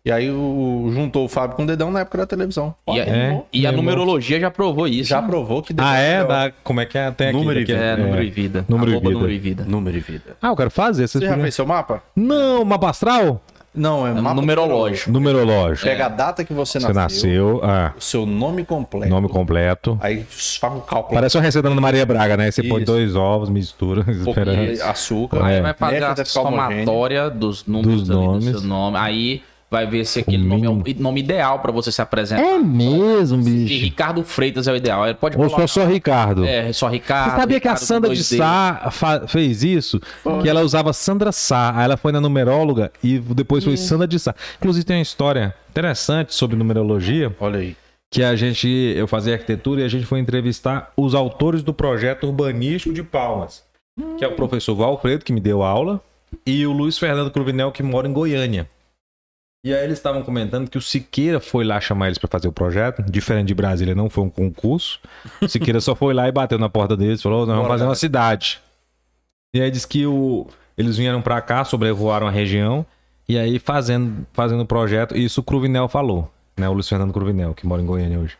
E aí o, juntou o Fábio com o dedão na época da televisão. E a, É, e a meu numerologia já provou isso. Já né? provou que Ah, é? melhor. Da, como é que é? Tem aqui, Número e aqui, vida. É, número é. e vida. Número e Arroba vida. número e vida. Número e vida. Ah, eu quero fazer. Vocês Você já podiam- fez seu mapa? Não, mapa astral? Não, é, É mapa numerológico. é. Numerológico. Pega a data que você, Você nasceu, nasceu, ah, o seu nome completo. nome completo. Aí faz o cálculo. Parece uma receita da Ana Maria Braga, né? Você põe Isso. dois ovos, mistura, um pouquinho espera. de açúcar. Ah, Aí É. vai fazer Né, a pra ficar homogêneo. somatória dos números Dos ali do nomes. Hum. seu nome. Aí vai ver se aquele nome é o nome ideal pra você se apresentar. É mesmo, E bicho. Ricardo Freitas é o ideal. Ele pode Ou só só Ricardo. É, só Ricardo. Você sabia que a Ricardo com Sandra dois de Ds. Sá fa- fez isso? Que ela usava Sandra Sá. Aí ela foi na numeróloga e depois foi Sandra de Sá. Inclusive tem uma história interessante sobre numerologia. Olha aí. que a gente eu fazia arquitetura e a gente foi entrevistar os autores do projeto urbanístico de Palmas, que é o professor Valfredo que me deu aula e o Luiz Fernando Cruvinel que mora em Goiânia. E aí eles estavam comentando que o Siqueira foi lá chamar eles para fazer o projeto, diferente de Brasília, não foi um concurso. O Siqueira só foi lá e bateu na porta deles, falou: "Nós vamos Bora, fazer uma galera." cidade". E aí diz que o, eles vieram para cá, sobrevoaram a região e aí fazendo fazendo o projeto, e isso o Cruvinel falou, né? O Luiz Fernando Cruvinel, que mora em Goiânia hoje.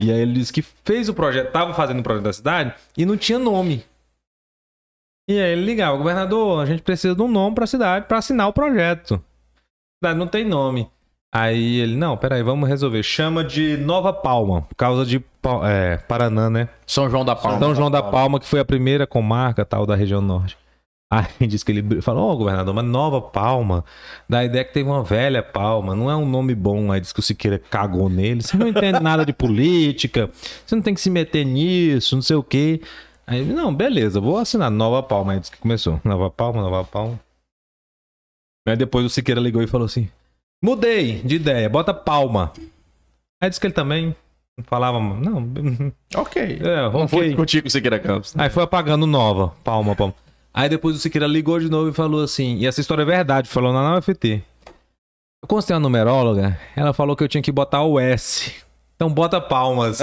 E aí ele disse que fez o projeto, tava fazendo o projeto da cidade e não tinha nome. E aí ele ligava, governador, a gente precisa de um nome pra cidade pra assinar o projeto. A cidade não tem nome. Aí ele, não, peraí, vamos resolver. Chama de Nova Palma, por causa de Pau- é, Paraná, né? São João da Palma. São João da Palma, que foi a primeira comarca tal da região norte. Aí disse que ele br- falou, ô governador, uma nova palma. Da ideia que teve uma velha palma, não é um nome bom. Aí disse que o Siqueira cagou nele. Você não entende nada de política, você não tem que se meter nisso, não sei o quê. Aí, ele, não, beleza, vou assinar nova palma. Aí disse que começou. Nova palma, nova palma. Aí depois o Siqueira ligou e falou assim: mudei de ideia, bota palma. Aí disse que ele também não falava, não, Ok. é, Não foi ok. discutir com o Siqueira Campos. Aí foi apagando nova, palma, palma. Aí depois o Siqueira ligou de novo e falou assim, e essa história é verdade, falou na UFT. Eu consultei uma numeróloga, ela falou que eu tinha que botar o S. Então bota palmas.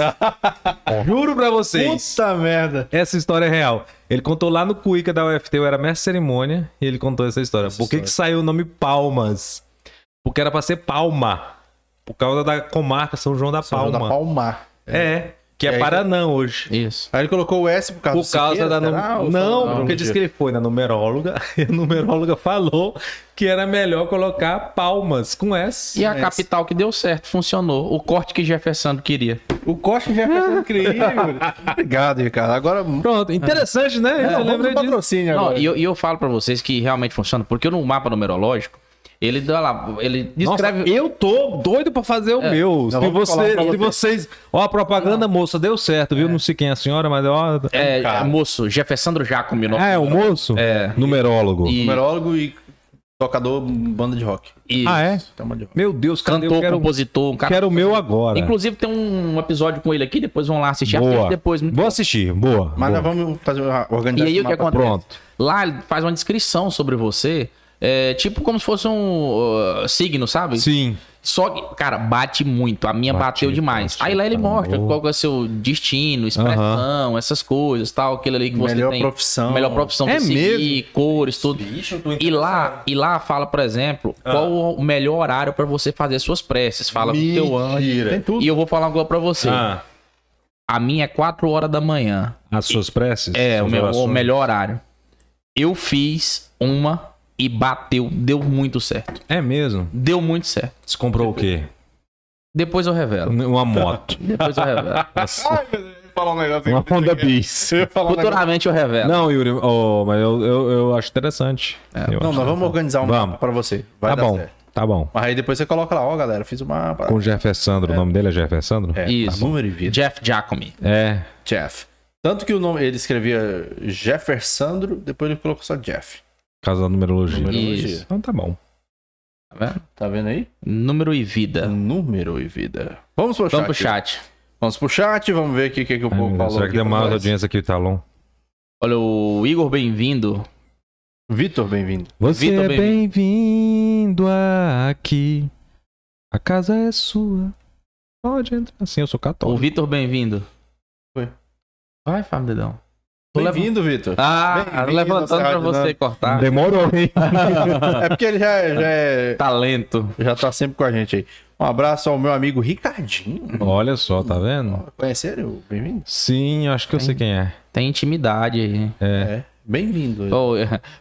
Juro pra vocês. Puta merda. Essa história é real. Ele contou lá no Cuica da UFT, eu era mestre de cerimônia, e ele contou essa história. Por que, que saiu o nome Palmas? Porque era pra ser Palma. Por causa da comarca São João da São João Palma. da Palmar. É, que E é aí- Paranã hoje. Isso. Aí ele colocou o S por causa Por causa da. nu- Não, porque disse que ele foi na numeróloga e a numeróloga falou que era melhor colocar palmas com S. E a capital que deu certo, funcionou. O corte que Jefferson queria. O Costa é já fez incrível. Obrigado, Ricardo. Agora. É, Pronto, interessante, né? É, Eu vamos lembrei no disso. patrocínio Não, agora. e eu, e eu falo pra vocês que realmente funciona, porque no mapa numerológico, ele dá lá, ele Nossa, É, descreve. eu tô doido pra fazer o meu. Se, vamos falar você, pra você. se vocês. Ó, a propaganda, moça, deu certo, viu? Não sei quem é a senhora, mas ó. é, moço, Jefferson Jacome, o nome Ah, é o moço? É. Numerólogo. E- Numerólogo e tocador banda de rock. e Ah, é? Toma de rock. Meu Deus, cadê? cantor, eu quero, compositor, um cara. quero o meu agora. Inclusive tem um episódio com ele aqui, depois vão lá assistir assiste boa. depois. muito Vou bom. assistir, boa. Mas boa. nós vamos fazer E organizar aí esse o que mapa. acontece? Pronto. Lá ele faz uma descrição sobre você, é, tipo como se fosse um uh, signo, sabe? Sim. Só que, cara, bate muito. A minha Bate, bateu demais. bate, Tá aí lá ele amor. mostra qual que é o seu destino, expressão, essas coisas, tal, aquilo ali que você Melhor tem. profissão. Melhor profissão É que seguir, mesmo? cores, tudo. E lá, e lá fala, por exemplo, Ah. qual o melhor horário pra você fazer suas preces. Fala com teu anjo. Mentira. Tem tudo. E eu vou falar agora pra você. Ah, A minha é 4 horas da manhã. as suas preces? É, o, suas meu- o orações? melhor horário. Eu fiz uma e bateu, deu muito certo. É mesmo? Deu muito certo. Você comprou o quê? Depois eu revelo. Uma moto. Depois eu revelo. Ai, meu Deus, eu ia falar um negócio Uma aqui. Honda Bis. Eu ia falar um negócio. Futuramente eu revelo. Não, Yuri, oh, mas eu, eu, eu acho interessante. Eu Não, acho. nós vamos organizar um mapa Vamos. pra você. Vai Tá dar bom, certo. tá bom. Mas aí depois você coloca lá, ó, galera, fiz o mapa. Com o Jefferson Sandro, o nome dele é Jefferson Sandro? É, Isso. número e vida. Jeff Giacomi. É. Jeff. Tanto que o nome ele escrevia Jeffersandro, depois ele colocou só Jeff. por causa da numerologia. Numerologia. Isso. Então tá bom. Tá vendo? Tá vendo aí? Número e vida. Número e vida. Vamos pro Tá. Vamos pro chat. chat. Vamos pro chat, vamos ver aqui o que, que o Ai, meu povo Deus, falou. É, será que aqui deu pra mais nós. audiência aqui, Tá Talon? Olha, o Igor, bem-vindo. Vitor, bem-vindo. Você Vitor, é bem-vindo aqui. A casa é sua. Pode entrar. Assim, eu sou O católico. Vitor, bem-vindo. Oi. Vai, Fábio Dedão. Tô levan- Bem-vindo, Vitor. Ah, Bem-vindo, levantando pra Sérgio, você né? cortar. Demorou, hein? É porque ele já, já, é- Talento. já tá sempre com a gente aí. Um abraço ao meu amigo Ricardinho. Olha só, tá vendo? Conheceram? Bem-vindo. Sim, acho que eu sei quem é. Tem intimidade aí. É. Bem-vindo. Ou,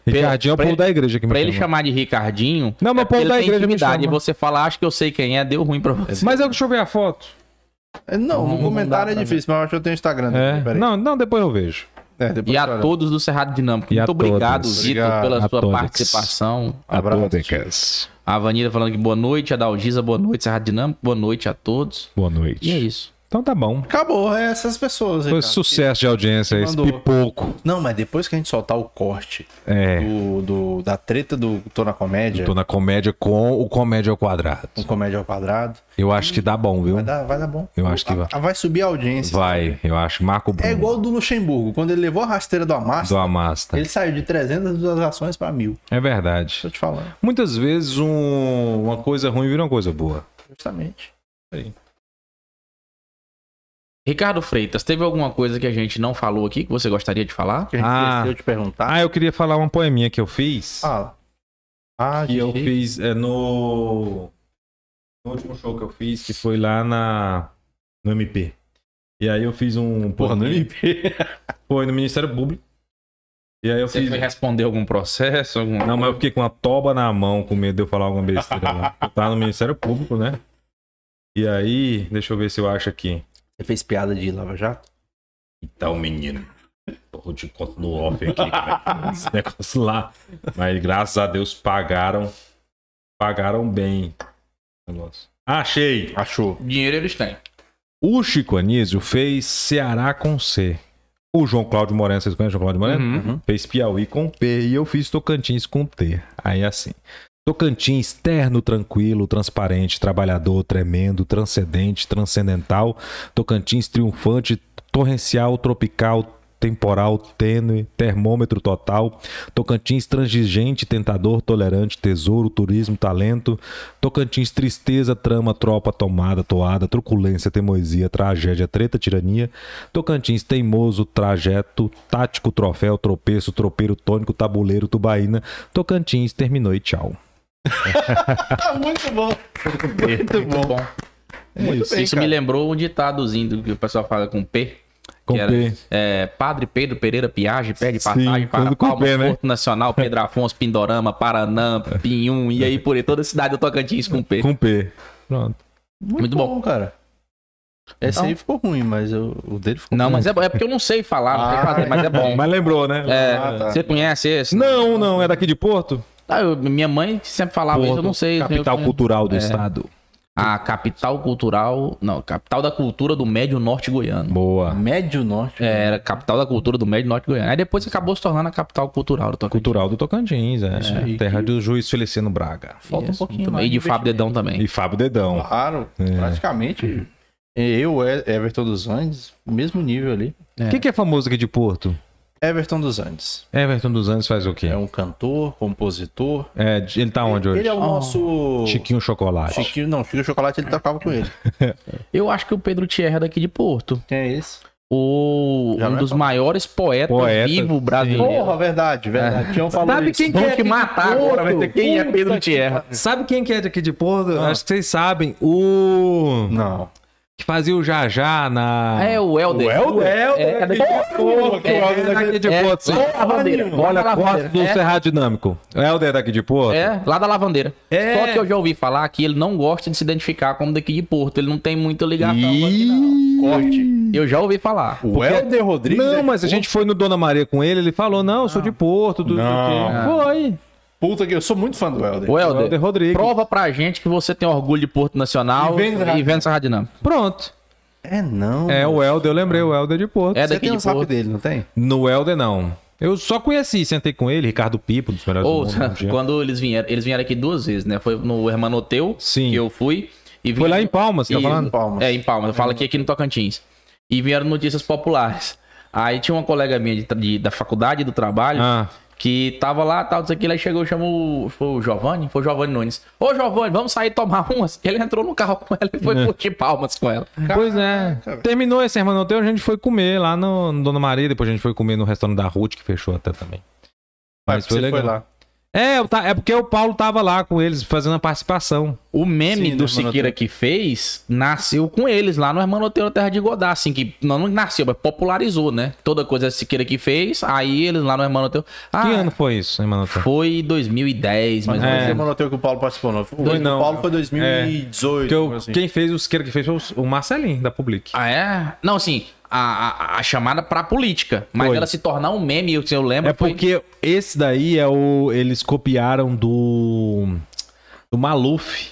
Ricardinho é o pra povo ele- da igreja que me Pra ele chama. chamar de Ricardinho. Não, mas o é porque povo ele da tem igreja me intimidade. E chama. você falar, acho que eu sei quem é, deu ruim pra você. Mas eu, deixa eu ver a foto. É, Não, no Não comentário dá é pra difícil, mas eu acho que eu tenho Instagram. também, É. peraí. Não, não, depois eu vejo. É, depois E você a olha. todos do Cerrado Dinâmico. E a Muito obrigado, todos. Vitor, Obrigado pela a sua todos. participação. Abraço. Adodecas. A Vanilla falando que boa noite, a Dalgisa, boa noite, Serra Dinâmico, boa noite a todos. Boa noite. E é isso. Então tá bom. Acabou, é essas pessoas. aí, Foi cara. sucesso de audiência, esse Mandou. pipoco. Não, mas depois que a gente soltar o corte É. do, do- da treta do Tô na Comédia, Tô na comédia com o Comédia ao Quadrado. com Comédia ao Quadrado, Eu acho que dá bom, viu? vai dar, vai dar bom. Eu acho que vai. Ah, Vai subir a audiência. Vai, eu acho. Marco Bruno. É igual o do Luxemburgo, quando ele levou a rasteira do Amasta, do Amasta. ele saiu de 300 ações pra mil. É verdade. Tô te falando, Muitas vezes um- uma coisa ruim vira uma coisa boa. justamente. Ricardo Freitas, teve alguma coisa que a gente não falou aqui que você gostaria de falar? Que a gente Ah. esqueceu de perguntar. Ah, eu queria falar uma poeminha que eu fiz. Ah, ah que eu Gigi. fiz é, no... no último show que eu fiz, que foi lá na no MP. E aí eu fiz um. MP. Foi no Ministério Público. E aí eu Você fiz. foi responder algum processo? Algum... Não, mas eu fiquei com uma toba na mão com medo de eu falar alguma besteira lá. Eu tava no Ministério Público, né? E aí, deixa eu ver se eu acho aqui. Você fez piada de Lava Jato? Então, menino. Eu te conto no off aqui como é que foi esse negócio lá. Mas graças a Deus pagaram. Pagaram bem. Nossa. Achei! Achou. Dinheiro eles têm. O Chico Anísio fez Ceará com C. O João Cláudio Moreno, vocês conhecem o João Cláudio Moreno? Uhum. Fez Piauí com P e eu fiz Tocantins com T. Aí assim. Tocantins, terno, tranquilo, transparente, trabalhador, tremendo, transcendente, transcendental. Tocantins, triunfante, torrencial, tropical, temporal, tênue, termômetro total. Tocantins, transigente, tentador, tolerante, tesouro, turismo, talento. Tocantins, tristeza, trama, tropa, tomada, toada, truculência, teimosia, tragédia, treta, tirania. Tocantins, teimoso, trajeto, tático, troféu, tropeço, tropeiro, tônico, tabuleiro, tubaína. Tocantins, terminou e tchau. Tá muito bom. Muito Muito bom. bom. Muito bem, Isso cara. me lembrou um ditadozinho do que o pessoal fala com P. Com que era, P. é, Padre Pedro Pereira Piage, pede Sim, passagem para tudo com Palmas, P, né? Porto Nacional, Pedro Afonso, Pindorama, Paranã, Pinhum, e aí por aí, toda a cidade do Tocantins com P. Com P. Pronto. Muito, Muito bom, bom. cara. Esse Então- aí ficou ruim, mas eu- o dele ficou Não, ruim. mas é, bo- é porque eu não sei falar, não sei Ah, fazer, mas é bom. Mas lembrou, né? É, Ah, tá. Você conhece esse? Não, não, é daqui de Porto? Ah, eu- minha mãe sempre falava isso, eu não sei. né? eu Capital tenho- cultural do É. estado. A capital cultural. Não, capital da cultura do Médio Norte Goiano. Boa. Médio Norte. É, era capital da cultura do Médio Norte Goiano. Aí depois acabou se tornando a capital cultural do Tocantins. Cultural do Tocantins, é. Isso aí. Terra do juiz Feliciano Braga. Falta um Isso, pouquinho muito mais. bem. E de Fábio Dedão também. E Fábio Dedão. Claro, praticamente. Eu, E- Everton dos Andes, mesmo nível ali. O que, que é famoso aqui de Porto? Everton dos Andes. Everton dos Anjos faz o quê? É um cantor, compositor. É, ele tá onde hoje? Ele é o nosso. Chiquinho Chocolate. Chiquinho, não, Chiquinho Chocolate ele tocava com ele. Eu acho que o Pedro Thierry é daqui de Porto. Quem é esse? O, Já um vai dos falar. maiores poetas é Poeta, vivo sim. brasileiro. Porra, verdade, verdade. um Tinham falado isso. Vamos te matar agora, vai ter quem é Pedro Thierry. Sabe quem que é daqui de Porto? Acho que vocês sabem. O. Não. Que fazia o Jajá na. É o Helder. O Helder É, é daqui daqui de Porto. Porra, É, que o Helder daqui de é, Porto, sim. lá da lavandeira. Olha, Lá da corte do lavandeira. Cerrado Dinâmico. O Helder é daqui de Porto? É, é, lá da lavandeira. É. Só que eu já ouvi falar que ele não gosta de se identificar como daqui de Porto. Ele não tem muita ligação aqui, não. Ih, Corte. Eu já ouvi falar. O Helder Rodrigues. é Não, mas a gente foi no Dona Maria com ele, ele falou, não, eu sou de Porto. Do, do Não. Ah. quê? Foi. Puta que eu sou muito fã do Helder. O O Helder Helder, Rodrigues. prova pra gente que você tem orgulho de Porto Nacional E vem do Rádio. e vem Serra Dinâmica. Pronto. É não. É, o Helder, eu lembrei, o Helder de Porto. É Você daqui tem o de zap Porto. dele, não tem? No Helder, não. Eu só conheci, sentei com ele, Ricardo Pipo, dos melhores Ou, do mundo. um dia. quando eles vieram, eles vieram aqui duas vezes, né? Foi no Hermanoteu, Sim. que eu fui. E Foi vieram- lá em Palmas, você tá E- falando? Uhum. Palmas. É, em Palmas. Eu falo aqui, aqui no Tocantins. E vieram notícias populares. Aí tinha uma colega minha de tra- de- da faculdade, do trabalho, Ah. que tava lá, tal, não sei o que. Aí chegou, chamou o- foi o Giovanni, foi o Giovanni Nunes. Ô, Giovanni, vamos sair tomar umas? Ele entrou no carro com ela e É. foi curtir Palmas com ela. Pois é. Terminou esse irmão teu, a gente foi comer lá no, no Dona Maria, depois a gente foi comer no restaurante da Ruth, que fechou até também. Mas você foi lá. É, eu tá- é porque o Paulo tava lá com eles fazendo a participação. O meme né, Sim, do do Siqueira Hermanoteu. que fez nasceu com eles lá no Hermanoteu na Terra de Godá, assim, que não, não nasceu, mas popularizou, né? Toda coisa Siqueira que fez, aí eles lá no Hermanoteu. Ah, que ano É. foi isso, hein, Manoel? Foi 2010, Mas mais ou não menos. foi o monoteu que o Paulo participou, não. O Foi, não. do Paulo foi 2018. Porque o- assim. quem fez o Siqueira que fez foi o- o Marcelinho, da Public. Ah, é? Não, assim, a, a, a chamada pra política. Mas Foi. ela se tornar um meme, eu, eu lembro. É porque esse daí é o. Eles copiaram do. Do Maluf.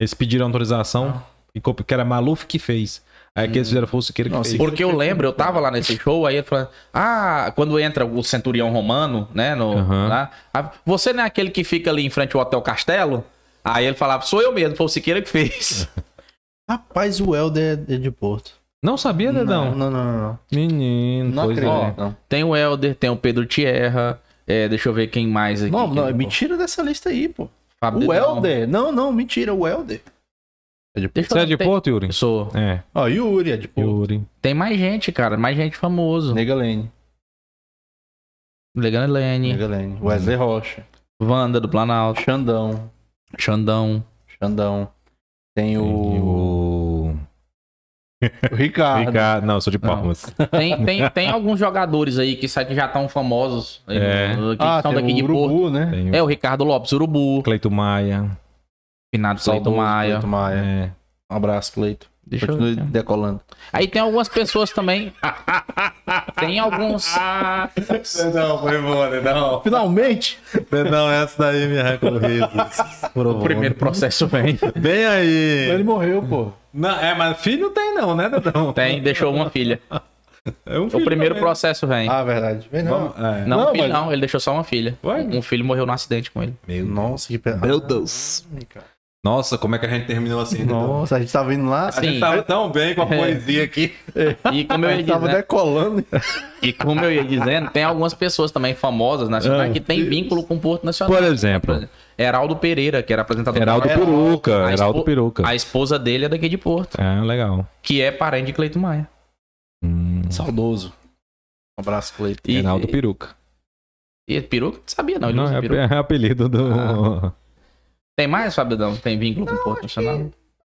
Eles pediram autorização. Ah. E copi- que era Maluf que fez. Aí que eles fizeram foi o Siqueira que Hum. Não, fez. Siqueira- assim, Porque eu lembro, eu tava lá nesse show, aí ele falando, ah, quando entra o centurião romano, né, no, Aham. lá, ah, você não é aquele que fica ali em frente ao Hotel Castelo? Aí ele falava, sou eu mesmo, foi o Siqueira que fez. Rapaz, o Helder é de Porto. é Não sabia, Dedão? não, não. não. Menino, Não pois acredito, é. não. tem o Helder, tem o Pedro Tierra, é, deixa eu ver quem mais aqui. Não, que- é não, mentira dessa lista aí, pô. Fábio O Dedão. Helder? Não, não, mentira, o Helder. É de Deixa Você é de tem- Porto, Yuri? Eu sou. É, Ó, Yuri é de Porto. Yuri. Tem mais gente, cara, mais gente famoso. Nega Lane. Legan Lene, Nega Lane. Wesley Rocha. Wanda do Planalto, Xandão. Xandão. Xandão. Tem o, Ah, O. o Ricardo. Ricardo. Não, eu sou de Não. Palmas. Tem, tem, tem alguns jogadores aí que, sa- que já estão famosos, aí, É. no- que Ah, são tem daqui de o Porto. Urubu, né? Tem o É o Ricardo Lopes, Urubu, Cleito Maia. Finado Cleiton Maia. Cleito Maia. É. Um abraço, Cleito. Deixa eu Continue ver. decolando. Aí tem algumas pessoas também. tem alguns. Não, foi embora, não. Finalmente! Não, essa daí me arrancou O primeiro processo vem. Bem aí. Ele morreu, pô. Não, é, mas filho não tem não, né, Dedão? Tem, deixou uma filha. É um O filho primeiro também. processo vem. Ah, verdade. Vem não. Vamos- é. não, não, filho, mas- não, ele deixou só uma filha. Ué? Um filho morreu num acidente com ele. Nossa, que pesado. Meu Deus. Nossa, como é que a gente terminou assim? Dedão? Nossa, a gente tava indo lá, A gente Sim. É. tava tão bem com a poesia aqui. E como eu a ia gente né? tava dizendo, decolando. e como eu ia dizendo, tem algumas pessoas também famosas nacionais que têm vínculo com o Porto Nacional. Ah, Por exemplo, Heraldo Pereira, que era apresentador Heraldo da- Peruca. a Heraldo expo- Peruca. A esposa dele é daqui de Porto, É, legal. que é parente de Cleito Maia. Hum, Saudoso. Um abraço, Cleito. E, Heraldo Peruca. e peruca? Não sabia, não. Ele Não, usa é, peruca. Ah. é apelido do... Tem mais, Fabidão? Tem vínculo com o Porto Nacional?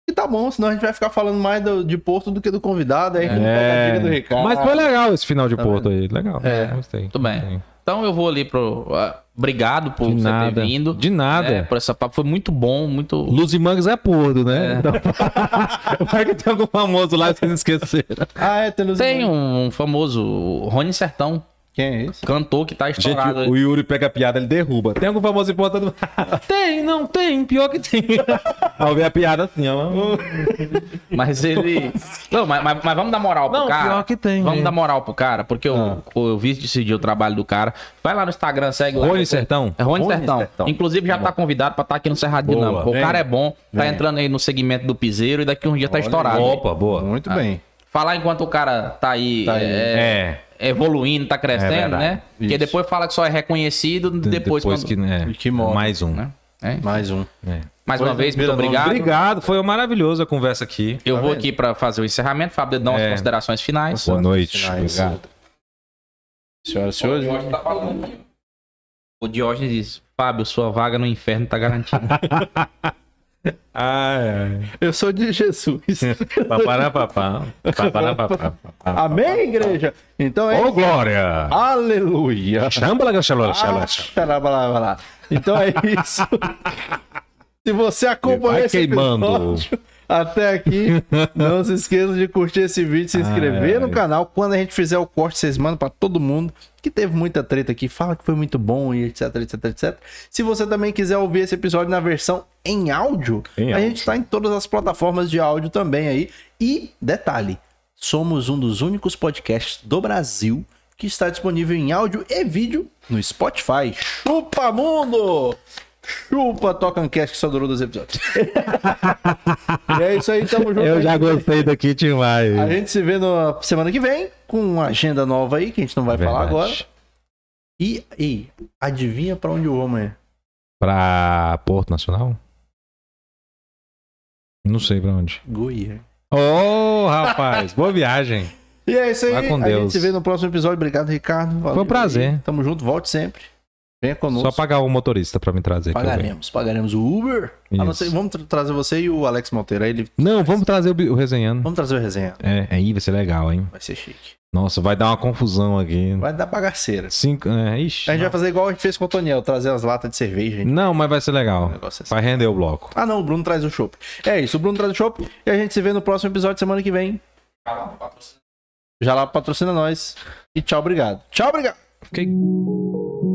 E tá bom, senão a gente vai ficar falando mais do- de Porto do que do convidado. Aí que não pega a dica do Ricardo. É. Mas foi legal esse final de Tá Porto aí. Legal. É. Gostei. Tudo bem. Gostei. Então eu vou ali pro. ah, obrigado por De você nada. ter vindo. De né, nada. por essa papo. Foi muito bom, muito. Luz e Mangas é Porto, né? Então... Vai que tem algum famoso lá que vocês esqueceram. Ah, é, tem, nos- Tem um famoso, o Rony Sertão, Quem é esse? cantor que tá Gente, estourado. o Yuri pega a piada, ele derruba. Tem algum famoso em Porto? tem, não tem. Pior que tem. Ao ver a piada assim, ó. Mas ele. Não, mas, mas- mas vamos dar moral pro Não, cara. pior que tem, Vamos né? dar moral pro cara, porque eu, eu vi decidir o trabalho do cara. Vai lá no Instagram, segue lá. Rony Sertão? É Rony, Rony Sertão. Sertão. Inclusive já tá convidado pra estar aqui no Cerrado Boa, Dinâmico. O vem. cara é bom, tá Vem. entrando aí no segmento do piseiro e daqui um dia tá estourado. Opa, boa. Muito bem. Falar enquanto o cara tá aí, Tá aí. é, evoluindo, tá É crescendo, verdade. né? Porque Isso. depois fala que só é reconhecido depois, quando... que, né? que morre. Mais um. né? É. Mais um. É. Mais uma Pois é, vez, muito primeiro nome. obrigado. Obrigado, foi maravilhosa a conversa aqui. Eu Tá vou vendo? aqui pra fazer o encerramento. Fábio, dá umas É. considerações finais. Boa noite. Sinais. Obrigado. Senhoras e senhores, tá falando aqui. O Diógenes diz, Fábio, sua vaga no inferno tá garantida. Ai, eu sou de Jesus. ai. Paparapapá. Paparapapá. Amém, igreja? Então é. Ô, Glória! Aleluia. Chambala, gachalora, Ah, xarabalá. Então é isso. Se você acompanhou Vai esse queimando. episódio até aqui, não se esqueça de curtir esse vídeo, Ah, se inscrever Ai. no canal. Quando a gente fizer o corte, vocês mandam pra todo mundo que teve muita treta aqui. Fala que foi muito bom e etc, etc, etc. Se você também quiser ouvir esse episódio na versão em áudio, Em a áudio. gente tá em todas as plataformas de áudio também aí. E detalhe, somos um dos únicos podcasts do Brasil que está disponível em áudio e vídeo no Spotify. Chupa mundo! Chupa Tocancast que só durou dois episódios. e é isso aí, tamo junto. Eu já gostei daqui demais. A gente se vê na semana que vem com uma agenda nova aí que a gente não vai falar agora. Verdade. E, e adivinha pra onde é? eu vou amanhã? Pra Porto Nacional? Não sei pra onde. Goiânia. Ô, rapaz, boa viagem. E é isso aí. Vai com A gente Deus. um se vê no próximo episódio. Obrigado, Ricardo. Valeu. prazer. Tamo junto, volte sempre. Venha conosco. Só pagar o motorista pra me trazer. que eu venho. Pagaremos, pagaremos o Uber. A não Isso. Hum. ser- vamos tra- trazer você e o Alex Monteiro. Aí ele. Não, vamos trazer o, bi- o resenhando. Vamos trazer o resenha. É, aí vai ser legal, hein? Vai ser chique. Nossa, vai dar uma confusão aqui. Vai dar bagaceira. Cinco. É, ixi. A gente vai fazer igual a gente fez com o Toniel, trazer as latas de cerveja. gente. Não, mas vai ser Um legal. negócio assim. Vai render o bloco. Ah, não, o Bruno traz o chopp. É isso, o Bruno traz o chopp. E a gente se vê no próximo episódio semana que vem. Já lá patrocina nós. E tchau, obrigado. Tchau, obrigado. Fiquei